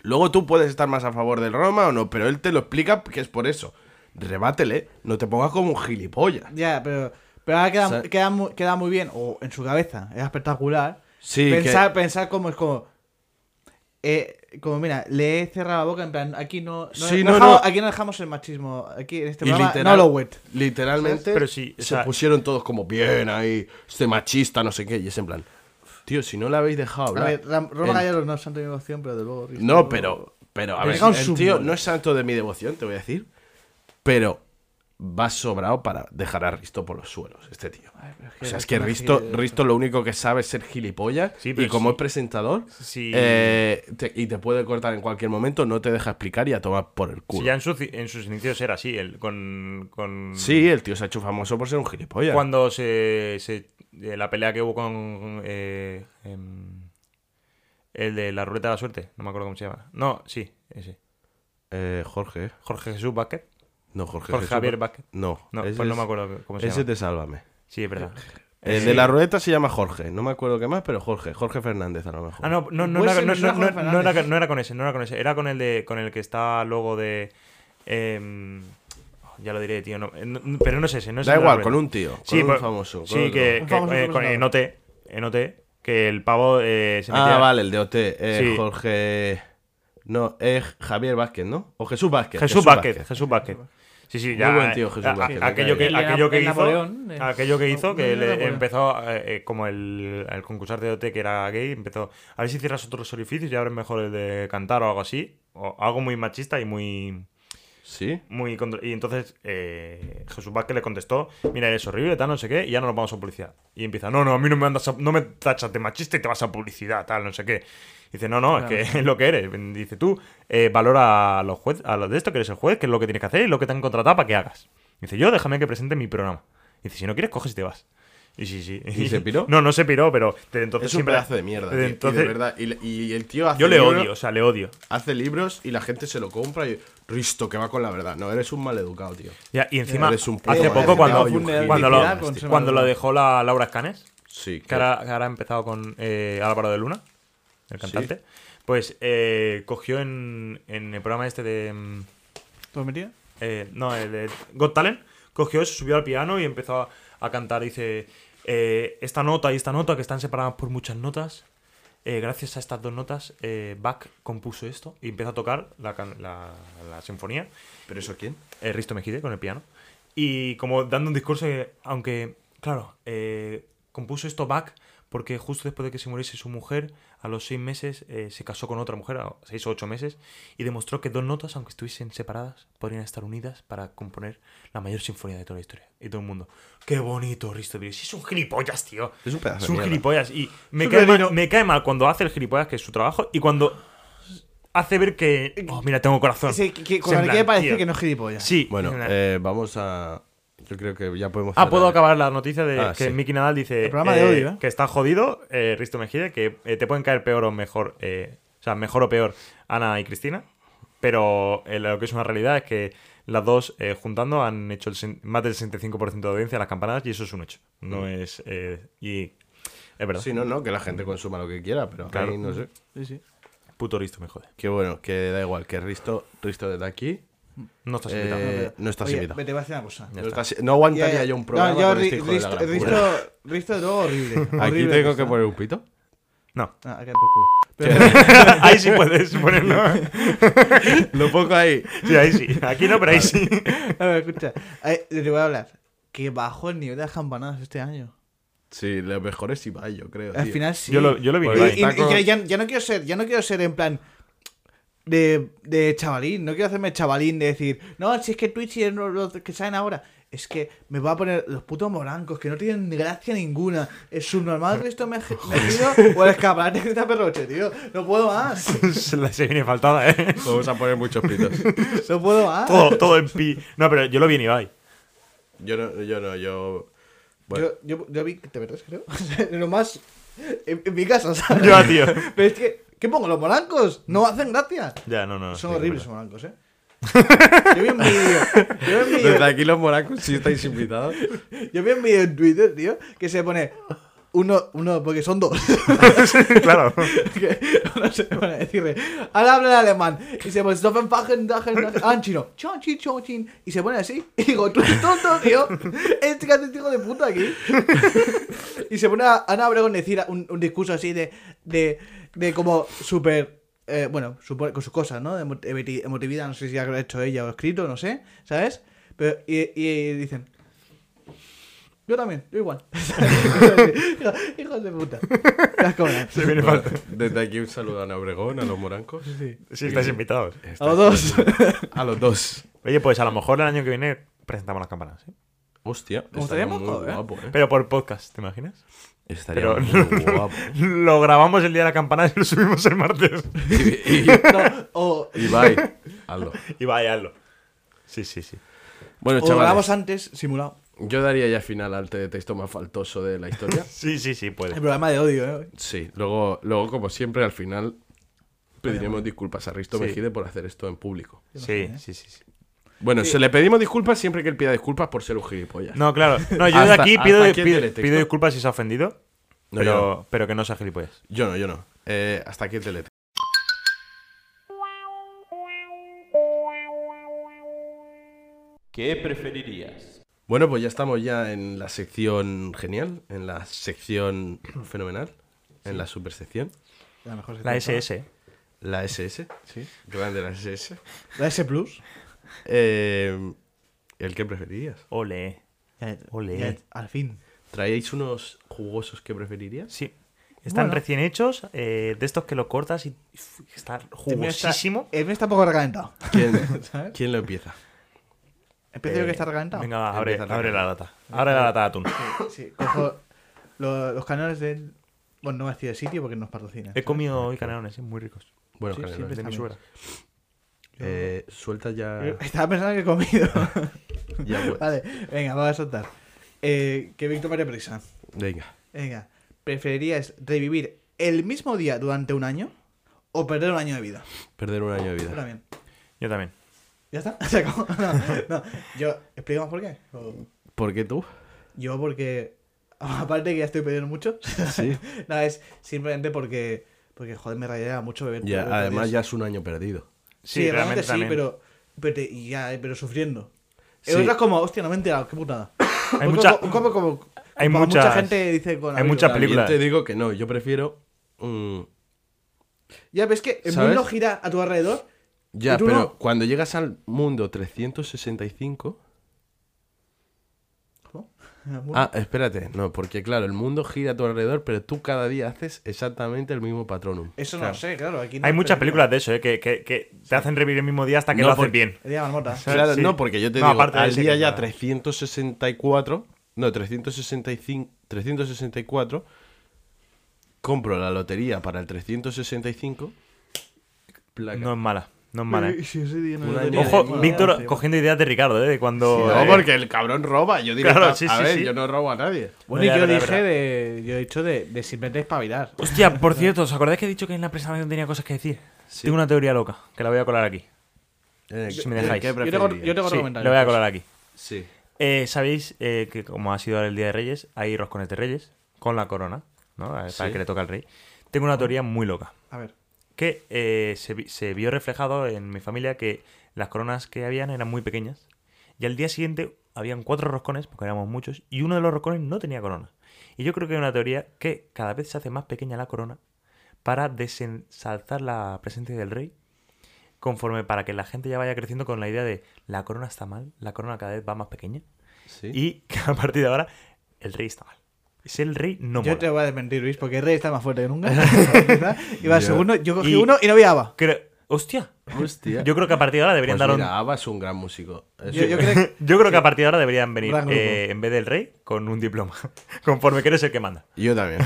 Speaker 2: Luego tú puedes estar más a favor del Roma o no, pero él te lo explica que es por eso. Rebátele, no te pongas como un gilipollas.
Speaker 3: Ya, pero, pero ahora queda,
Speaker 2: O sea-
Speaker 3: queda, mu- queda muy bien, o en su cabeza, es espectacular.
Speaker 2: Sí,
Speaker 3: pensar, pensar como es como. eh, como mira, le he cerrado la boca en plan, aquí no. no-
Speaker 2: Sí,
Speaker 3: no
Speaker 2: no,
Speaker 3: dejamos-
Speaker 2: no.
Speaker 3: Aquí no dejamos el machismo. Aquí en este
Speaker 2: Y
Speaker 3: programa
Speaker 2: literal-
Speaker 3: no lo wet.
Speaker 2: Literalmente
Speaker 4: Pero sí, o
Speaker 2: se
Speaker 4: sea-
Speaker 2: pusieron todos como bien ahí, este machista, no sé qué, y es en plan, tío, si no la habéis dejado
Speaker 3: A
Speaker 2: hablar.
Speaker 3: ver, Ram- Roma
Speaker 2: el-
Speaker 3: Gallardo no es santo de mi devoción, pero de luego. Risto-
Speaker 2: No, pero, pero a
Speaker 3: Pero
Speaker 2: ver,
Speaker 3: llega un
Speaker 2: el
Speaker 3: sumo.
Speaker 2: tío no es santo de mi devoción, te voy a decir, pero va sobrado para dejar a Risto por los suelos, este tío.
Speaker 3: que
Speaker 2: o sea, es
Speaker 3: Risto
Speaker 2: que
Speaker 3: no es
Speaker 2: Risto,
Speaker 3: gilipollas.
Speaker 2: Risto lo único que sabe es ser gilipollas
Speaker 4: Sí, pero
Speaker 2: y como
Speaker 4: sí.
Speaker 2: es presentador
Speaker 4: Sí.
Speaker 2: eh, te- y te puede cortar en cualquier momento, no te deja explicar y a tomar por el
Speaker 4: si
Speaker 2: culo.
Speaker 4: ya en, sus- en sus inicios era así, el, con, con-
Speaker 2: Sí, el tío se ha hecho famoso por ser un gilipollas.
Speaker 4: Cuando se, se- eh, la pelea que hubo con eh, em, el de la ruleta de la suerte, no me acuerdo cómo se llama. No, sí, ese.
Speaker 2: Eh, Jorge,
Speaker 4: Jorge Jesús Vázquez.
Speaker 2: no, Jorge,
Speaker 4: Jorge
Speaker 2: Jesús-
Speaker 4: Javier Vázquez.
Speaker 2: No,
Speaker 4: No,
Speaker 2: ese
Speaker 4: pues no
Speaker 2: es-
Speaker 4: me acuerdo cómo se
Speaker 2: Ese
Speaker 4: llama.
Speaker 2: es de Sálvame.
Speaker 4: Sí, es verdad.
Speaker 2: El
Speaker 4: Eh,
Speaker 2: de la ruleta se llama Jorge, no me acuerdo qué más, pero Jorge, Jorge Fernández a lo mejor.
Speaker 4: Ah, no, no, no,
Speaker 3: Puede
Speaker 4: era,
Speaker 3: ser,
Speaker 4: no,
Speaker 3: me suena
Speaker 4: no-
Speaker 3: Jorge
Speaker 4: no- no era-
Speaker 3: Fernández.
Speaker 4: no era con ese, no era con ese. Era con el de con el que está luego de. em, ya lo diré, tío. no- eh, no- pero no es ese, no es
Speaker 2: Da
Speaker 4: el de la
Speaker 2: igual,
Speaker 4: ruleta.
Speaker 2: con un tío, con un
Speaker 4: pero-
Speaker 2: famoso, con
Speaker 4: sí,
Speaker 2: otro.
Speaker 4: que,
Speaker 3: Un
Speaker 4: que,
Speaker 3: famoso
Speaker 4: eh, con- en OT, en OT, que el pavo eh, se metía.
Speaker 2: Ah, vale, el de OT. eh,
Speaker 4: Sí.
Speaker 2: Jorge. No, es Javier Vázquez, ¿no? O Jesús Vázquez.
Speaker 4: Jesús Vázquez, Jesús Vázquez. Sí, sí,
Speaker 2: Muy
Speaker 4: ya.
Speaker 2: buen tío, Jesús
Speaker 4: a- a-
Speaker 2: Vázquez, me
Speaker 4: Aquello
Speaker 2: cae
Speaker 4: que,
Speaker 2: bien.
Speaker 4: aquello que
Speaker 5: El
Speaker 4: hizo.
Speaker 5: Napoleón, eh.
Speaker 4: Aquello que hizo, que
Speaker 5: el
Speaker 4: le
Speaker 5: Napoleón.
Speaker 4: empezó, eh, eh, como el, el concursante de OT que era gay, empezó. A ver si cierras otros orificios y abres mejor el de cantar o algo así. O algo muy machista y muy.
Speaker 2: Sí.
Speaker 4: muy contra- Y entonces eh, Jesús Vázquez le contestó: Mira, eres horrible, tal, no sé qué, y ya no nos vamos a publicidad. Y empieza: No, no, a mí no me, andas a- no me tachas de machista y te vas a publicidad, tal, no sé qué. Dice: No, no, es que es lo que eres. Dice tú: eh, Valora a los jueces, a los de esto, que eres el juez, que es lo que tienes que hacer y lo que te han contratado para que hagas. Dice: Yo, déjame que presente mi programa. Dice: Si no quieres, coges y te vas. Y sí, sí.
Speaker 2: ¿Y se piró?
Speaker 4: No, no se piró, pero desde entonces
Speaker 2: Es un
Speaker 4: siempre-
Speaker 2: pedazo de mierda.
Speaker 4: desde
Speaker 2: tío, y de
Speaker 4: entonces-
Speaker 2: verdad, y, le- y el tío hace.
Speaker 4: Yo le
Speaker 2: libro-
Speaker 4: odio, o sea, le odio.
Speaker 2: Hace libros y la gente se lo compra y. Risto, que va con la verdad. No, eres un maleducado, tío.
Speaker 4: Ya, y encima,
Speaker 2: Eres un puto
Speaker 4: hace
Speaker 2: maleducado
Speaker 4: poco cuando,
Speaker 2: y un gilipollas.
Speaker 4: cuando, lo,
Speaker 3: Identidad con ser
Speaker 4: cuando lo
Speaker 3: maleducado.
Speaker 4: dejó la Laura Escanes,
Speaker 2: Sí.
Speaker 4: que ahora, que ahora ha empezado con eh, Álvaro de Luna, el cantante, pues eh, cogió en, en el programa este de... mm,
Speaker 3: ¿Tú me metías?
Speaker 4: eh, no, el de Got Talent, cogió eso, subió al piano y empezó a, a cantar. Dice, eh, esta nota y esta nota que están separadas por muchas notas. eh, gracias a estas dos notas, eh, Bach compuso esto y empieza a tocar la, can- la- la sinfonía
Speaker 2: ¿Pero eso quién?
Speaker 4: eh, Risto Mejide con el piano. Y como dando un discurso que, aunque, claro, eh, compuso esto Bach porque justo después de que se muriese su mujer, a los seis meses eh, se casó con otra mujer, a seis o ocho meses, y demostró que dos notas, aunque estuviesen separadas, podrían estar unidas para componer la mayor sinfonía de toda la historia. Y todo el mundo, ¡qué bonito, Risto! Tío. Sí, es un gilipollas, tío.
Speaker 2: Es un pedazo
Speaker 4: Es un
Speaker 2: de mierda.
Speaker 4: gilipollas. Y me
Speaker 3: un
Speaker 4: cae, mal,
Speaker 3: cretino.
Speaker 4: me cae mal cuando hace el gilipollas, que es su trabajo, y cuando hace ver que, oh, mira, tengo corazón.
Speaker 3: Eh, Ese que- que-
Speaker 4: Es
Speaker 3: con
Speaker 4: en
Speaker 3: el que
Speaker 4: plan,
Speaker 3: parece
Speaker 4: tío.
Speaker 3: que no es gilipollas.
Speaker 4: Sí.
Speaker 2: Bueno,
Speaker 4: es en plan,
Speaker 2: eh, vamos a. Yo creo que ya podemos.
Speaker 4: Ah,
Speaker 2: cerrar.
Speaker 4: puedo acabar la noticia de
Speaker 2: Ah,
Speaker 4: que
Speaker 2: sí.
Speaker 4: Miki Nadal dice
Speaker 3: El programa de
Speaker 4: eh,
Speaker 3: odio, ¿eh?
Speaker 4: que está jodido, eh, Risto Mejide, que eh, te pueden caer peor o mejor, eh, o sea, mejor o peor Ana y Cristina, pero eh, lo que es una realidad es que las dos eh, juntando han hecho el sen- más del 65% de audiencia a las campanadas y eso es un hecho. No es... eh, y es verdad.
Speaker 2: Mm. Sí, no, no, que la gente consuma lo que quiera, pero.
Speaker 4: Claro.
Speaker 2: ahí no sé.
Speaker 3: Sí, sí.
Speaker 4: Puto Risto me jode.
Speaker 2: Que bueno, que da igual, que Risto, Risto desde aquí.
Speaker 4: No estás
Speaker 2: Eh,
Speaker 4: invitado.
Speaker 2: no estás
Speaker 3: Oye,
Speaker 2: invitado.
Speaker 3: Te voy a decir una cosa.
Speaker 2: No, estás- no aguantaría
Speaker 3: Ya, ya.
Speaker 2: yo un programa
Speaker 3: No, yo
Speaker 2: con este
Speaker 3: Ri-
Speaker 2: hijo de la
Speaker 3: Risto,
Speaker 2: gran puta.
Speaker 3: Risto, Risto de luego horrible.
Speaker 2: Aquí
Speaker 3: horrible
Speaker 2: tengo
Speaker 3: Risto.
Speaker 2: que poner un pito.
Speaker 4: No.
Speaker 3: Ah, acá por culo. Pero-
Speaker 4: ahí sí puedes ponerlo.
Speaker 2: Lo pongo ahí.
Speaker 4: Sí, ahí sí. Aquí no, pero ahí sí.
Speaker 3: A ver, escucha. Eh, te voy a hablar. Que bajó el nivel de las campanadas este año.
Speaker 2: Sí, lo mejor es Ibai, yo creo.
Speaker 3: Al
Speaker 2: tío.
Speaker 3: final sí.
Speaker 4: Yo, lo, yo lo vi.
Speaker 2: Pues-
Speaker 4: Ibai.
Speaker 3: Y- y- y que ya, ya no quiero ser, ya no quiero ser en plan de, de chavalín, no quiero hacerme chavalín de decir, no, si es que Twitch y es lo- lo que saben ahora. es que me va a poner los putos morancos que no tienen gracia ninguna. Es subnormal que esto me ha ge- me ha ido o el escaparate que está perroche, tío. No puedo más.
Speaker 4: Se la- se viene faltada, ¿eh?
Speaker 2: Vamos a poner muchos pitos.
Speaker 3: No puedo más.
Speaker 4: Todo, todo en pi. No, pero yo lo vi en Ibai.
Speaker 2: Yo no, yo no, yo. Bueno,
Speaker 3: Yo, yo, yo vi que te verás, creo. O sea, lo más. En, en mi casa, ¿sabes?
Speaker 4: Ya, tío.
Speaker 3: Pero es que. ¿Qué pongo? ¿Los morancos? No hacen gracia.
Speaker 4: Ya, no, no. no,
Speaker 3: Son
Speaker 4: sí,
Speaker 3: horribles
Speaker 4: es
Speaker 3: los morancos, eh. Yo vi un vídeo. Yo vi un vídeo.
Speaker 2: desde aquí los moracos sí estáis invitados.
Speaker 3: Yo vi un vídeo en Twitter, tío, que se pone uno, uno, porque son dos.
Speaker 4: verdad. claro.
Speaker 3: que uno se pone a decirle, ahora habla en alemán. Y se pone, "Stoffen, fagen, dagen, dagen", ah, en chino, chon, chin, chon, chin", Y se pone así. Y digo, tú eres tonto, tío. Este que hace este hijo de puta aquí. y se pone a Ana Obregón a decir un, un discurso así de, de, de como súper. eh, bueno, supone- con sus cosas, ¿no? De emo- emoti- emotividad, no sé si ha hecho ella o escrito, no sé, ¿sabes? Pero, y- y dicen, yo también, yo igual. Hijos de puta. Qué asco, ¿eh?
Speaker 4: Se viene
Speaker 2: Bueno,
Speaker 4: faltada.
Speaker 2: desde aquí un saludo a Obregón, a los morancos.
Speaker 4: Sí, estáis invitados.
Speaker 2: Estáis-
Speaker 3: A los dos.
Speaker 2: A los dos.
Speaker 4: Oye, pues a lo mejor el año que viene presentamos las campanas, ¿eh?
Speaker 2: Hostia,
Speaker 3: Me
Speaker 2: estaría
Speaker 3: gustaría
Speaker 2: muy
Speaker 3: mucho, ¿eh?
Speaker 2: guapo, ¿eh?
Speaker 4: Pero por podcast, ¿te imaginas?
Speaker 2: Estaría
Speaker 4: Pero-
Speaker 2: muy guapo.
Speaker 4: Lo grabamos el día de la campana y lo subimos el martes.
Speaker 2: Y,
Speaker 3: No, o,
Speaker 2: y- y bye. Hazlo.
Speaker 4: Y vaya, hazlo. Sí, sí, sí.
Speaker 2: Bueno,
Speaker 3: o grabamos
Speaker 2: chavales,
Speaker 3: antes, simulado.
Speaker 2: yo daría ya final al te- texto más faltoso de la historia.
Speaker 4: Sí, sí, sí,
Speaker 3: El
Speaker 4: puede.
Speaker 3: programa de odio, ¿eh?
Speaker 2: Sí, luego, luego como siempre, al final pediremos disculpas a Risto
Speaker 4: Sí.
Speaker 2: Mejide por hacer esto en público.
Speaker 4: Sí, sí, sí. sí.
Speaker 2: Bueno, se le pedimos disculpas siempre que él pida disculpas por ser un gilipollas.
Speaker 4: No, claro. No, yo de
Speaker 2: Hasta-
Speaker 4: aquí pido,
Speaker 2: hasta aquí el
Speaker 4: pido-
Speaker 2: teletexto.
Speaker 4: pido disculpas si se ha ofendido.
Speaker 2: No,
Speaker 4: pero,
Speaker 2: yo
Speaker 4: pero que no sea gilipollas.
Speaker 2: Yo no, yo no. Eh, hasta aquí el telete.
Speaker 1: ¿Qué preferirías?
Speaker 2: Bueno, pues ya estamos ya en la sección genial, en la sección fenomenal, en la supersección,
Speaker 3: La mejor
Speaker 4: La
Speaker 3: sección.
Speaker 4: SS.
Speaker 2: la SS,
Speaker 3: Sí.
Speaker 2: grande la SS.
Speaker 3: La S Plus.
Speaker 2: Eh, ¿El que preferirías?
Speaker 4: Ole.
Speaker 3: Ya-
Speaker 4: Ole.
Speaker 3: ya- al fin.
Speaker 2: ¿Traíais unos jugosos que preferirías?
Speaker 4: Sí. Están
Speaker 3: Bueno.
Speaker 4: recién hechos, eh, de estos que lo cortas y uf, está
Speaker 3: El mío está-
Speaker 4: jugosísimo.
Speaker 3: El mío está un poco recalentado.
Speaker 2: ¿Quién,
Speaker 3: ¿Sabes?
Speaker 2: quién lo empieza?
Speaker 3: Empiezo yo que está recalentado.
Speaker 4: Venga, va, abre,
Speaker 2: Empieza la
Speaker 4: abre la
Speaker 2: caja.
Speaker 4: lata. Abre la lata de atún.
Speaker 3: Sí, cojo lo- los canales del. Bueno, no me decía el sitio porque nos patrocina.
Speaker 4: He comido hoy canelones, eh, muy ricos.
Speaker 2: Bueno,
Speaker 3: Sí,
Speaker 2: Carlos,
Speaker 3: siempre
Speaker 4: De mi
Speaker 3: También.
Speaker 4: suegra.
Speaker 2: eh, suelta ya.
Speaker 3: Estaba pensando que he comido.
Speaker 2: ya pues.
Speaker 3: vale, venga, vamos a soltar. Eh, que Víctor María Prisa.
Speaker 2: Venga.
Speaker 3: Venga, ¿preferirías revivir el mismo día durante un año o perder un año de vida?
Speaker 2: Perder un año de
Speaker 3: Yo
Speaker 2: vida.
Speaker 3: también.
Speaker 4: Yo también.
Speaker 3: ¿Ya está? ¿Se acabó? No, no. Yo, ¿explicamos por qué? O-
Speaker 2: ¿Por qué tú?
Speaker 3: Yo porque, aparte que ya estoy pidiendo mucho,
Speaker 2: Sí.
Speaker 3: no, es simplemente porque, porque joder, me rayaría mucho beber.
Speaker 2: Ya,
Speaker 3: beber
Speaker 2: además
Speaker 3: todos los
Speaker 2: ya
Speaker 3: días.
Speaker 2: es un año perdido.
Speaker 3: Sí, realmente, sí, pero, pero, te- y ya, eh, pero sufriendo.
Speaker 2: Sí.
Speaker 3: Y otras como, hostia, no me he enterado, qué putada.
Speaker 4: Hay
Speaker 3: Un
Speaker 4: mucha-
Speaker 3: poco- un poco como,
Speaker 4: hay
Speaker 3: como mucha
Speaker 4: muchas-
Speaker 3: gente dice con
Speaker 4: hay
Speaker 3: amigos,
Speaker 4: mucha
Speaker 3: ¿no?
Speaker 2: También
Speaker 4: película.
Speaker 2: te digo que no, yo prefiero. mm,
Speaker 3: Ya ves que el
Speaker 2: ¿Sabes?
Speaker 3: mundo gira a tu alrededor.
Speaker 2: ya,
Speaker 3: ¿Y tú
Speaker 2: pero
Speaker 3: no?
Speaker 2: cuando llegas al mundo 365.
Speaker 3: ¿Cómo? El mundo-
Speaker 2: Ah, espérate, no, porque claro, el mundo gira a tu alrededor, pero tú cada día haces exactamente el mismo patronum.
Speaker 3: Eso no
Speaker 4: claro.
Speaker 3: lo sé, claro. Aquí no
Speaker 4: Hay
Speaker 3: es
Speaker 4: muchas
Speaker 3: película.
Speaker 4: películas de eso, eh, que, que- que te hacen revivir el mismo día hasta que
Speaker 2: No,
Speaker 4: lo hacen
Speaker 2: por-
Speaker 4: bien.
Speaker 3: El día de la marmota.
Speaker 4: Sí.
Speaker 2: Claro, no, porque yo te
Speaker 4: No,
Speaker 2: digo,
Speaker 4: aparte de
Speaker 2: al
Speaker 4: ese
Speaker 2: día
Speaker 4: que
Speaker 2: ya
Speaker 4: está-
Speaker 2: 364, no, 365, 364, compro la lotería para el 365, placa.
Speaker 4: No es mala, no es mala. eh.
Speaker 3: Y si ese día no
Speaker 2: Un
Speaker 3: lo
Speaker 2: año
Speaker 3: tenía,
Speaker 2: de
Speaker 4: Ojo,
Speaker 3: bueno,
Speaker 4: Víctor
Speaker 3: sí,
Speaker 4: cogiendo ideas de Ricardo, ¿eh? De cuando...
Speaker 2: No,
Speaker 4: eh,
Speaker 2: porque el cabrón roba, yo digo,
Speaker 4: Claro, sí,
Speaker 2: a
Speaker 4: sí,
Speaker 2: ver,
Speaker 4: sí.
Speaker 2: yo no robo a nadie.
Speaker 3: Bueno,
Speaker 4: Ya,
Speaker 3: y yo
Speaker 4: verdad,
Speaker 3: dije
Speaker 4: verdad.
Speaker 3: de. Yo he dicho de, de simplemente espabilar.
Speaker 4: Hostia, por cierto, ¿os acordáis que he dicho que en la presentación tenía cosas que decir? Tengo una teoría loca, que la voy a colar aquí.
Speaker 2: Eh,
Speaker 4: Si me
Speaker 2: ¿qué
Speaker 4: dejáis.
Speaker 3: Yo tengo, yo
Speaker 2: preferirías?
Speaker 3: tengo
Speaker 4: Sí,
Speaker 3: comentarios.
Speaker 4: la voy a colar aquí.
Speaker 2: Sí.
Speaker 4: Eh, Sabéis eh, que como ha sido ahora el Día de Reyes, hay roscones de Reyes con la corona, ¿no? Eh, Para
Speaker 2: Sí.
Speaker 4: que le toca al rey. Tengo una teoría muy loca.
Speaker 3: A ver.
Speaker 4: que eh, se, vi- se vio reflejado en mi familia que las coronas que habían eran muy pequeñas. Y al día siguiente habían cuatro roscones, porque éramos muchos, y uno de los roscones no tenía corona. Y yo creo que hay una teoría que cada vez se hace más pequeña la corona para desensalzar la presencia del rey, conforme para que la gente ya vaya creciendo con la idea de la corona está mal, la corona cada vez va más pequeña,
Speaker 2: Sí.
Speaker 4: y que a partir de ahora el rey está mal. Si el rey no
Speaker 3: Yo
Speaker 4: mola.
Speaker 3: te voy a desmentir, Luis, porque Rey está más fuerte que nunca. Quizá.
Speaker 2: Yo-
Speaker 3: Iba segundo, yo cogí
Speaker 4: y-
Speaker 3: uno y no veaba.
Speaker 4: Creo- ¡Hostia!
Speaker 2: Hostia.
Speaker 4: Yo creo que a partir de ahora deberían
Speaker 2: Pues
Speaker 4: dar un-
Speaker 2: mira, Abba es un gran músico. Es
Speaker 3: Yo,
Speaker 2: un-
Speaker 3: yo creo que
Speaker 4: Yo creo que a partir de ahora deberían venir,
Speaker 3: Gran grupo.
Speaker 4: eh, en vez del rey, con un diploma. Conforme que eres el que manda.
Speaker 2: Yo también.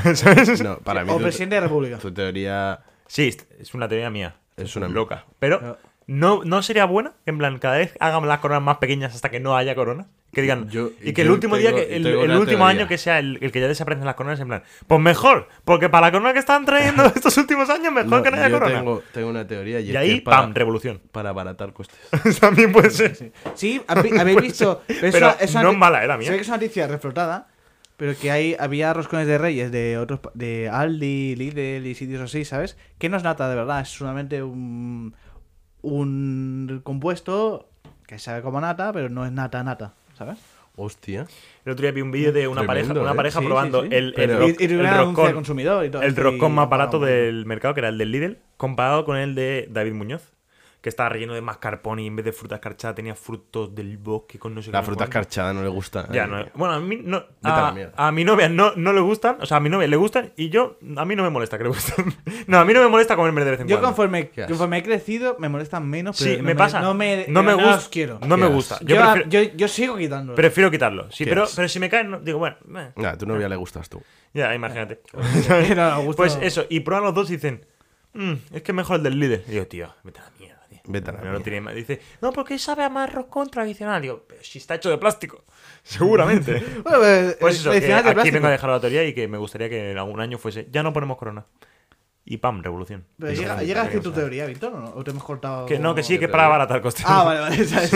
Speaker 2: No, para mí
Speaker 3: o
Speaker 2: tu-
Speaker 3: presidente de la República.
Speaker 2: tu teoría
Speaker 4: Sí, es- es una teoría mía.
Speaker 2: es una
Speaker 4: Loca. Pero, ¿no, ¿no sería buena que en plan cada vez hagan las coronas más pequeñas hasta que no haya coronas? Que digan.
Speaker 2: Yo-
Speaker 4: y que el
Speaker 2: yo
Speaker 4: último día,
Speaker 2: tengo-
Speaker 4: que el,
Speaker 2: tengo
Speaker 4: el
Speaker 2: una
Speaker 4: último
Speaker 2: teoría.
Speaker 4: año que sea el, el que ya desaparecen las coronas, en plan. Pues mejor, porque para la corona que están trayendo estos últimos años, mejor
Speaker 2: No,
Speaker 4: que no haya
Speaker 2: yo
Speaker 4: corona.
Speaker 2: Tengo, tengo una teoría y,
Speaker 4: Y
Speaker 2: es que
Speaker 4: ahí,
Speaker 2: es para,
Speaker 4: ¡pam! Revolución.
Speaker 2: para abaratar costes.
Speaker 4: También puede ser.
Speaker 3: Sí, habí- habéis visto.
Speaker 4: Pues Pero no es mala, eh, la mía.
Speaker 3: Sé que es una noticia reflotada, pero que hay, había roscones de reyes de otros pa- de Aldi, Lidl y sitios así, ¿sabes? Que no es nata, de verdad, es solamente un, un compuesto que sabe como nata, pero no es nata, nata, ¿sabes?
Speaker 2: Hostia.
Speaker 4: El otro día vi un vídeo de una
Speaker 2: Tremendo,
Speaker 4: pareja,
Speaker 2: ¿eh?
Speaker 4: una pareja
Speaker 3: Sí,
Speaker 4: probando
Speaker 3: sí, sí.
Speaker 4: el, el
Speaker 2: Pero-
Speaker 4: roc-
Speaker 3: y, y
Speaker 4: el
Speaker 3: una denuncia de
Speaker 4: roscón.
Speaker 3: consumidor y todo
Speaker 4: el
Speaker 3: esto,
Speaker 4: roscón
Speaker 3: y-
Speaker 4: más barato
Speaker 3: vamos.
Speaker 4: del mercado, que era el del Lidl, comparado con el de David Muñoz, que estaba relleno de mascarpone y en vez de fruta escarchada tenía frutos del bosque con no sé qué,
Speaker 2: La
Speaker 4: no
Speaker 2: fruta
Speaker 4: cuánto.
Speaker 2: escarchada no le gusta.
Speaker 4: Ya, no, bueno, a mí no-
Speaker 2: a la
Speaker 4: a,
Speaker 2: mierda.
Speaker 4: a mi novia no, no le gustan, o sea, a mi novia le gustan y yo, a mí no me molesta que le gusten. No, a mí no me molesta comerme de vez en
Speaker 3: Yo
Speaker 4: cuando.
Speaker 3: conforme,
Speaker 2: Qué asco.
Speaker 3: conforme he crecido, me molestan menos, pero
Speaker 4: Sí,
Speaker 3: no
Speaker 4: me pasa.
Speaker 3: No me,
Speaker 4: no me
Speaker 3: los
Speaker 4: gusta.
Speaker 3: quiero.
Speaker 4: No me
Speaker 2: Qué
Speaker 4: gusta.
Speaker 3: yo,
Speaker 4: Yo prefiero,
Speaker 3: yo, yo sigo quitándolos.
Speaker 4: prefiero quitarlo. Sí,
Speaker 2: Qué
Speaker 4: pero,
Speaker 2: asco.
Speaker 4: pero si me caen, no- digo, bueno, meh,
Speaker 2: Nah, a tu novia le gustas tú.
Speaker 4: ya, imagínate.
Speaker 3: Pero a gusto-
Speaker 4: Pues eso, y prueban los dos y dicen, "Mm, es que es mejor el del líder. Y digo, tío, vete a la mierda, tío.
Speaker 2: Vete a la
Speaker 4: No
Speaker 2: mierda.
Speaker 4: tiene más. Dice, no, porque sabe a más roscón tradicional. Digo, pero si está hecho de plástico. Seguramente.
Speaker 3: Bueno, pues,
Speaker 4: pues eso, que
Speaker 3: adicional de
Speaker 4: aquí
Speaker 3: plástico.
Speaker 4: vengo a dejar la teoría y que me gustaría que en algún año fuese, ya no ponemos corona. Y pam, revolución.
Speaker 3: Pero
Speaker 4: Digo,
Speaker 3: llega,
Speaker 4: "Joder,
Speaker 3: llega a decir tu
Speaker 4: o sea,
Speaker 3: teoría, Víctor, ¿o no? ¿O te hemos cortado?
Speaker 4: Que no, que sí,
Speaker 2: ¿Qué
Speaker 4: que para
Speaker 2: teoría?
Speaker 4: abaratar costes.
Speaker 3: Ah, vale, vale. ¿sabes?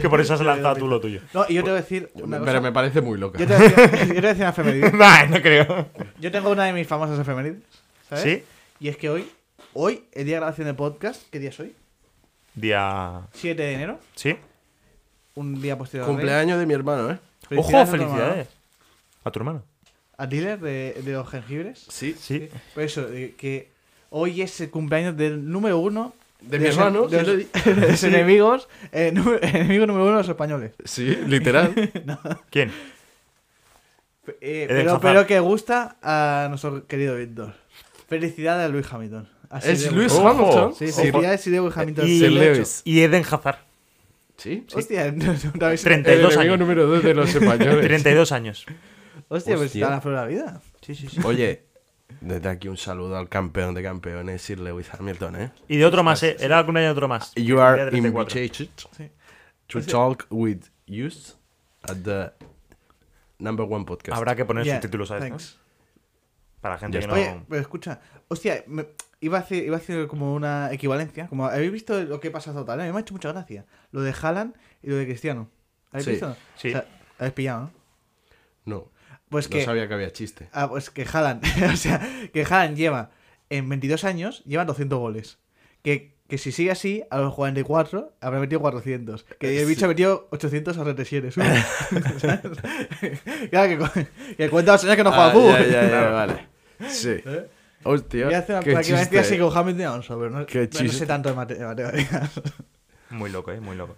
Speaker 4: que por eso has lanzado tú lo tuyo.
Speaker 3: No, y yo te voy a decir una cosa.
Speaker 2: Pero me parece muy loca.
Speaker 3: Yo te voy a decir, yo te voy a decir una efeméride.
Speaker 4: Nah, no creo.
Speaker 3: Yo tengo una de mis famosas efemérides, ¿sabes?
Speaker 4: ¿Sí?
Speaker 3: Y es que hoy, hoy, el día de grabación de podcast, ¿qué día es hoy?
Speaker 4: Día.
Speaker 3: 7 de enero,
Speaker 4: ¿Sí?
Speaker 3: un día posterior. al rey.
Speaker 2: Cumpleaños de mi hermano, ¿eh?
Speaker 4: Ojo,
Speaker 3: a tu hermano,
Speaker 4: felicidades. A tu hermano.
Speaker 3: Al dealer de, de los jengibres.
Speaker 2: Sí.
Speaker 4: Sí.
Speaker 3: Por eso, de que hoy es el cumpleaños del número uno
Speaker 2: De mi hermano,
Speaker 3: de
Speaker 2: sí lo
Speaker 3: los,
Speaker 2: di.
Speaker 3: de los enemigos, eh, número- enemigo número uno de los españoles.
Speaker 2: Sí, literal.
Speaker 4: ¿Quién?
Speaker 3: Eh,
Speaker 4: de
Speaker 3: pero,
Speaker 4: Hazard.
Speaker 3: pero que gusta a nuestro querido Víctor. Felicidades a Luis Hamilton. Así
Speaker 2: ¿Es
Speaker 3: de
Speaker 2: Luis
Speaker 3: bueno.
Speaker 4: Ojo.
Speaker 2: Hamilton?
Speaker 3: Sí,
Speaker 4: Ojo.
Speaker 3: felicidades a Lewis Hamilton.
Speaker 4: Y,
Speaker 2: Sir
Speaker 3: Sí, lo he hecho.
Speaker 2: Lewis.
Speaker 4: y Eden Hazard.
Speaker 2: Sí.
Speaker 3: Hostia, no, no, no eh, habéis-
Speaker 4: 32
Speaker 2: el enemigo
Speaker 4: años.
Speaker 2: número 2 de los españoles.
Speaker 4: 32 años.
Speaker 3: Hostia, pues
Speaker 2: Hostia.
Speaker 3: está a la flor de la vida. Sí, sí, sí.
Speaker 2: Oye, desde aquí un saludo al campeón de campeones, Sir Lewis Hamilton, ¿eh?
Speaker 4: Y de otro más, eh. Era el cumpleaños de otro más.
Speaker 2: You
Speaker 4: Día
Speaker 2: are
Speaker 4: 34.
Speaker 2: invited to talk with youth at the number one podcast.
Speaker 4: Habrá que poner
Speaker 3: Yeah,
Speaker 4: subtítulos a esto.
Speaker 3: thanks.
Speaker 4: Para la gente
Speaker 2: Ya
Speaker 4: que
Speaker 2: está.
Speaker 4: no.
Speaker 3: Oye, pero escucha. Hostia, me- iba, a hacer, iba a hacer como una equivalencia. Como, ¿Habéis visto lo que pasa total? ¿eh? A mí me ha hecho mucha gracia. Lo de Haaland y lo de Cristiano. ¿Habéis
Speaker 2: Sí.
Speaker 3: visto?
Speaker 4: Sí.
Speaker 3: O sea, habéis pillado, ¿no?
Speaker 2: No, no
Speaker 3: Pues que
Speaker 2: sabía que había chiste.
Speaker 3: Ah, pues que Haaland, o sea, que Haaland lleva en 22 años, lleva 200 goles. Que, que si sigue así, a los 44 habrá metido 400. Que el bicho ha metido 800 a retesiones. claro, que, cu- que cuenta los años que no juega al fútbol.
Speaker 2: Ah, ya, ya, ya, vale. Sí.
Speaker 3: ¿Eh?
Speaker 2: Hostia,
Speaker 3: Voy a hacer una
Speaker 2: qué
Speaker 3: práctica
Speaker 2: chiste.
Speaker 3: así con Hamilton y Alonso, pero no,
Speaker 2: Qué
Speaker 3: pero no
Speaker 2: chiste.
Speaker 3: sé tanto de mate- de matemáticas.
Speaker 4: Muy loco, eh. Muy loco.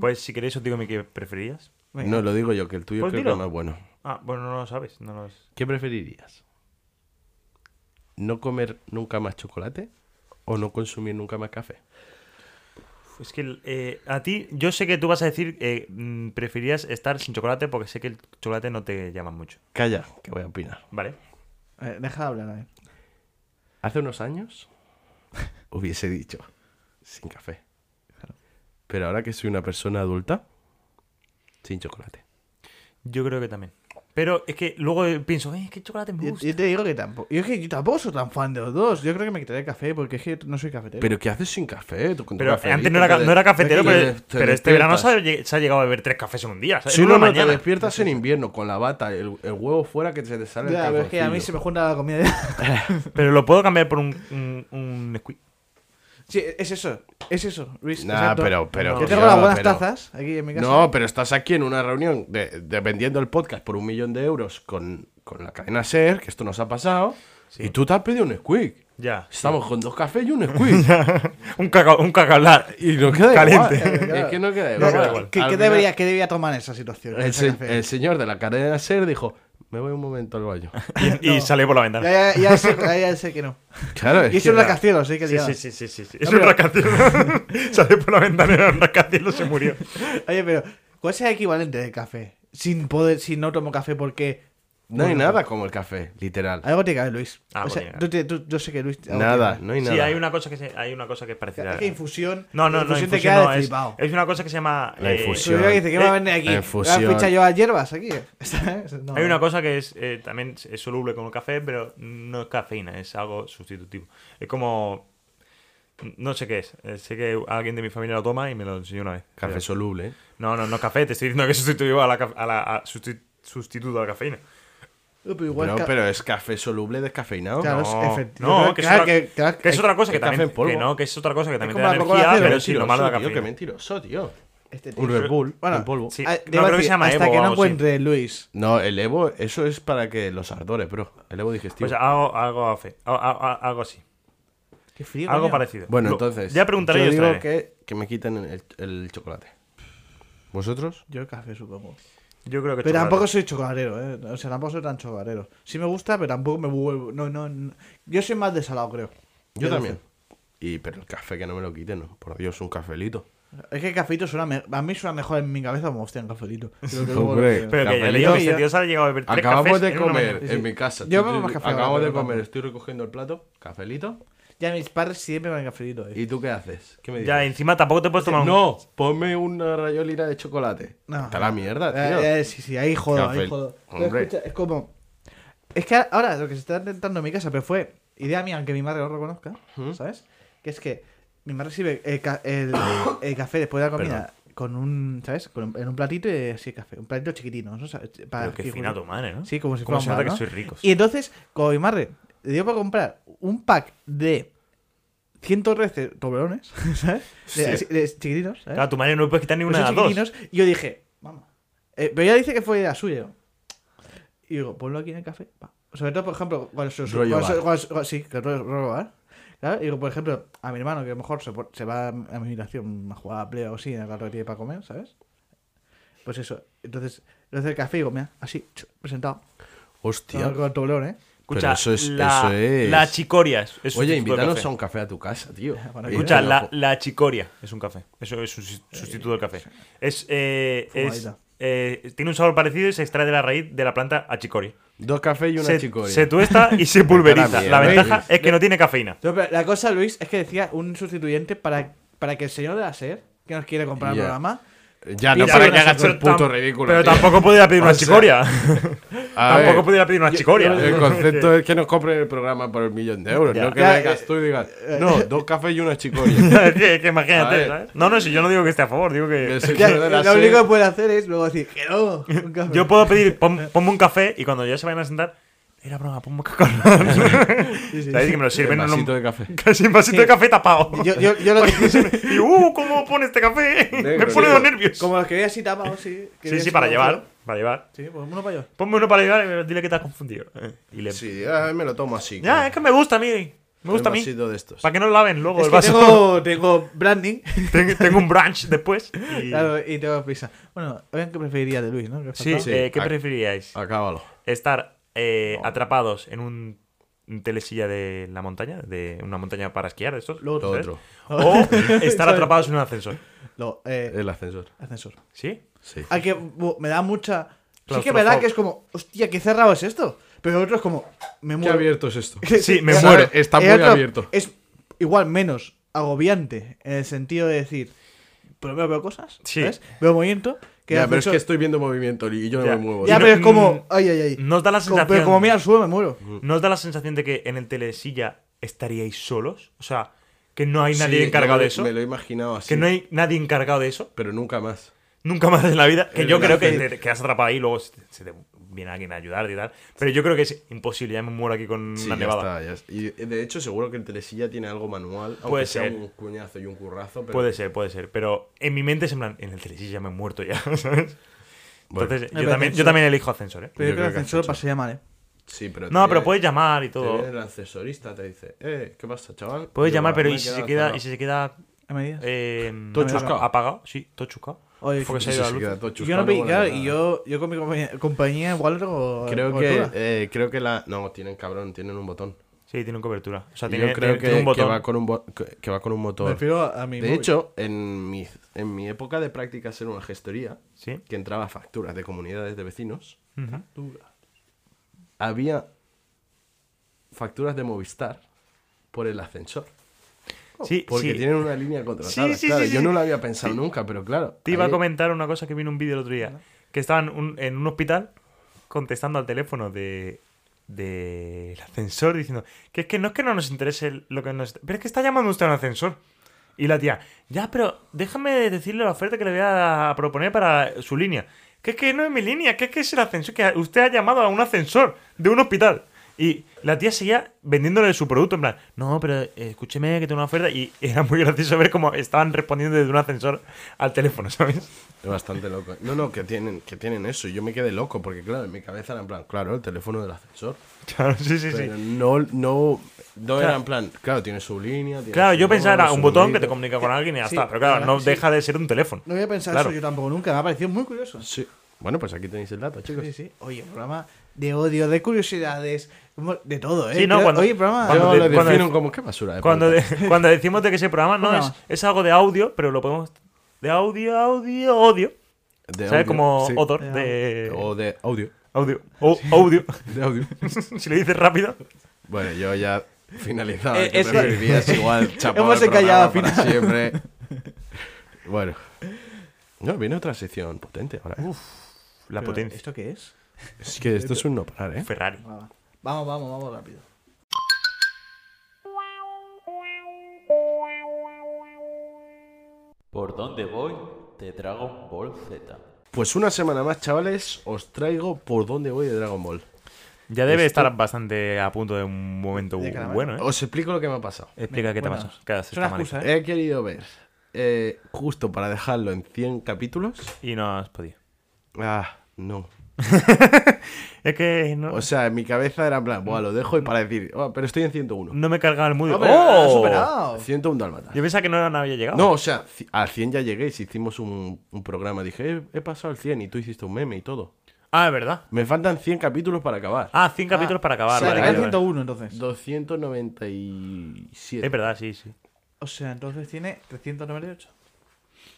Speaker 4: Pues si queréis, os digo mi que preferías.
Speaker 3: Venga.
Speaker 2: No, lo digo yo, que el tuyo
Speaker 4: Pues
Speaker 2: creo
Speaker 4: dilo.
Speaker 2: que es más bueno.
Speaker 4: Ah, bueno, no lo sabes. No lo
Speaker 2: ¿Qué preferirías? ¿No comer nunca más chocolate o no consumir nunca más café?
Speaker 4: Es que eh, a ti, yo sé que tú vas a decir eh, mm, preferías estar sin chocolate porque sé que el chocolate no te llama mucho.
Speaker 2: Calla, que voy a opinar.
Speaker 4: ¿Vale?
Speaker 3: Eh, deja de hablar, a ver.
Speaker 2: Hace unos años hubiese dicho sin café. Pero ahora que soy una persona adulta, sin chocolate.
Speaker 4: Yo creo que también. Pero es que luego eh, pienso, eh, que el chocolate me
Speaker 3: Yo,
Speaker 4: gusta.
Speaker 3: yo te digo que tampoco. Yo, es que yo tampoco soy tan fan de los dos. Yo creo que me quitaré el café porque es que no soy cafetero.
Speaker 2: ¿Pero qué haces sin café? Tú con tu
Speaker 4: Pero
Speaker 2: café
Speaker 4: antes
Speaker 2: ahí,
Speaker 4: no era,
Speaker 2: te
Speaker 4: ca-
Speaker 2: de-
Speaker 4: no era cafetero,
Speaker 2: te
Speaker 4: pero,
Speaker 2: de- te
Speaker 4: pero este verano se ha,
Speaker 2: despiertas.
Speaker 4: lle- se ha llegado a beber tres cafés en un día. ¿sabes?
Speaker 2: Sí,
Speaker 4: En una
Speaker 2: no, no, te
Speaker 4: mañana.
Speaker 2: despiertas en invierno con la bata, el, el huevo fuera que se te sale
Speaker 3: Ya,
Speaker 2: el
Speaker 3: pero es que a mí se
Speaker 2: calzoncillo.
Speaker 3: me junta la comida.
Speaker 4: Pero lo puedo cambiar por un, un, un Nesquik.
Speaker 3: Sí, e-, es eso, es eso, Luis.
Speaker 2: Nah,
Speaker 3: exacto.
Speaker 2: pero- pero-
Speaker 3: Yo tengo
Speaker 2: no,
Speaker 3: las buenas
Speaker 2: pero-
Speaker 3: tazas aquí en mi casa.
Speaker 2: No, pero estás aquí en una reunión de, de vendiendo el podcast por un millón de euros con, con la cadena SER, que esto nos ha pasado, y tú te has pedido un squeak.
Speaker 4: Ya.
Speaker 2: Estamos con dos cafés y un squeak.
Speaker 4: un cacao, un cacaolat.
Speaker 2: y no queda
Speaker 4: Caliente.
Speaker 3: eh.
Speaker 2: igual. Es que no queda
Speaker 3: No,
Speaker 2: igual.
Speaker 4: queda
Speaker 3: ¿qué-
Speaker 4: igual.
Speaker 3: ¿qué,
Speaker 2: Al final,
Speaker 3: qué
Speaker 2: Eh,
Speaker 3: debería, qué debía tomar en esa situación?
Speaker 2: El,
Speaker 3: ese
Speaker 2: se-
Speaker 3: café?
Speaker 2: el señor de la cadena SER dijo, me voy un momento al baño.
Speaker 4: Y, y
Speaker 3: No.
Speaker 4: sale por la ventana.
Speaker 3: Ya, ya, ya sé, ya- ya sé que no.
Speaker 2: Claro, es
Speaker 3: Y es un
Speaker 2: que-
Speaker 3: rascacielos, sí que
Speaker 4: Sí,
Speaker 3: liada.
Speaker 4: sí, sí, sí, sí, sí. Es
Speaker 3: No,
Speaker 4: un rascacielos. sale por la ventana y era un rascacielos se murió.
Speaker 3: Oye, pero, ¿cuál es el equivalente de café? Sin poder, si no tomo café porque.
Speaker 2: No hay
Speaker 3: Bueno, pues- Ah,
Speaker 2: nada como el café, literal.
Speaker 3: Algo tiene que haber, Luis.
Speaker 4: Algo
Speaker 3: o sea,
Speaker 4: tiene que
Speaker 3: tú te- tú- yo sé que Luis. algo
Speaker 2: Nada,
Speaker 3: tiene
Speaker 2: no hay nada.
Speaker 4: Sí, hay una cosa que, se- hay una cosa que es
Speaker 3: que haber.
Speaker 4: parecida.
Speaker 3: Es que infusión.
Speaker 4: No, no, no,
Speaker 3: infusión te
Speaker 4: infusión
Speaker 3: queda
Speaker 4: no,
Speaker 3: de
Speaker 4: es,
Speaker 3: flipado.
Speaker 4: es una cosa que se llama...
Speaker 2: La
Speaker 4: eh,
Speaker 2: infusión.
Speaker 3: Tu amigo que dice, ¿qué va a vender
Speaker 2: La
Speaker 3: aquí?
Speaker 2: infusión.
Speaker 3: ¿Vas a fichar yo a hierbas aquí? ¿eh? No.
Speaker 4: Hay una cosa que es eh, también es soluble como el café, pero no es cafeína, es algo sustitutivo. Es como. No sé qué es. eh, Sé que alguien de mi familia lo toma y me lo enseñó una vez.
Speaker 2: Café
Speaker 4: Pero-
Speaker 2: soluble, ¿eh?
Speaker 4: No, no, no es café, te estoy diciendo que es sustitutivo a la, caf- a la a susti- sustituto a la cafeína.
Speaker 3: No, pero igual
Speaker 2: Pero,
Speaker 3: Pues ca-
Speaker 2: pero es café soluble descafeinado.
Speaker 3: Claro,
Speaker 4: No,
Speaker 3: es efectivo.
Speaker 4: no, que es
Speaker 3: Claro,
Speaker 4: otra-
Speaker 3: que- claro,
Speaker 4: Que es
Speaker 3: hay-
Speaker 4: otra cosa que
Speaker 2: hay café
Speaker 4: también.
Speaker 2: en polvo.
Speaker 4: Que no, que es otra cosa que también te
Speaker 3: como
Speaker 4: da
Speaker 3: la Coca-Cola
Speaker 4: energía,
Speaker 3: cero.
Speaker 4: pero sí, lo malo de la
Speaker 2: tío, qué
Speaker 4: cafeína.
Speaker 2: mentiroso, tío.
Speaker 3: Este tío.
Speaker 2: Un Red Bull,
Speaker 3: Bueno,
Speaker 2: un polvo.
Speaker 4: sí.
Speaker 3: ah,
Speaker 4: No,
Speaker 3: te
Speaker 4: creo
Speaker 3: iba a
Speaker 4: que
Speaker 3: decir,
Speaker 4: se llama
Speaker 3: hasta
Speaker 4: Evo
Speaker 3: que
Speaker 4: o
Speaker 3: no
Speaker 4: algo así.
Speaker 3: encuentre Luis.
Speaker 2: No, el Evo, eso es para que los ardores, bro. El Evo digestivo.
Speaker 4: Pues algo, algo, afe- a- a- a- algo así.
Speaker 3: Qué frío.
Speaker 4: Algo
Speaker 3: coño.
Speaker 4: parecido.
Speaker 2: bueno,
Speaker 4: Lo-
Speaker 2: entonces.
Speaker 4: Ya preguntaré
Speaker 2: yo
Speaker 4: yo.
Speaker 2: digo que, que me quiten el, el chocolate. ¿Vosotros?
Speaker 3: Yo el café, supongo.
Speaker 4: Yo creo
Speaker 3: Pero
Speaker 4: que. chocolate.
Speaker 3: tampoco soy chocolatero, ¿eh? O sea, tampoco soy tan chocolatero. Sí me gusta, pero tampoco me vuelvo. No, no, no. Yo soy más desalado, creo.
Speaker 2: Yo
Speaker 3: De
Speaker 2: también. Y, pero el café que no me lo quiten, ¿no? por Dios, un cafelito.
Speaker 3: doce. Es que el cafeíto suena. me- A mí suena mejor en mi cabeza como hostia, en cafelito. Pero que luego-
Speaker 2: Hombre.
Speaker 4: Pero que ya le
Speaker 2: Cafelito
Speaker 4: digo que
Speaker 3: y
Speaker 4: este
Speaker 3: ya.
Speaker 4: tío se ha llegado a beber tres
Speaker 2: Acabamos
Speaker 4: cafés
Speaker 2: de
Speaker 4: en una
Speaker 2: comer
Speaker 4: mañana.
Speaker 3: sí.
Speaker 2: en mi casa.
Speaker 3: Yo
Speaker 2: Tú-
Speaker 3: bebo
Speaker 2: tú-
Speaker 3: más café
Speaker 2: Acabamos
Speaker 3: ahora,
Speaker 2: de
Speaker 3: pero
Speaker 2: comer,
Speaker 3: tampoco.
Speaker 2: estoy recogiendo el plato, cafelito.
Speaker 3: Ya mis padres siempre me dan cafelito. eh.
Speaker 2: ¿Y tú qué haces? ¿Qué me dices?
Speaker 4: Ya, encima tampoco te puedes tomar un.
Speaker 2: No, ponme una rayolina de chocolate.
Speaker 3: No.
Speaker 2: Está la mierda, tío.
Speaker 3: Eh, eh, sí, sí, ahí jodo, ahí
Speaker 2: Café.
Speaker 3: jodo. Pero
Speaker 2: Hombre.
Speaker 3: escucha, es como. Es que ahora lo que se está intentando en mi casa, pero fue idea mía, aunque mi madre no lo reconozca, ¿sabes? Que es que mi madre recibe el, ca- el- el café después de la comida con un, ¿sabes? Con un- en un platito y así café, un platito chiquitino, ¿no? ¿Sabes? Para
Speaker 4: Pero qué
Speaker 3: que-
Speaker 4: fina tu madre, ¿no?
Speaker 3: Sí, como si
Speaker 4: ¿Cómo
Speaker 3: fuera
Speaker 4: se
Speaker 3: un
Speaker 4: nota
Speaker 3: bar,
Speaker 4: que
Speaker 3: ¿no?
Speaker 4: sois ricos?
Speaker 3: Y entonces, como mi madre le dio para comprar un pack de 113 toblerones, ¿sabes? De,
Speaker 4: Sí.
Speaker 3: así- de chiquitinos, ¿sabes?
Speaker 4: Claro, tu madre no le puedes quitar ni una de
Speaker 3: Esos
Speaker 4: las dos.
Speaker 3: chiquitinos, Y yo dije, vamos. Eh, pero ella dice que fue idea suya. ¿no? Y digo, ponlo aquí en el café. pa. Sobre todo, por ejemplo, cuando se
Speaker 2: Rollo
Speaker 3: cuando se-
Speaker 2: bar.
Speaker 3: cuando se- cuando- Sí, que rollo, rollo bar. Claro, y digo, por ejemplo, a mi hermano, que a lo mejor se, pon- se va a mi habitación a jugar a Play o algo así, en el carro que tiene para comer, ¿sabes? Pues eso. Entonces, le hace el café y digo, mira, así, chu, presentado.
Speaker 2: Hostia.
Speaker 3: Con el toblerón, ¿eh.
Speaker 4: Escucha,
Speaker 2: Pero eso es-
Speaker 4: la,
Speaker 2: eso es-
Speaker 4: la chicoria. es- es un
Speaker 2: Oye,
Speaker 4: sustituto del
Speaker 2: invítanos
Speaker 4: café.
Speaker 2: a un café a tu casa, tío.
Speaker 3: Bueno,
Speaker 4: Escucha,
Speaker 2: Eh,
Speaker 4: la,
Speaker 2: ojo.
Speaker 4: la chicoria es un café. Eso es un sus- sustituto del café. Es, eh, es-
Speaker 3: Fumadita.
Speaker 4: eh, tiene un sabor parecido y se extrae de la raíz de la planta achicoria.
Speaker 2: Dos cafés y una
Speaker 4: Se,
Speaker 2: chicoria. ¿eh?
Speaker 4: se tuesta y se pulveriza.
Speaker 2: Vete a
Speaker 4: La
Speaker 2: la mierda.
Speaker 4: ventaja es que no tiene cafeína.
Speaker 3: No, pero la cosa, Luis, es que decía un sustituyente para, para que el señor de la SER, que nos quiere comprar
Speaker 2: Ya.
Speaker 3: el programa,
Speaker 2: Ya, no
Speaker 3: Pide
Speaker 2: para
Speaker 3: una
Speaker 2: que hagas el
Speaker 4: Pero tam-
Speaker 2: puto ridículo.
Speaker 4: Pero
Speaker 2: tío.
Speaker 4: tampoco podría pedir una
Speaker 2: O sea,
Speaker 4: chicoria.
Speaker 2: A ver,
Speaker 4: tampoco podría pedir una chicoria.
Speaker 2: El concepto es que nos compren el programa por el millón de euros,
Speaker 4: Ya.
Speaker 2: no que
Speaker 3: Ya,
Speaker 2: vengas
Speaker 3: eh,
Speaker 2: tú y digas, no, dos cafés y una chicoria.
Speaker 4: Es que, es que
Speaker 2: A
Speaker 4: imagínate,
Speaker 2: ver.
Speaker 4: ¿sabes? No, no, si yo no digo que esté a favor, digo
Speaker 2: Que
Speaker 4: que.
Speaker 2: el
Speaker 3: Ya, eh,
Speaker 2: señor de la
Speaker 3: lo
Speaker 2: sed-
Speaker 3: único que puede hacer es luego decir que no. un café.
Speaker 4: Yo puedo pedir, pon- ponme un café y cuando ya se vayan a sentar, era broma, ponme Coca-Cola.
Speaker 3: Sí, sí.
Speaker 4: ¿Sabes? Que me lo sirven
Speaker 2: el
Speaker 4: en
Speaker 2: vasito
Speaker 4: un.
Speaker 2: de café.
Speaker 4: Casi un vasito de café tapado.
Speaker 3: Yo- yo- yo lo que-
Speaker 4: Y, uh, ¿cómo pone este café? Me
Speaker 2: Negro,
Speaker 4: pone
Speaker 2: negro.
Speaker 4: los nervios.
Speaker 3: como los que veía así tapados, sí. que
Speaker 4: Sí,
Speaker 3: veía
Speaker 4: sí,
Speaker 3: así
Speaker 4: para
Speaker 3: tapados,
Speaker 4: llevar. Para llevar.
Speaker 3: Sí, Sí, pues uno para yo.
Speaker 4: Ponme uno para llevar y me- dile que te has confundido. Eh, Y le...
Speaker 2: Sí, ah, me lo tomo así.
Speaker 4: Ya, es que me gusta a mí. Me gusta a mí.
Speaker 2: vasito de estos.
Speaker 4: Para que no lo laven luego
Speaker 3: Es
Speaker 4: el
Speaker 3: que
Speaker 4: vaso.
Speaker 3: tengo, tengo branding
Speaker 4: Ten- Tengo un brunch después. y-
Speaker 3: claro, y tengo prisa. Bueno, vean qué preferiría de Luis, ¿no? Que
Speaker 4: Sí,
Speaker 3: faltaba.
Speaker 2: Sí,
Speaker 4: eh, ¿qué
Speaker 2: ac-
Speaker 4: preferiríais?
Speaker 2: Acábalo.
Speaker 4: Estar eh, atrapados en un un telesilla de la montaña, de una montaña para esquiar, de estos.
Speaker 3: Lo
Speaker 2: Lo
Speaker 4: ¿sabes?
Speaker 2: otro,
Speaker 4: O estar atrapados en un ascensor.
Speaker 3: Lo, eh,
Speaker 2: el ascensor.
Speaker 3: ascensor.
Speaker 4: ¿Sí?
Speaker 2: Sí.
Speaker 3: Hay que bu- me da mucha. Sí que es verdad que es como, hostia, qué cerrado es esto. Pero el otro es como, me
Speaker 2: Qué
Speaker 3: muero.
Speaker 2: abierto es esto.
Speaker 4: Sí, me
Speaker 2: ¿Sabes?
Speaker 4: muero.
Speaker 2: Está
Speaker 3: El
Speaker 2: muy
Speaker 3: otro
Speaker 2: abierto.
Speaker 3: Es igual menos agobiante en el sentido de decir, pero veo, veo cosas,
Speaker 4: Sí.
Speaker 3: ¿sabes? Veo movimiento. Que
Speaker 2: Ya,
Speaker 3: el
Speaker 2: pero es
Speaker 3: ascensor-
Speaker 2: que estoy viendo movimiento y yo no
Speaker 4: Ya.
Speaker 2: me muevo. tío.
Speaker 3: Ya,
Speaker 4: no-
Speaker 3: pero es
Speaker 4: mm,
Speaker 3: como. Ay, ay, ay.
Speaker 4: Nos da la
Speaker 3: Como-
Speaker 4: sensación.
Speaker 3: pero como mira al suelo, me muero.
Speaker 2: Mm.
Speaker 4: ¿No os da la sensación de que en el telesilla estaríais solos? O sea, que no hay nadie
Speaker 2: Sí,
Speaker 4: encargado
Speaker 2: me-
Speaker 4: de eso.
Speaker 2: Me lo he imaginado así.
Speaker 4: Que no hay nadie encargado de eso.
Speaker 2: Pero nunca más.
Speaker 4: Nunca más en la vida. Que
Speaker 2: Es
Speaker 4: yo creo
Speaker 2: verdad.
Speaker 4: que te quedas atrapado ahí y luego se te, se te viene alguien a ayudar y tal. Pero yo creo que es imposible. Ya me muero aquí con
Speaker 2: Sí,
Speaker 4: una
Speaker 2: ya
Speaker 4: nevada.
Speaker 2: está, ya está. Y de hecho, seguro que el Telesilla tiene algo manual. Aunque
Speaker 4: Puede
Speaker 2: sea
Speaker 4: ser.
Speaker 2: un cuñazo y un currazo. Pero...
Speaker 4: Puede ser, puede ser. Pero en mi mente es en plan, en el telesilla me he muerto ya, ¿sabes?
Speaker 2: Bueno,
Speaker 4: Entonces,
Speaker 3: Me
Speaker 4: yo también,
Speaker 3: parece
Speaker 4: yo también elijo ascensor, ¿eh?
Speaker 3: Pero yo creo que el
Speaker 2: que
Speaker 3: ascensor
Speaker 2: has
Speaker 3: pasaría mal, ¿eh?
Speaker 2: sí, pero.
Speaker 4: No,
Speaker 2: te
Speaker 4: pero
Speaker 2: viene-
Speaker 4: puedes llamar y
Speaker 2: te
Speaker 4: todo.
Speaker 2: viene el accesorista te dice, eh, ¿qué pasa, chaval?
Speaker 4: Puedes
Speaker 2: Yo, "Ah,
Speaker 4: llamar, pero
Speaker 2: me
Speaker 4: ¿y
Speaker 2: he
Speaker 4: si se
Speaker 2: quedado
Speaker 4: queda,
Speaker 2: cerrado.
Speaker 4: y si se queda
Speaker 3: A medidas.
Speaker 4: eh,
Speaker 2: Todo chuscado.
Speaker 4: apagado? Sí, todo chuscado.
Speaker 3: Oye,
Speaker 4: Porque se ha
Speaker 2: Eso
Speaker 4: ido la
Speaker 2: se
Speaker 4: luz.
Speaker 2: queda todo
Speaker 3: y yo no
Speaker 2: chuscado,
Speaker 3: pedí,
Speaker 2: no vale
Speaker 3: claro,
Speaker 2: nada.
Speaker 3: y yo, yo con mi compañía, compañía igual algo.
Speaker 2: Creo
Speaker 3: algo
Speaker 2: que,
Speaker 3: dura.
Speaker 2: eh, creo que la. No, tienen cabrón, tienen un botón.
Speaker 4: Sí, tiene un cobertura. O sea,
Speaker 2: Y
Speaker 4: tiene,
Speaker 2: yo creo
Speaker 4: tiene- tiene
Speaker 2: que,
Speaker 4: un
Speaker 2: que
Speaker 4: botón.
Speaker 2: va con un bo- que que va con un
Speaker 3: Me
Speaker 2: motor.
Speaker 3: refiero a mi.
Speaker 2: De
Speaker 3: móvil.
Speaker 2: hecho, en mi, en mi época de prácticas en una gestoría,
Speaker 4: Sí.
Speaker 2: que entraba facturas de comunidades de vecinos,
Speaker 4: Ujú.
Speaker 3: Dura.
Speaker 2: había facturas de Movistar por el ascensor.
Speaker 4: Sí,
Speaker 2: Porque
Speaker 4: sí.
Speaker 2: tienen una línea contratada.
Speaker 4: Sí, sí,
Speaker 2: claro,
Speaker 4: sí,
Speaker 2: yo
Speaker 4: sí.
Speaker 2: no lo había pensado nunca, pero claro.
Speaker 4: Te iba a
Speaker 2: ahí-
Speaker 4: comentar una cosa que vi en un vídeo el otro día. Que estaban un- en un hospital contestando al teléfono de del ascensor diciendo que es que no es que no nos interese lo que nos... Pero es que está llamando usted a un ascensor. Y la tía, ya, pero déjame decirle la oferta que le voy a proponer para su línea. Que es que no es mi línea, que es que es el ascensor, que usted ha llamado a un ascensor de un hospital. Y la tía seguía vendiéndole su producto, en plan, no, pero eh, escúcheme que tengo una oferta. Y era muy gracioso ver cómo estaban respondiendo desde un ascensor al teléfono, ¿sabes?
Speaker 2: Es bastante loco. No, no, que tienen, que tienen eso. Y yo me quedé loco, porque claro, en mi cabeza era en plan, claro, el teléfono del ascensor.
Speaker 4: Claro, sí, sí, sí.
Speaker 2: Pero no, no, no era en plan, claro, tiene su línea. tiene
Speaker 4: Claro,
Speaker 2: su
Speaker 4: yo pensaba
Speaker 2: número,
Speaker 4: era
Speaker 2: su
Speaker 4: un botón que
Speaker 2: numerito.
Speaker 4: te comunica con alguien y ya
Speaker 3: Eh, Sí,
Speaker 4: está. Pero
Speaker 3: la
Speaker 4: claro,
Speaker 3: verdad
Speaker 4: no
Speaker 3: que sí.
Speaker 4: deja de ser un teléfono.
Speaker 3: No había pensado
Speaker 4: Claro.
Speaker 3: eso yo tampoco nunca. Me ha parecido muy curioso.
Speaker 2: Sí. Bueno, pues aquí tenéis el dato, chicos.
Speaker 3: Sí, sí. Oye, programa de odio, de curiosidades, como de todo, ¿eh?
Speaker 4: Sí, no,
Speaker 3: Creo-
Speaker 4: cuando-
Speaker 3: Oye, programa.
Speaker 4: cuando
Speaker 2: Yo
Speaker 4: te-
Speaker 2: lo
Speaker 4: cuando
Speaker 2: defino
Speaker 4: dec-
Speaker 2: como qué basura. de
Speaker 4: Cuando,
Speaker 2: podcast".
Speaker 4: de- cuando decimos de que ese programa no
Speaker 3: Una
Speaker 4: es,
Speaker 3: más.
Speaker 4: es algo de audio, pero lo podemos. De audio, audio, audio.
Speaker 2: De
Speaker 4: ¿Sabes? eh.
Speaker 2: audio,
Speaker 4: Como
Speaker 2: sí.
Speaker 4: odor
Speaker 3: De
Speaker 4: de.
Speaker 2: O de audio.
Speaker 4: Audio. O- audio.
Speaker 2: De audio.
Speaker 4: si le dices rápido.
Speaker 2: Bueno, yo ya finalizaba.
Speaker 3: Eh,
Speaker 2: que
Speaker 3: eso-
Speaker 2: preferirías igual chapar
Speaker 3: Hemos
Speaker 2: el programa
Speaker 3: encallado
Speaker 2: para
Speaker 3: al final.
Speaker 2: siempre. Bueno. No, viene otra sección potente ahora. ¿eh?
Speaker 4: La
Speaker 3: Pero,
Speaker 4: potencia.
Speaker 3: ¿Esto qué es? Ah,
Speaker 2: Es que esto es un no parar, ¿eh?
Speaker 4: Ferrari.
Speaker 3: Va, va. Vamos, vamos, vamos rápido.
Speaker 1: ¿Por dónde voy? De Dragon Ball Z.
Speaker 2: Pues una semana más, chavales, os traigo por dónde voy de Dragon Ball.
Speaker 4: Ya debe estar bastante a punto de un momento
Speaker 3: De caramelo.
Speaker 4: bueno, ¿eh?
Speaker 2: Os explico lo que me ha pasado.
Speaker 4: Explica qué te
Speaker 3: Buenas.
Speaker 4: pasa. ¿Qué haces,
Speaker 3: Es una
Speaker 4: Tamariz?
Speaker 3: excusa, ¿eh?
Speaker 2: He querido ver, eh, justo para dejarlo en 100 capítulos.
Speaker 4: Y no has podido.
Speaker 2: Ah, no.
Speaker 4: Es que
Speaker 3: Ah.
Speaker 4: no,
Speaker 3: Pues-
Speaker 2: O sea, en mi cabeza era en plan, bueno, lo dejo y para decir, "Oh, pero estoy en 101.
Speaker 4: no me cargaba el mood.
Speaker 3: Hombre,
Speaker 4: ¡Oh!
Speaker 3: ha superado.
Speaker 2: 101 dálmata.
Speaker 4: Yo pensaba que no había llegado.
Speaker 2: No, o sea, ci- al 100 ya llegué, si hicimos un, un programa, dije, "Eh, he, pasado al 100 y tú hiciste un meme y todo.
Speaker 4: Ah, es verdad.
Speaker 2: Me faltan 100 capítulos para acabar.
Speaker 4: Ah, 100 capítulos para acabar.
Speaker 3: O sea,
Speaker 4: vale,
Speaker 3: te
Speaker 4: vale,
Speaker 3: quedan
Speaker 4: vale.
Speaker 3: 101 entonces.
Speaker 2: 297.
Speaker 4: Es verdad, sí, sí.
Speaker 3: O sea, entonces tiene 398.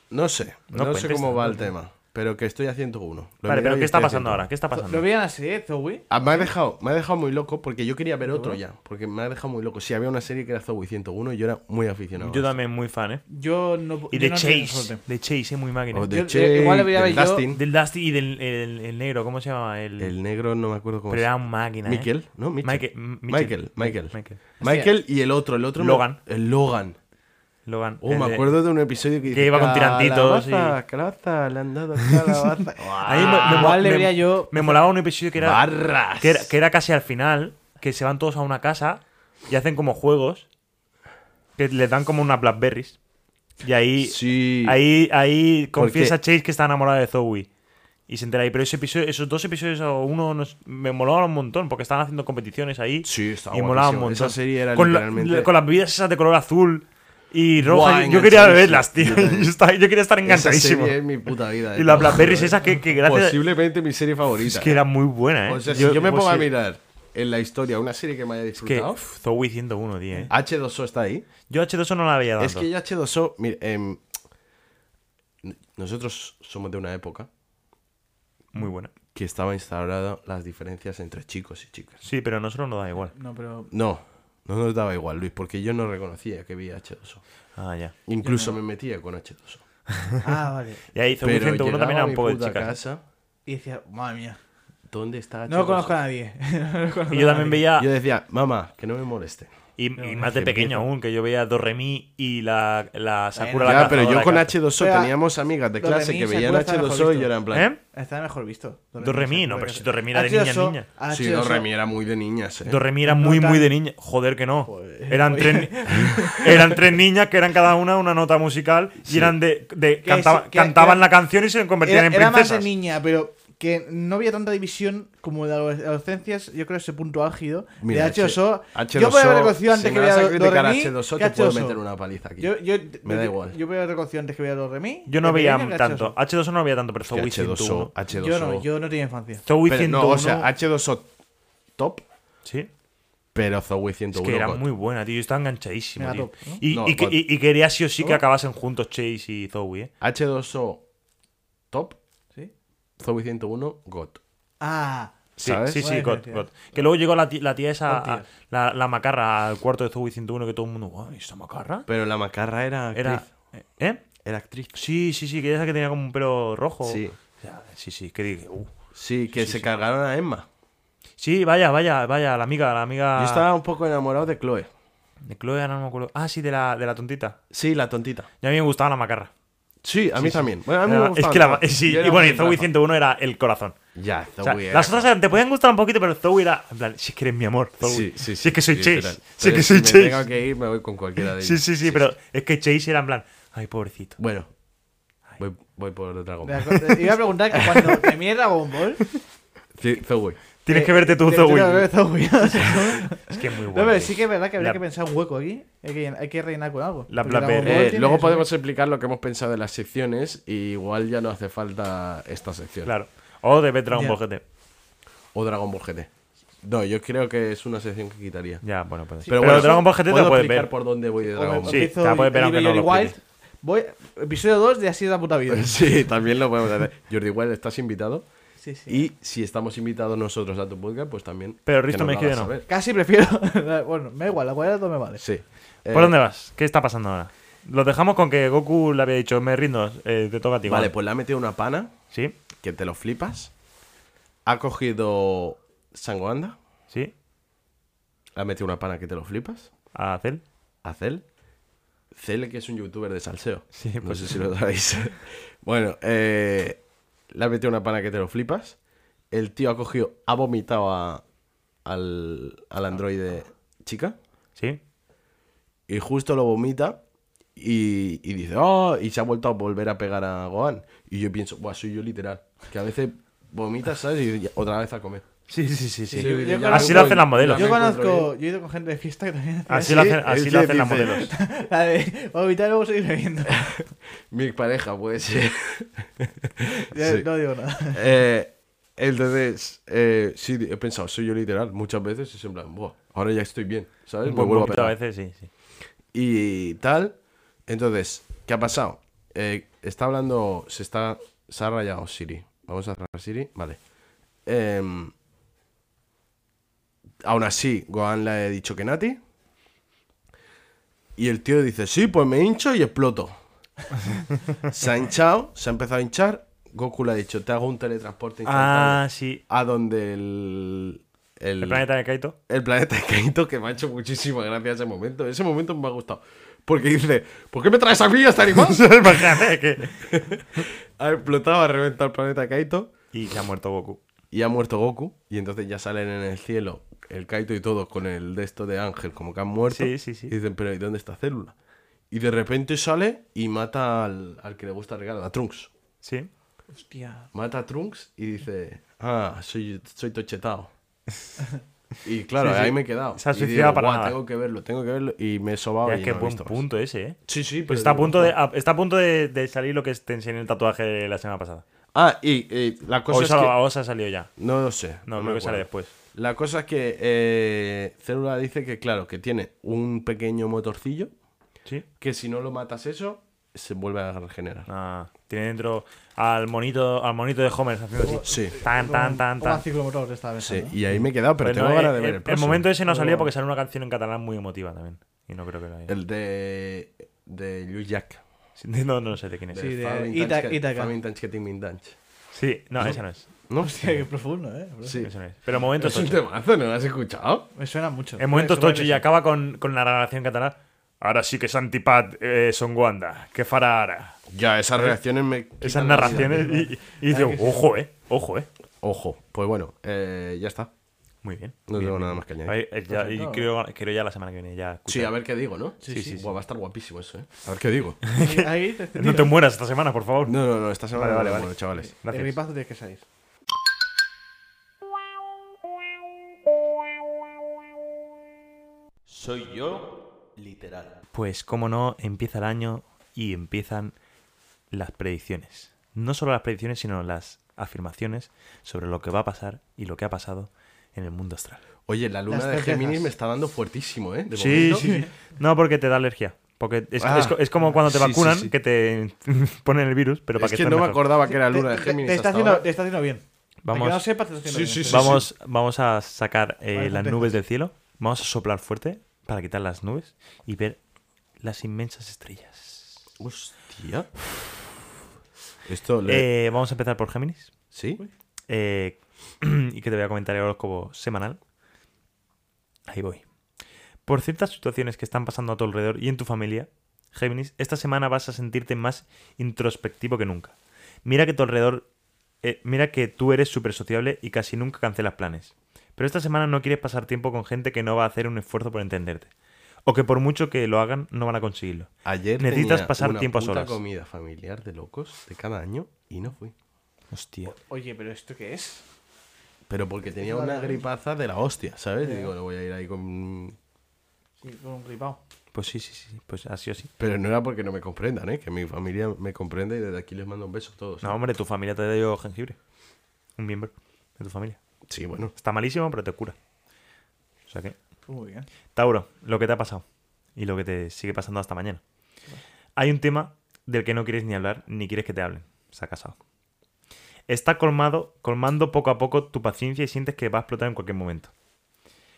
Speaker 2: No sé,
Speaker 4: No
Speaker 2: no, sé
Speaker 4: cuentes
Speaker 2: cómo
Speaker 4: tanto,
Speaker 2: va el
Speaker 4: ¿no?
Speaker 2: tema, pero que estoy a 101. Lo
Speaker 4: Vale,
Speaker 2: miré
Speaker 4: pero
Speaker 2: y
Speaker 4: ¿qué está
Speaker 2: estoy a
Speaker 4: pasando
Speaker 2: 101.
Speaker 4: ahora? ¿Qué está
Speaker 3: Lo
Speaker 4: pasando?
Speaker 3: veían así, ¿eh? Zoe.
Speaker 2: Ah, me, ha dejado, me ha dejado muy loco porque yo quería ver otro ya, porque me ha dejado muy loco. Sí, había una serie que era Zoey 101 y yo era muy aficionado.
Speaker 4: Yo también muy fan, ¿eh?
Speaker 3: Yo no.
Speaker 4: Y
Speaker 3: yo
Speaker 4: de
Speaker 3: no Oh, tengo
Speaker 4: Chase.
Speaker 3: suerte.
Speaker 4: De Chase, es muy máquina.
Speaker 2: O de
Speaker 3: Yo-
Speaker 2: Che,
Speaker 3: igual debería
Speaker 2: del
Speaker 3: ver yo-
Speaker 2: Dustin,
Speaker 4: Del Dusty y del el, el negro, ¿cómo se llama? El,
Speaker 2: el negro, no me acuerdo cómo
Speaker 4: pero
Speaker 2: se
Speaker 4: era un máquina. ¿eh?
Speaker 2: Miquel, ¿no? Mitchell.
Speaker 4: Michael, M-
Speaker 2: Michael,
Speaker 4: Mitchell.
Speaker 2: Michael.
Speaker 4: Michael.
Speaker 2: Michael y el otro, el otro. me-
Speaker 4: Logan.
Speaker 2: El Logan.
Speaker 4: Logan.
Speaker 2: Oh,
Speaker 4: el
Speaker 2: me
Speaker 4: de-
Speaker 2: acuerdo de un episodio que, dice,
Speaker 4: iba con
Speaker 2: Ah,
Speaker 4: tirantitos y-
Speaker 2: Calabaza, calabaza, le han dado calabaza.
Speaker 4: A mí me, me-
Speaker 3: Ah, Igual
Speaker 4: me-
Speaker 3: debería yo-
Speaker 4: Me molaba un episodio que era,
Speaker 2: Barras.
Speaker 4: que, era, que era casi al final, que se van todos a una casa y hacen como juegos, que les dan como unas Blackberries. Y ahí,
Speaker 2: Sí.
Speaker 4: ahí, ahí
Speaker 2: Porque-
Speaker 4: confiesa Chase que está enamorada de Zoe. Y se entera ahí. Pero ese episodio, esos dos episodios o uno nos- me molaban un montón porque estaban haciendo competiciones ahí.
Speaker 2: Sí, estaba
Speaker 4: Y molaba un
Speaker 2: guapísimo.
Speaker 4: montón.
Speaker 2: Esa serie era
Speaker 4: con, la-
Speaker 2: literalmente-
Speaker 4: la- con las bebidas esas de color azul y roja.
Speaker 2: Buah,
Speaker 4: yo- yo quería
Speaker 2: enganchadísimo.
Speaker 4: beberlas,
Speaker 2: Yo
Speaker 4: tío. Yo,
Speaker 2: también.
Speaker 4: estaba- yo quería estar
Speaker 2: Esa
Speaker 4: enganchadísimo.
Speaker 2: serie es mi puta vida. eh, te
Speaker 4: Y las
Speaker 2: lo
Speaker 4: Blackberries
Speaker 2: juro, eh.
Speaker 4: esas que, que gracias.
Speaker 2: Posiblemente mi serie favorita.
Speaker 4: Es que era muy buena, ¿eh?
Speaker 2: O sea, si yo, me
Speaker 4: pues
Speaker 2: pongo a
Speaker 4: sí.
Speaker 2: mirar en la historia una serie que me haya
Speaker 4: Es que
Speaker 2: disfrutado,
Speaker 4: uf, Zoe 101, tío. ¿eh?
Speaker 2: H2O está ahí.
Speaker 4: Yo H2O no la veía tanto.
Speaker 2: Es que yo H2O, mira, em, nosotros somos de una época
Speaker 4: Muy buena.
Speaker 2: que estaba instaurada las diferencias entre chicos y chicas.
Speaker 4: Sí, pero a nosotros nos da igual.
Speaker 3: No, pero.
Speaker 2: No, no nos daba igual, Luis, porque yo no reconocía que vi H2O.
Speaker 4: Ah, ya.
Speaker 2: Incluso me metía con H2O.
Speaker 3: Ah, vale.
Speaker 4: Y ahí Zoe
Speaker 2: Pero
Speaker 4: 101
Speaker 2: llegaba
Speaker 4: también era
Speaker 2: a
Speaker 4: un
Speaker 2: mi
Speaker 4: poco de
Speaker 2: puta
Speaker 4: chicas. ¿eh?
Speaker 2: casa,
Speaker 3: Y decía, madre mía.
Speaker 2: ¿dónde está H2O?
Speaker 3: No conozco a nadie. No conozco
Speaker 4: Y yo
Speaker 3: a nadie.
Speaker 4: también veía.
Speaker 2: Yo decía, mamá, que no me moleste.
Speaker 4: Y, y más de
Speaker 2: que
Speaker 4: pequeño
Speaker 2: empieza.
Speaker 4: aún, que yo veía Doremi y la, la Sakura
Speaker 3: Bueno.
Speaker 4: la
Speaker 2: Ya, pero yo
Speaker 4: cazadora
Speaker 2: con
Speaker 4: de
Speaker 2: H2O
Speaker 3: Pero,
Speaker 2: teníamos amigas de
Speaker 3: lo de
Speaker 2: clase
Speaker 3: mí
Speaker 2: que
Speaker 3: se
Speaker 2: veían
Speaker 3: acuerda, mejor
Speaker 2: H2O y
Speaker 3: visto.
Speaker 2: yo era en plan...
Speaker 4: cartas. ¿Eh?
Speaker 3: Estaba mejor visto.
Speaker 4: Doremi, no, pero si Doremi era de niña, niña.
Speaker 2: Sí, Doremi era muy de niñas, ¿eh?
Speaker 4: Doremi era
Speaker 3: No
Speaker 4: muy, muy
Speaker 3: tan-
Speaker 4: de niña. Joder, que no. Eran tres, ni- eran tres niñas que eran cada una una nota musical y eran de. de-
Speaker 3: Que eso-
Speaker 4: cantaba-
Speaker 3: que-
Speaker 4: cantaban
Speaker 3: que-
Speaker 4: la canción y se convertían
Speaker 3: Era,
Speaker 4: en
Speaker 3: era más
Speaker 4: princesas.
Speaker 3: de niña, pero que no había tanta división como en la adolescencia, yo creo ese punto álgido
Speaker 2: Mira,
Speaker 3: de H2O.
Speaker 2: H-
Speaker 3: yo voy a
Speaker 2: H2O,
Speaker 3: haber reconocido antes
Speaker 2: si
Speaker 3: que
Speaker 2: me
Speaker 3: vea
Speaker 2: vas a
Speaker 3: Do-
Speaker 2: criticar a
Speaker 3: Doremi
Speaker 2: H2O,
Speaker 3: que
Speaker 2: te puedo
Speaker 3: H2O.
Speaker 2: meter una paliza aquí.
Speaker 3: Yo, yo,
Speaker 2: Me da
Speaker 3: yo-
Speaker 2: igual.
Speaker 3: Yo voy a haber reconocido antes que vea los Remy.
Speaker 4: Yo no
Speaker 3: que
Speaker 4: veía
Speaker 3: Doremi que
Speaker 4: tanto. H2O no lo veía tanto, pero
Speaker 2: Que
Speaker 4: Zoe
Speaker 2: H2O,
Speaker 4: 101.
Speaker 2: H2O.
Speaker 3: Yo no, yo no tenía infancia.
Speaker 4: Zoe
Speaker 2: Pero
Speaker 4: 101.
Speaker 2: no, o sea, H2O top,
Speaker 4: sí.
Speaker 2: pero Zoe 101.
Speaker 4: Es que era
Speaker 2: God.
Speaker 4: muy buena, tío. Yo estaba enganchadísimo,
Speaker 3: Mega
Speaker 4: tío.
Speaker 3: top, ¿no?
Speaker 4: Y,
Speaker 2: No,
Speaker 4: y que-
Speaker 2: God.
Speaker 4: y- y quería sí o sí que acabasen juntos Chase y Zoe, ¿eh?
Speaker 2: H2O top,
Speaker 3: ¿Sí?
Speaker 2: Zoe 101 GOT.
Speaker 3: Ah,
Speaker 4: Sí,
Speaker 2: ¿Sabes?
Speaker 4: sí, sí,
Speaker 3: Buena
Speaker 4: God,
Speaker 3: diferencia.
Speaker 4: God. Que luego llegó la ti- la tía, esa,
Speaker 3: God, tío.
Speaker 4: a- la, la macarra, al cuarto de Zoe 101, que todo el mundo, ¡ay, esa macarra!
Speaker 2: Pero la macarra era actriz.
Speaker 4: Era.
Speaker 2: Era,
Speaker 4: ¿Eh?
Speaker 2: actriz.
Speaker 4: Sí, sí, sí, que esa que tenía como un pelo rojo.
Speaker 2: Sí.
Speaker 4: O sea, sí, sí, que dije, uh.
Speaker 2: Sí, que se cargaron a Emma.
Speaker 4: Sí, vaya, vaya, vaya, la amiga, la amiga.
Speaker 2: Yo estaba un poco enamorado de Chloe.
Speaker 4: De Chloe, ahora no me acuerdo. Ah, sí, de la, de la tontita.
Speaker 2: Sí, la tontita.
Speaker 4: Y a mí me gustaba la macarra.
Speaker 2: Sí, a mí también. Bueno, a mí
Speaker 4: Era-
Speaker 2: me
Speaker 4: Ah, es
Speaker 2: gustaba
Speaker 4: que la.
Speaker 2: todo.
Speaker 4: Sí,
Speaker 2: Yo era
Speaker 4: y bueno, y
Speaker 2: muy
Speaker 4: Zoe
Speaker 2: Rafa.
Speaker 4: 101 era el corazón.
Speaker 2: Ya,
Speaker 4: O sea,
Speaker 2: Zoe era
Speaker 4: las otras eran- te podían gustar un poquito, pero Zoe era. En plan, si es que eres mi amor, Zoe.
Speaker 2: Sí, sí, sí.
Speaker 4: Si es que soy
Speaker 2: literal.
Speaker 4: Chase. Si es que
Speaker 2: Pero
Speaker 4: soy
Speaker 2: si Me tengo
Speaker 4: Chase.
Speaker 2: que ir, me voy con cualquiera de ellos.
Speaker 4: Sí, sí, sí, pero es que Chase era en plan. Ay, pobrecito.
Speaker 2: Bueno, voy, voy por otra
Speaker 3: me
Speaker 2: goma.
Speaker 3: acuerdo- iba a preguntar que cuando te mierda Dragon Ball.
Speaker 2: Sí, Zoe.
Speaker 4: Tienes
Speaker 3: eh,
Speaker 4: que verte tú,
Speaker 3: te- te- te-
Speaker 4: Zoe.
Speaker 3: Zoe.
Speaker 4: Es que es muy
Speaker 3: No,
Speaker 4: bueno.
Speaker 3: pero
Speaker 4: tío.
Speaker 3: sí que es verdad que habría
Speaker 4: La-
Speaker 3: que pensar un hueco aquí. Hay que, hay que rellenar con algo.
Speaker 4: La
Speaker 3: Porque
Speaker 4: Black
Speaker 3: Dragon
Speaker 4: Berry.
Speaker 3: Ball
Speaker 2: Eh,
Speaker 3: tiene
Speaker 2: luego
Speaker 3: eso.
Speaker 2: podemos explicar lo que hemos pensado de las secciones y igual ya no hace falta esta sección.
Speaker 4: Claro. O de ver Dragon
Speaker 3: Ya.
Speaker 4: Ball GT.
Speaker 2: O Dragon Ball GT. No, yo creo que es una sección que quitaría.
Speaker 4: Ya, bueno, pues.
Speaker 2: Pero bueno,
Speaker 4: Dragon Ball GT te
Speaker 2: puedo
Speaker 4: la puedes
Speaker 2: explicar
Speaker 4: ver.
Speaker 2: por dónde voy de
Speaker 3: O me-
Speaker 2: Dragon
Speaker 3: o
Speaker 2: Ball.
Speaker 4: Sí,
Speaker 3: empiezo
Speaker 4: te la puedes ver, aunque
Speaker 3: Delivery
Speaker 4: no lo Pues,
Speaker 3: Wild.
Speaker 4: expliques.
Speaker 3: Voy, episodio 2 de Así de la puta vida.
Speaker 2: Sí, también lo podemos hacer. Jordi Wild, estás invitado.
Speaker 3: Sí, sí.
Speaker 2: Y si estamos invitados nosotros a tu podcast, pues también.
Speaker 4: Pero
Speaker 2: que
Speaker 4: Risto
Speaker 2: nos lo
Speaker 4: Mejide
Speaker 2: hagas
Speaker 4: no.
Speaker 2: saber.
Speaker 3: Casi prefiero. bueno, me da igual, la cualidad no me vale.
Speaker 2: Sí. Eh,
Speaker 4: ¿Por dónde vas? ¿Qué está pasando ahora? Los dejamos con que Goku le había dicho, me rindo, eh, te toca a ti.
Speaker 2: Vale, pues le ha metido una pana
Speaker 4: Sí,
Speaker 2: que te lo flipas. Ha cogido Sangoanda.
Speaker 4: sí,
Speaker 2: Le ha metido una pana que te lo flipas.
Speaker 4: a Cell.
Speaker 2: a Cel. Cel, que es un youtuber de salseo.
Speaker 4: Sí,
Speaker 2: no
Speaker 4: pues-
Speaker 2: sé si lo sabéis. bueno, eh, le ha metido una pana que te lo flipas. El tío ha cogido, ha vomitado a- al, al androide chica.
Speaker 4: Sí,
Speaker 2: Y justo lo vomita. Y, y dice, oh, y se ha vuelto a volver a pegar a Gohan. Y yo pienso, Buah, soy yo literal. Que a veces vomitas, ¿sabes? Y ya- otra vez a comer.
Speaker 4: sí, sí, sí. sí.
Speaker 3: Sí, yo- yo
Speaker 2: Ya
Speaker 4: Así
Speaker 3: conozco-
Speaker 4: lo hacen las modelos.
Speaker 2: Ya
Speaker 3: Yo
Speaker 2: me encuentro
Speaker 3: conozco, yo he ido con gente de fiesta que también hacía
Speaker 4: Así lo hacen,
Speaker 2: Sí,
Speaker 4: así
Speaker 2: es
Speaker 4: lo
Speaker 2: que
Speaker 4: hacen las
Speaker 2: dice-
Speaker 4: modelos.
Speaker 3: la de vomitar y luego seguir bebiendo.
Speaker 2: Mi pareja puede ser.
Speaker 3: Ya
Speaker 2: Sí.
Speaker 3: No digo nada.
Speaker 2: Eh, entonces, eh, sí, he pensado, soy yo literal. Muchas veces es en plan, "Buah, ahora ya estoy bien, ¿sabes?
Speaker 4: Un
Speaker 2: Me vuelvo a
Speaker 4: poquito a
Speaker 2: pegar".
Speaker 4: veces, sí, sí.
Speaker 2: Y tal. Entonces, ¿qué ha pasado? Eh, está hablando, se está, se ha rayado Siri. Vamos a cerrar Siri, vale. Em, aún así, Gohan le ha dicho que Nati. Y el tío dice, sí, pues me hincho y exploto. se ha hinchado, se ha empezado a hinchar. Goku le ha dicho, te hago un teletransporte instantáneo
Speaker 4: Ah, sí.
Speaker 2: a donde el, el,
Speaker 4: El planeta de Kaito.
Speaker 2: el planeta de Kaito, que me ha hecho muchísima gracia ese momento. Ese momento me ha gustado. Porque dice, ¿por qué me traes a mí hasta animal?
Speaker 4: Imagínate que...
Speaker 2: ha explotado, ha reventado el planeta Kaito
Speaker 4: Y se ha muerto Goku.
Speaker 2: y ha muerto Goku. Y entonces ya salen en el cielo el Kaito y todos con el de esto de Ángel, como que han muerto.
Speaker 4: Sí, sí, sí.
Speaker 2: Y dicen, pero ¿y dónde está Célula? Y de repente sale y mata al, al que le gusta el regalo, a Trunks.
Speaker 4: Sí.
Speaker 3: Hostia.
Speaker 2: Mata a Trunks y dice, ah, soy, soy tochetado. Y claro,
Speaker 4: Sí, sí.
Speaker 2: ahí me he quedado.
Speaker 4: Se ha
Speaker 2: Y digo,
Speaker 4: suicidado para
Speaker 2: "Guau,
Speaker 4: nada".
Speaker 2: Tengo que verlo, tengo que verlo. Y me he sobado.
Speaker 4: Ya
Speaker 2: y
Speaker 4: es que
Speaker 2: no he
Speaker 4: buen
Speaker 2: visto más.
Speaker 4: punto ese, ¿eh?
Speaker 2: Sí, sí, pero
Speaker 4: Pues está a
Speaker 2: digo,
Speaker 4: punto de,
Speaker 2: "Joder".
Speaker 4: a- está a punto de, de salir lo que te enseñé el tatuaje de la semana pasada.
Speaker 2: Ah, y, eh, la cosa
Speaker 4: O
Speaker 2: es
Speaker 4: se, ha-
Speaker 2: que...
Speaker 4: o se ha salido ya.
Speaker 2: No lo sé.
Speaker 4: No,
Speaker 2: me
Speaker 4: creo que sale
Speaker 2: acuerdo.
Speaker 4: después.
Speaker 2: La cosa es que eh, Célula dice que, claro, que tiene un pequeño motorcillo
Speaker 4: Sí.
Speaker 2: que si no lo matas eso, se vuelve a regenerar.
Speaker 4: Ah, tiene dentro al monito, al monito de Homer haciendo así.
Speaker 2: Sí.
Speaker 4: Tan, tan, tan,
Speaker 3: Como a
Speaker 4: tan.
Speaker 3: ciclomotor esta vez.
Speaker 2: Sí,
Speaker 3: ¿no?
Speaker 2: y ahí me he quedado, pero
Speaker 4: Pues no,
Speaker 2: tengo ganas de
Speaker 4: eh,
Speaker 2: ver el,
Speaker 4: el,
Speaker 2: próximo.
Speaker 4: momento ese no salía porque salió una canción en catalán muy emotiva también. Y no creo que la haya.
Speaker 2: El de... de Lluís Jack.
Speaker 4: Sí, No, no sé de quién es.
Speaker 3: Sí. de
Speaker 2: Famine
Speaker 3: Ita-
Speaker 2: Tanch que-
Speaker 3: Itaca.
Speaker 2: Famine Tanch que Timmin Tanch.
Speaker 4: Sí, no, esa no es.
Speaker 2: No,
Speaker 3: Hostia, qué profundo, eh.
Speaker 2: sí.
Speaker 4: Esa no es. Pero momentos
Speaker 2: Es un
Speaker 4: tochos.
Speaker 2: temazo, ¿no lo has escuchado?
Speaker 3: Me suena mucho.
Speaker 4: En momentos
Speaker 3: Supongo que
Speaker 4: tochos
Speaker 3: sí.
Speaker 4: y acaba con, con la relación catalán. Ahora sí que es antipat eh, son Wanda. ¿Qué fará ahora?
Speaker 2: Ya, esas reacciones me...
Speaker 4: Esas
Speaker 2: quitan la vida.
Speaker 4: narraciones. Y, y dice,
Speaker 3: Claro que sí.
Speaker 4: ojo, eh. Ojo, eh.
Speaker 2: Ojo, pues bueno, eh, ya está.
Speaker 4: Muy bien.
Speaker 2: No
Speaker 4: bien,
Speaker 2: tengo
Speaker 4: bien.
Speaker 2: nada más que añadir.
Speaker 4: Ahí, eh,
Speaker 2: Pues
Speaker 4: ya- y creo, creo ya la semana que viene. Ya
Speaker 2: Sí,
Speaker 4: escucha.
Speaker 2: a ver qué digo, ¿no?
Speaker 3: Sí, sí, sí.
Speaker 2: Buah, va a estar guapísimo eso, ¿eh? A ver qué digo.
Speaker 3: Ahí- Ahí te
Speaker 4: No te mueras esta semana, por favor.
Speaker 2: No, no, no, esta semana
Speaker 4: Vale,
Speaker 2: no
Speaker 4: vale,
Speaker 2: me
Speaker 4: vale.
Speaker 2: muero, chavales.
Speaker 3: El
Speaker 4: Gracias.
Speaker 3: ripazo tienes que salir.
Speaker 1: Soy yo, literal.
Speaker 4: Pues como no, empieza el año y empiezan las predicciones. No solo las predicciones, sino las afirmaciones sobre lo que va a pasar y lo que ha pasado en el mundo astral.
Speaker 2: Oye, la luna
Speaker 3: Las
Speaker 2: de
Speaker 3: certezas.
Speaker 2: Géminis me está dando fuertísimo, ¿eh? De
Speaker 4: Sí,
Speaker 2: momento.
Speaker 4: sí, sí. No, porque te da alergia. Porque es,
Speaker 2: Ah,
Speaker 4: es co- es como cuando te
Speaker 2: sí, sí,
Speaker 4: vacunan,
Speaker 2: sí.
Speaker 4: que te ponen el virus, pero para
Speaker 2: es
Speaker 4: que,
Speaker 2: que
Speaker 4: estés
Speaker 2: no me
Speaker 4: mejor.
Speaker 2: acordaba que era luna de
Speaker 3: Te- te-
Speaker 2: Géminis.
Speaker 3: Te está
Speaker 2: hasta
Speaker 3: haciendo-
Speaker 2: ahora.
Speaker 3: te está haciendo bien.
Speaker 4: Vamos.
Speaker 3: Aunque no sepas, te está haciendo
Speaker 2: Sí,
Speaker 3: bien.
Speaker 2: sí, sí.
Speaker 4: vamos, vamos a sacar eh,
Speaker 3: Vale,
Speaker 4: las
Speaker 3: certezas.
Speaker 4: nubes del cielo, vamos a soplar fuerte para quitar las nubes y ver las inmensas estrellas.
Speaker 2: Hostia. Esto le...
Speaker 4: Eh, vamos a empezar por Géminis.
Speaker 2: ¿Sí?
Speaker 4: eh, y que te voy a comentar el horóscopo semanal. Ahí voy. Por ciertas situaciones que están pasando a tu alrededor y en tu familia, Géminis, esta semana vas a sentirte más introspectivo que nunca. Mira que tu alrededor. eh, mira que tú eres súper sociable y casi nunca cancelas planes. Pero esta semana no quieres pasar tiempo con gente que no va a hacer un esfuerzo por entenderte. O que por mucho que lo hagan, no van a conseguirlo.
Speaker 2: Ayer
Speaker 4: Necesitas
Speaker 2: tenía
Speaker 4: pasar
Speaker 2: una
Speaker 4: tiempo a
Speaker 2: puta
Speaker 4: solas.
Speaker 2: comida familiar de locos de cada año y no fui.
Speaker 4: Hostia.
Speaker 3: Oye, pero ¿esto qué es?
Speaker 2: Pero porque tenía una gripaza de la hostia, ¿sabes? Y digo, no voy a ir ahí con...
Speaker 3: Sí, con un gripao.
Speaker 4: Pues sí, sí, sí. Pues así o sí.
Speaker 2: Pero no era porque no me comprendan, ¿eh? Que mi familia me comprende y desde aquí les mando un beso a todos. ¿eh?
Speaker 4: No, hombre, tu familia te dio jengibre. Un miembro de tu familia.
Speaker 2: Sí, bueno.
Speaker 4: Está malísimo, pero te cura. O sea que.
Speaker 3: Muy bien.
Speaker 4: Tauro, lo que te ha pasado. Y lo que te sigue pasando hasta mañana. Hay un tema del que no quieres ni hablar, ni quieres que te hablen. Se ha casado. Está colmado, colmando poco a poco tu paciencia y sientes que va a explotar en cualquier momento.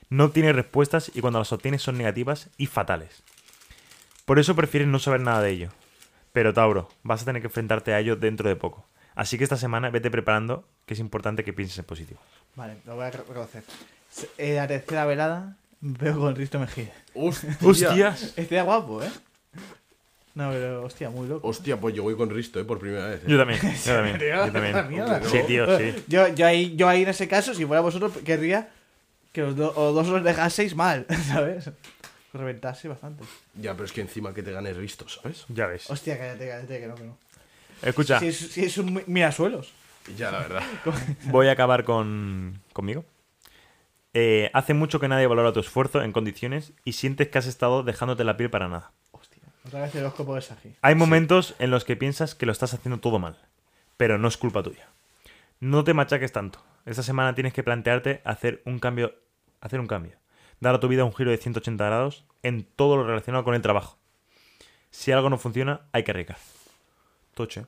Speaker 4: No tienes respuestas y cuando las obtienes son negativas y fatales. Por eso prefieres no saber nada de ello. Pero Tauro, vas a tener que enfrentarte a ello dentro de poco. Así que esta semana vete preparando, que es importante que pienses en positivo.
Speaker 3: Vale, lo voy a re- reconocer. Se- eh, la tercera velada veo con Risto Mejía.
Speaker 2: ¡Hostia!
Speaker 4: ¡Hostias!
Speaker 3: Este era guapo, ¿eh? No, pero hostia, muy loco.
Speaker 2: Hostia, pues yo voy con Risto, ¿eh? Por primera vez. ¿eh?
Speaker 4: Yo también, yo también.
Speaker 3: Tío,
Speaker 4: Yo también.
Speaker 3: la mierda.
Speaker 4: Sí, tío, sí.
Speaker 3: Yo, yo, ahí, yo ahí en ese caso, si fuera vosotros, querría que los do- o dos os dejaseis mal, ¿sabes? Os Reventase bastante.
Speaker 2: Ya, pero es que encima que te ganes Risto, ¿sabes?
Speaker 4: Ya ves.
Speaker 3: Hostia, cállate, cállate, que no, que no.
Speaker 4: Escucha,
Speaker 3: Si es, si es un mi- mirasuelos.
Speaker 2: Ya, la verdad.
Speaker 4: voy a acabar con conmigo. Eh, hace mucho que nadie valora tu esfuerzo en condiciones y sientes que has estado dejándote la piel para nada.
Speaker 3: Hostia, otra vez el horóscopo de Saji.
Speaker 4: Hay momentos en los que piensas que lo estás haciendo todo mal, pero no es culpa tuya. No te machaques tanto. Esta semana tienes que plantearte hacer un cambio, hacer un cambio. Dar a tu vida un giro de 180 grados en todo lo relacionado con el trabajo. Si algo no funciona, hay que arriesgar. ¿eh? Toche.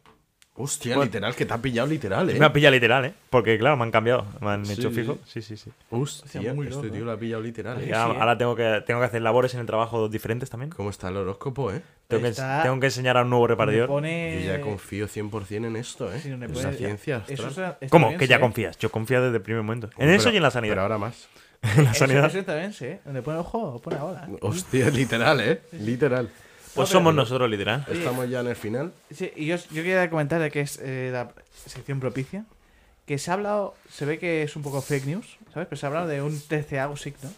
Speaker 2: Hostia, literal, que te ha pillado literal, ¿eh?
Speaker 4: Me ha pillado literal, ¿eh? Porque, claro, me han cambiado. Me han hecho
Speaker 2: sí,
Speaker 4: fijo.
Speaker 2: sí.
Speaker 4: Sí, sí, sí.
Speaker 2: Hostia,
Speaker 3: Hostia, muy
Speaker 2: este
Speaker 3: loco,
Speaker 2: tío
Speaker 3: ¿eh?
Speaker 2: lo ha pillado literal,
Speaker 4: Y
Speaker 2: ¿eh?
Speaker 4: ahora
Speaker 3: sí, ¿eh?
Speaker 4: ahora tengo, que, tengo que hacer labores en el trabajo diferentes también.
Speaker 2: ¿Cómo está el horóscopo, eh?
Speaker 4: Tengo que,
Speaker 3: Está-
Speaker 4: tengo que enseñar a un nuevo
Speaker 3: Me
Speaker 4: repartidor.
Speaker 2: Yo
Speaker 3: pone...
Speaker 2: ya confío 100% en esto, ¿eh?
Speaker 3: Eh. Sí, no me
Speaker 2: en
Speaker 3: pone-
Speaker 2: la ciencia
Speaker 3: Eso
Speaker 2: astral.
Speaker 3: está- está
Speaker 4: ¿Cómo?
Speaker 3: bien,
Speaker 4: Que ya
Speaker 3: sí, ¿eh?
Speaker 4: confías. Yo confío desde el primer momento. En
Speaker 2: Pero-
Speaker 4: eso y en la
Speaker 2: Pero
Speaker 4: sanidad.
Speaker 2: ahora más.
Speaker 4: En la
Speaker 3: Eso-
Speaker 4: sanidad.
Speaker 3: Eso también, sí. ¿eh? Donde pone ojo, pone ahora.
Speaker 2: Hostia, literal, ¿eh? Literal.
Speaker 4: Pues somos nosotros, literal.
Speaker 2: Estamos ya en el final.
Speaker 3: Sí, y yo, yo quería comentar de que es eh, la sección propicia. Que se ha hablado, se ve que es un poco fake news, ¿sabes? Pero se ha hablado de un terceavo signo,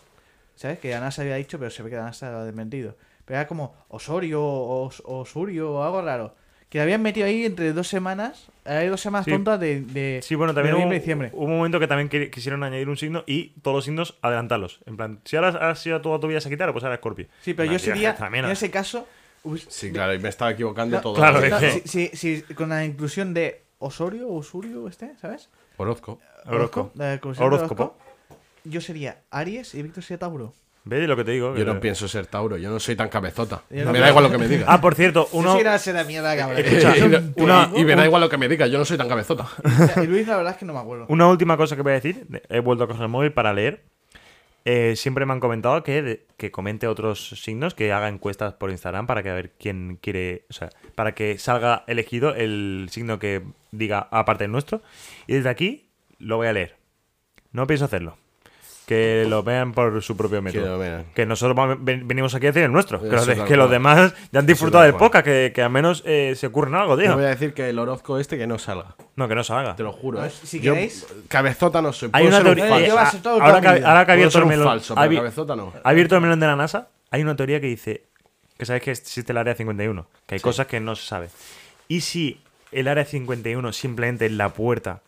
Speaker 3: ¿sabes? Que la NASA había dicho, pero se ve que la NASA lo ha desmentido. Pero era como Osorio o Os- Osurio o algo raro. Que la habían metido ahí entre dos semanas. Hay dos semanas
Speaker 4: Sí.
Speaker 3: tontas de, de,
Speaker 4: Sí, bueno,
Speaker 3: de
Speaker 4: también hubo,
Speaker 3: noviembre y diciembre.
Speaker 4: hubo un momento que también qui- quisieron añadir un signo y todos los signos adelantarlos. En plan, si ahora has sido toda tu vida Sagitario, pues ahora Scorpio.
Speaker 3: Sí, pero
Speaker 4: Una
Speaker 3: yo
Speaker 4: tía
Speaker 3: sería,
Speaker 4: que también-
Speaker 3: en ese caso, hubiese-
Speaker 2: Sí, claro, y me estaba equivocando
Speaker 3: No,
Speaker 2: todo.
Speaker 4: claro,
Speaker 2: ¿eh?
Speaker 4: es que-
Speaker 3: si, si- si con la inclusión de Osorio o Osurio este, ¿sabes?
Speaker 2: Horóscopo.
Speaker 4: Horóscopo.
Speaker 3: La inclusión de
Speaker 4: Horóscopo.
Speaker 3: horóscopo, Yo sería Aries y Víctor sería Tauro.
Speaker 4: ¿Ves lo que te digo?
Speaker 2: Yo no
Speaker 4: Que-
Speaker 2: pienso ser Tauro, yo no soy tan cabezota.
Speaker 3: Yo no
Speaker 2: me da
Speaker 3: creo.
Speaker 2: igual lo que me digas.
Speaker 4: Ah, por cierto, uno. Eh,
Speaker 3: Yo soy una seda mierda, cabrón.
Speaker 4: Escucha,
Speaker 2: y, no-
Speaker 4: una-
Speaker 2: y- y me da igual lo que me digas, yo no soy tan cabezota.
Speaker 3: Y Luis, la verdad es que no me acuerdo.
Speaker 4: Una última cosa que voy a decir, he vuelto a coger el móvil para leer. Eh, siempre me han comentado que, de- que comente otros signos, que haga encuestas por Instagram para que a ver quién quiere, o sea, para que salga elegido el signo que diga aparte del nuestro. Y desde aquí lo voy a leer. No pienso hacerlo. Que lo vean por su propio método.
Speaker 2: lo vean.
Speaker 4: Que nosotros vamos- ven- venimos aquí a decir el nuestro. Que, los,
Speaker 2: Eso
Speaker 4: de-
Speaker 2: tal
Speaker 4: que los
Speaker 2: cual.
Speaker 4: demás ya han disfrutado
Speaker 2: tal
Speaker 4: del
Speaker 2: cual.
Speaker 4: podcast, que, que al menos eh, se ocurren algo, tío.
Speaker 2: No voy a decir que el horóscopo este que no salga.
Speaker 4: No, que no salga.
Speaker 2: Te lo juro,
Speaker 3: No,
Speaker 2: ¿eh?
Speaker 3: si
Speaker 2: Yo,
Speaker 3: queréis-
Speaker 2: Cabezota no soy.
Speaker 4: Hay
Speaker 2: puedo
Speaker 4: una
Speaker 2: ser un
Speaker 4: teoría. Eh,
Speaker 2: falso.
Speaker 3: Yo
Speaker 4: ah,
Speaker 3: voy a ser todo
Speaker 4: ahora, que,
Speaker 3: cambio.
Speaker 4: ahora que ha
Speaker 2: Puedo
Speaker 4: abierto
Speaker 2: ser
Speaker 4: el
Speaker 2: un
Speaker 4: melón.
Speaker 2: falso,
Speaker 4: ha
Speaker 2: pero
Speaker 4: abi-
Speaker 2: cabezota no.
Speaker 4: ha abierto el melón de la NASA. Hay una teoría que dice que sabes que existe el área 51, que hay cosas que no se sabe. Y si el área 51 simplemente es la puerta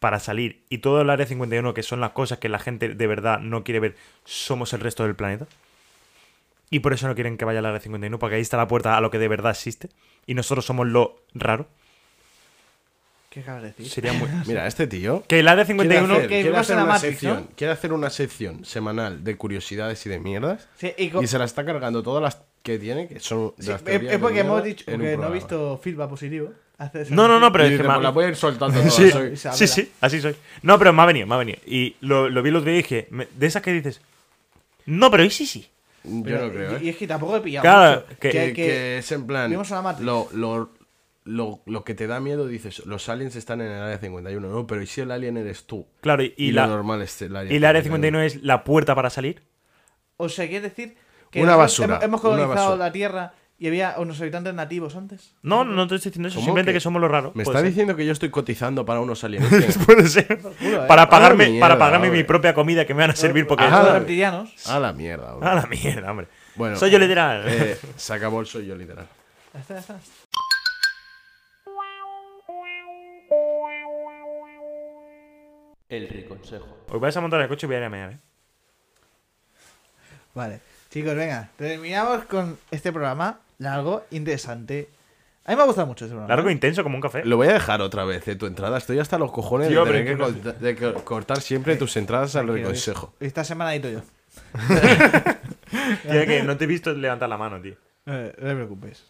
Speaker 4: para salir y todo el área 51, que son las cosas que la gente de verdad no quiere ver, somos el resto del planeta. Y por eso no quieren que vaya a la área 51, porque ahí está la puerta a lo que de verdad existe. Y nosotros somos lo raro.
Speaker 3: ¿Qué acabas de decir?
Speaker 4: Sería muy.
Speaker 2: Mira, este tío.
Speaker 4: Que el área
Speaker 2: Quiere
Speaker 4: 51.
Speaker 2: hacer,
Speaker 3: que
Speaker 2: quiere
Speaker 3: vemos
Speaker 2: hacer
Speaker 3: en la
Speaker 2: una
Speaker 3: Matrix,
Speaker 2: sección, quiere hacer una sección semanal de curiosidades y de mierdas.
Speaker 3: Sí, y co-
Speaker 2: Y se la está cargando todas las que tiene, que son de
Speaker 3: sí,
Speaker 2: las
Speaker 3: es,
Speaker 2: teorías de
Speaker 3: es porque hemos
Speaker 2: mierda,
Speaker 3: dicho
Speaker 2: en un
Speaker 3: que no he
Speaker 2: programa.
Speaker 3: visto feedback positivo. Hace esa
Speaker 4: No, no, no,
Speaker 3: noticia.
Speaker 4: pero
Speaker 2: Y
Speaker 4: es que
Speaker 2: dice,
Speaker 4: me-
Speaker 2: "Pues la voy a ir soltando todas,
Speaker 4: Sí.
Speaker 2: soy-
Speaker 3: Isabela.
Speaker 4: Sí, sí, así soy. No, pero me ha venido, me ha venido. Y lo, lo vi los vídeos y dije, me- de esas que dices, no, pero y sí, sí.
Speaker 2: Yo
Speaker 3: Pero-
Speaker 2: no creo,
Speaker 3: y-
Speaker 2: ¿eh?
Speaker 3: Y es que tampoco he pillado.
Speaker 4: Claro,
Speaker 3: mucho.
Speaker 4: que-
Speaker 2: que,
Speaker 3: que-
Speaker 2: que es en plan.
Speaker 3: vimos una Matrix.
Speaker 2: Lo, lo, lo, lo que te da miedo, dices, los aliens están en el área 51, ¿no? Pero ¿y si el alien eres tú?
Speaker 4: Claro, y, y
Speaker 2: Y,
Speaker 4: la,
Speaker 2: lo normal es el área
Speaker 4: y el área 51 es la puerta para salir.
Speaker 3: O sea, quiere decir que
Speaker 2: Una
Speaker 3: nosotros
Speaker 2: basura,
Speaker 3: hemos, hemos
Speaker 2: una
Speaker 3: colonizado
Speaker 2: basura.
Speaker 3: la Tierra y había unos habitantes nativos antes.
Speaker 4: No, no te estoy diciendo eso,
Speaker 2: ¿Cómo
Speaker 4: simplemente
Speaker 2: que?
Speaker 4: que, somos lo raro.
Speaker 2: Me está
Speaker 4: puede ser.
Speaker 2: diciendo que yo estoy cotizando para unos alienígenas.
Speaker 4: Puede ser.
Speaker 3: eh.
Speaker 4: Para pagarme,
Speaker 2: mierda,
Speaker 4: para pagarme
Speaker 2: hombre. Ah,
Speaker 4: mi propia comida que me van a servir porque.
Speaker 2: Ajá.
Speaker 3: Los reptilianos.
Speaker 2: A la mierda, bro.
Speaker 4: A la mierda, hombre.
Speaker 2: Bueno,
Speaker 4: Soy yo literal.
Speaker 2: eh, se acabó el soy yo literal.
Speaker 3: Ya está, ya está.
Speaker 1: El Riconsejo.
Speaker 4: Os vais a montar en el coche y voy a ir a mear, ¿eh?
Speaker 3: Vale, chicos, venga. Terminamos con este programa largo, interesante. A mí me ha gustado mucho este programa.
Speaker 4: Largo e intenso como un café.
Speaker 2: Lo voy a dejar otra vez, eh, tu entrada. Estoy hasta los cojones
Speaker 4: Tío,
Speaker 2: de
Speaker 4: pero
Speaker 2: tener que,
Speaker 4: es que
Speaker 2: corta- de co- cortar siempre tus entradas al
Speaker 3: Quiero ir.
Speaker 2: reconsejo.
Speaker 3: Esta semana edito yo.
Speaker 4: Tío, que no te he visto levantar la mano, tío.
Speaker 3: Eh, no te preocupes.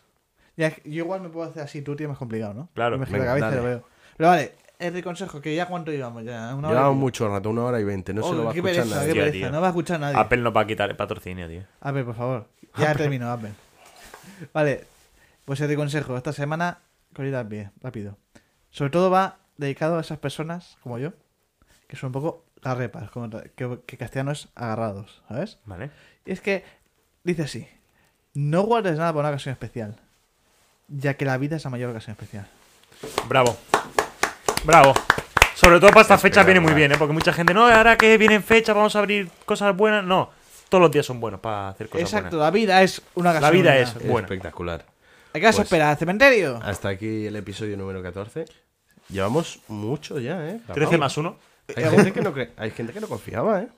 Speaker 3: Ya, es que yo igual me puedo hacer así, tú tienes más complicado, ¿no?
Speaker 4: Claro,
Speaker 3: Me giro la
Speaker 2: venga,
Speaker 3: cabeza y
Speaker 2: dale.
Speaker 3: lo veo. Pero vale, el reconsejo, que ya cuánto llevamos, ya una hora.
Speaker 2: Llevamos
Speaker 3: y-
Speaker 2: mucho rato, una hora y veinte. No se
Speaker 3: Oh,
Speaker 2: lo va a
Speaker 3: qué
Speaker 2: escuchar
Speaker 3: pereza,
Speaker 2: nadie.
Speaker 3: qué
Speaker 4: Tío,
Speaker 3: pereza,
Speaker 4: tío.
Speaker 3: no va a escuchar nadie.
Speaker 4: Apple nos va a quitar el patrocinio, tío.
Speaker 3: A ver, por favor. Ya termino, Apple. Vale, pues te consejo, esta semana, corrida al pie, rápido. Sobre todo va dedicado a esas personas, como yo, que son un poco garrepas, como tra- que, que castellano es agarrados, ¿sabes?
Speaker 4: Vale.
Speaker 3: Y es que dice así, no guardes nada para una ocasión especial, ya que la vida es la mayor ocasión especial.
Speaker 4: Bravo. Bravo. Sobre todo para esta fecha
Speaker 2: Espectacular.
Speaker 4: viene muy bien, ¿eh? Porque mucha gente, no, ahora que vienen fecha vamos a abrir cosas buenas. No, todos los días son buenos para hacer cosas
Speaker 3: Exacto,
Speaker 4: buenas.
Speaker 3: la vida es una ocasión.
Speaker 4: vida
Speaker 3: buena.
Speaker 4: es-
Speaker 2: Es
Speaker 4: Bueno.
Speaker 2: Espectacular.
Speaker 3: ¿A qué vas
Speaker 2: Pues-
Speaker 3: a
Speaker 2: Ah.
Speaker 3: esperar? ¿Al cementerio?
Speaker 2: Hasta aquí el episodio número 14. Llevamos mucho ya, ¿eh?
Speaker 4: 13 más 1
Speaker 2: Hay gente, que no cre- hay gente que no confiaba, ¿eh?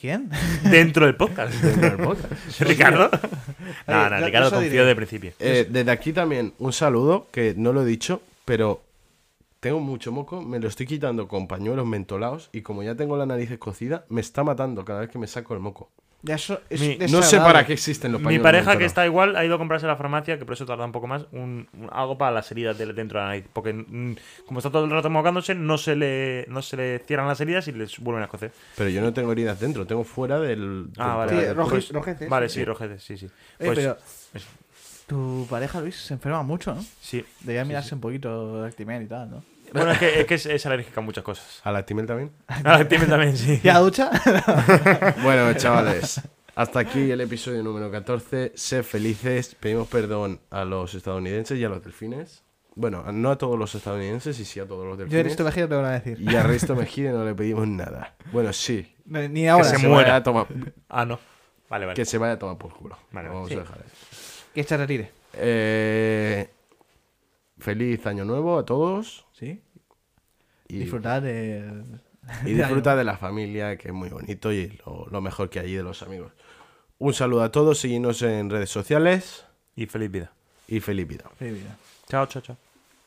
Speaker 3: ¿Quién?
Speaker 4: dentro del podcast.
Speaker 2: En el podcast.
Speaker 4: Ricardo. no,
Speaker 3: yo-
Speaker 4: no,
Speaker 3: yo
Speaker 4: Ricardo
Speaker 3: se lo
Speaker 4: confío
Speaker 3: diré.
Speaker 4: de principio.
Speaker 2: Eh, desde aquí también un saludo, que no lo he dicho, pero tengo mucho moco, me lo estoy quitando con pañuelos mentolados y como ya tengo la nariz escocida, me está matando cada vez que me saco el moco.
Speaker 3: Ya eso es
Speaker 2: No sé
Speaker 4: Mi-
Speaker 2: para
Speaker 3: desagradable.
Speaker 2: qué existen los
Speaker 4: Mi
Speaker 2: pañuelos
Speaker 4: pareja que
Speaker 2: mentolados.
Speaker 4: está igual ha ido a comprarse a la farmacia, que por eso tarda un poco más, un, un- algo para las heridas de- dentro de la nariz. Porque mm, como está todo el rato mocándose, no se le, no se le cierran las heridas y les vuelven a escocer.
Speaker 2: Pero yo no tengo heridas dentro, tengo fuera del...
Speaker 4: Ah,
Speaker 2: del-
Speaker 4: vale.
Speaker 3: Sí,
Speaker 4: vale.
Speaker 3: roje-
Speaker 4: Pues-
Speaker 3: rojeces.
Speaker 4: Vale, sí, rojeces, sí, sí.
Speaker 3: Eh,
Speaker 4: Pues,
Speaker 3: pero-
Speaker 4: es-
Speaker 3: Tu pareja, Luis, se enferma mucho, ¿no?
Speaker 4: sí.
Speaker 3: Debería mirarse un poquito de Actimel y tal, ¿no?
Speaker 4: Bueno, es que, es, que es- es alérgica a muchas cosas.
Speaker 2: ¿A la Timel también?
Speaker 4: A la piel también, sí.
Speaker 3: ¿Y a la ducha?
Speaker 2: Bueno, chavales, hasta aquí el episodio número 14. Sed felices, pedimos perdón a los estadounidenses y a los delfines. Bueno, a- no a todos los estadounidenses y sí a todos los
Speaker 3: Yo he
Speaker 2: delfines.
Speaker 3: visto Mejía, te lo voy a decir.
Speaker 2: Y a Risto Mejide no le pedimos nada. Bueno, sí.
Speaker 3: Ni ni
Speaker 2: Que
Speaker 3: ahora.
Speaker 4: se
Speaker 2: se,
Speaker 4: mu- muera.
Speaker 2: vaya a tomar,
Speaker 4: Ah, no. Vale, vale.
Speaker 2: que se vaya a tomar por culo.
Speaker 4: Vale,
Speaker 2: Lo
Speaker 4: vale.
Speaker 2: vamos
Speaker 3: Sí.
Speaker 2: a dejar ahí.
Speaker 3: Que se retire.
Speaker 2: Eh, feliz año nuevo a todos.
Speaker 3: ¿Sí?
Speaker 2: Y,
Speaker 3: Disfrutar del...
Speaker 2: y disfruta de la familia, que es muy bonito y lo, lo mejor que hay de los amigos. Un saludo a todos, seguidnos en redes sociales
Speaker 4: Y feliz vida.
Speaker 2: y feliz vida.
Speaker 3: Feliz vida.
Speaker 4: Chao, chao, chao.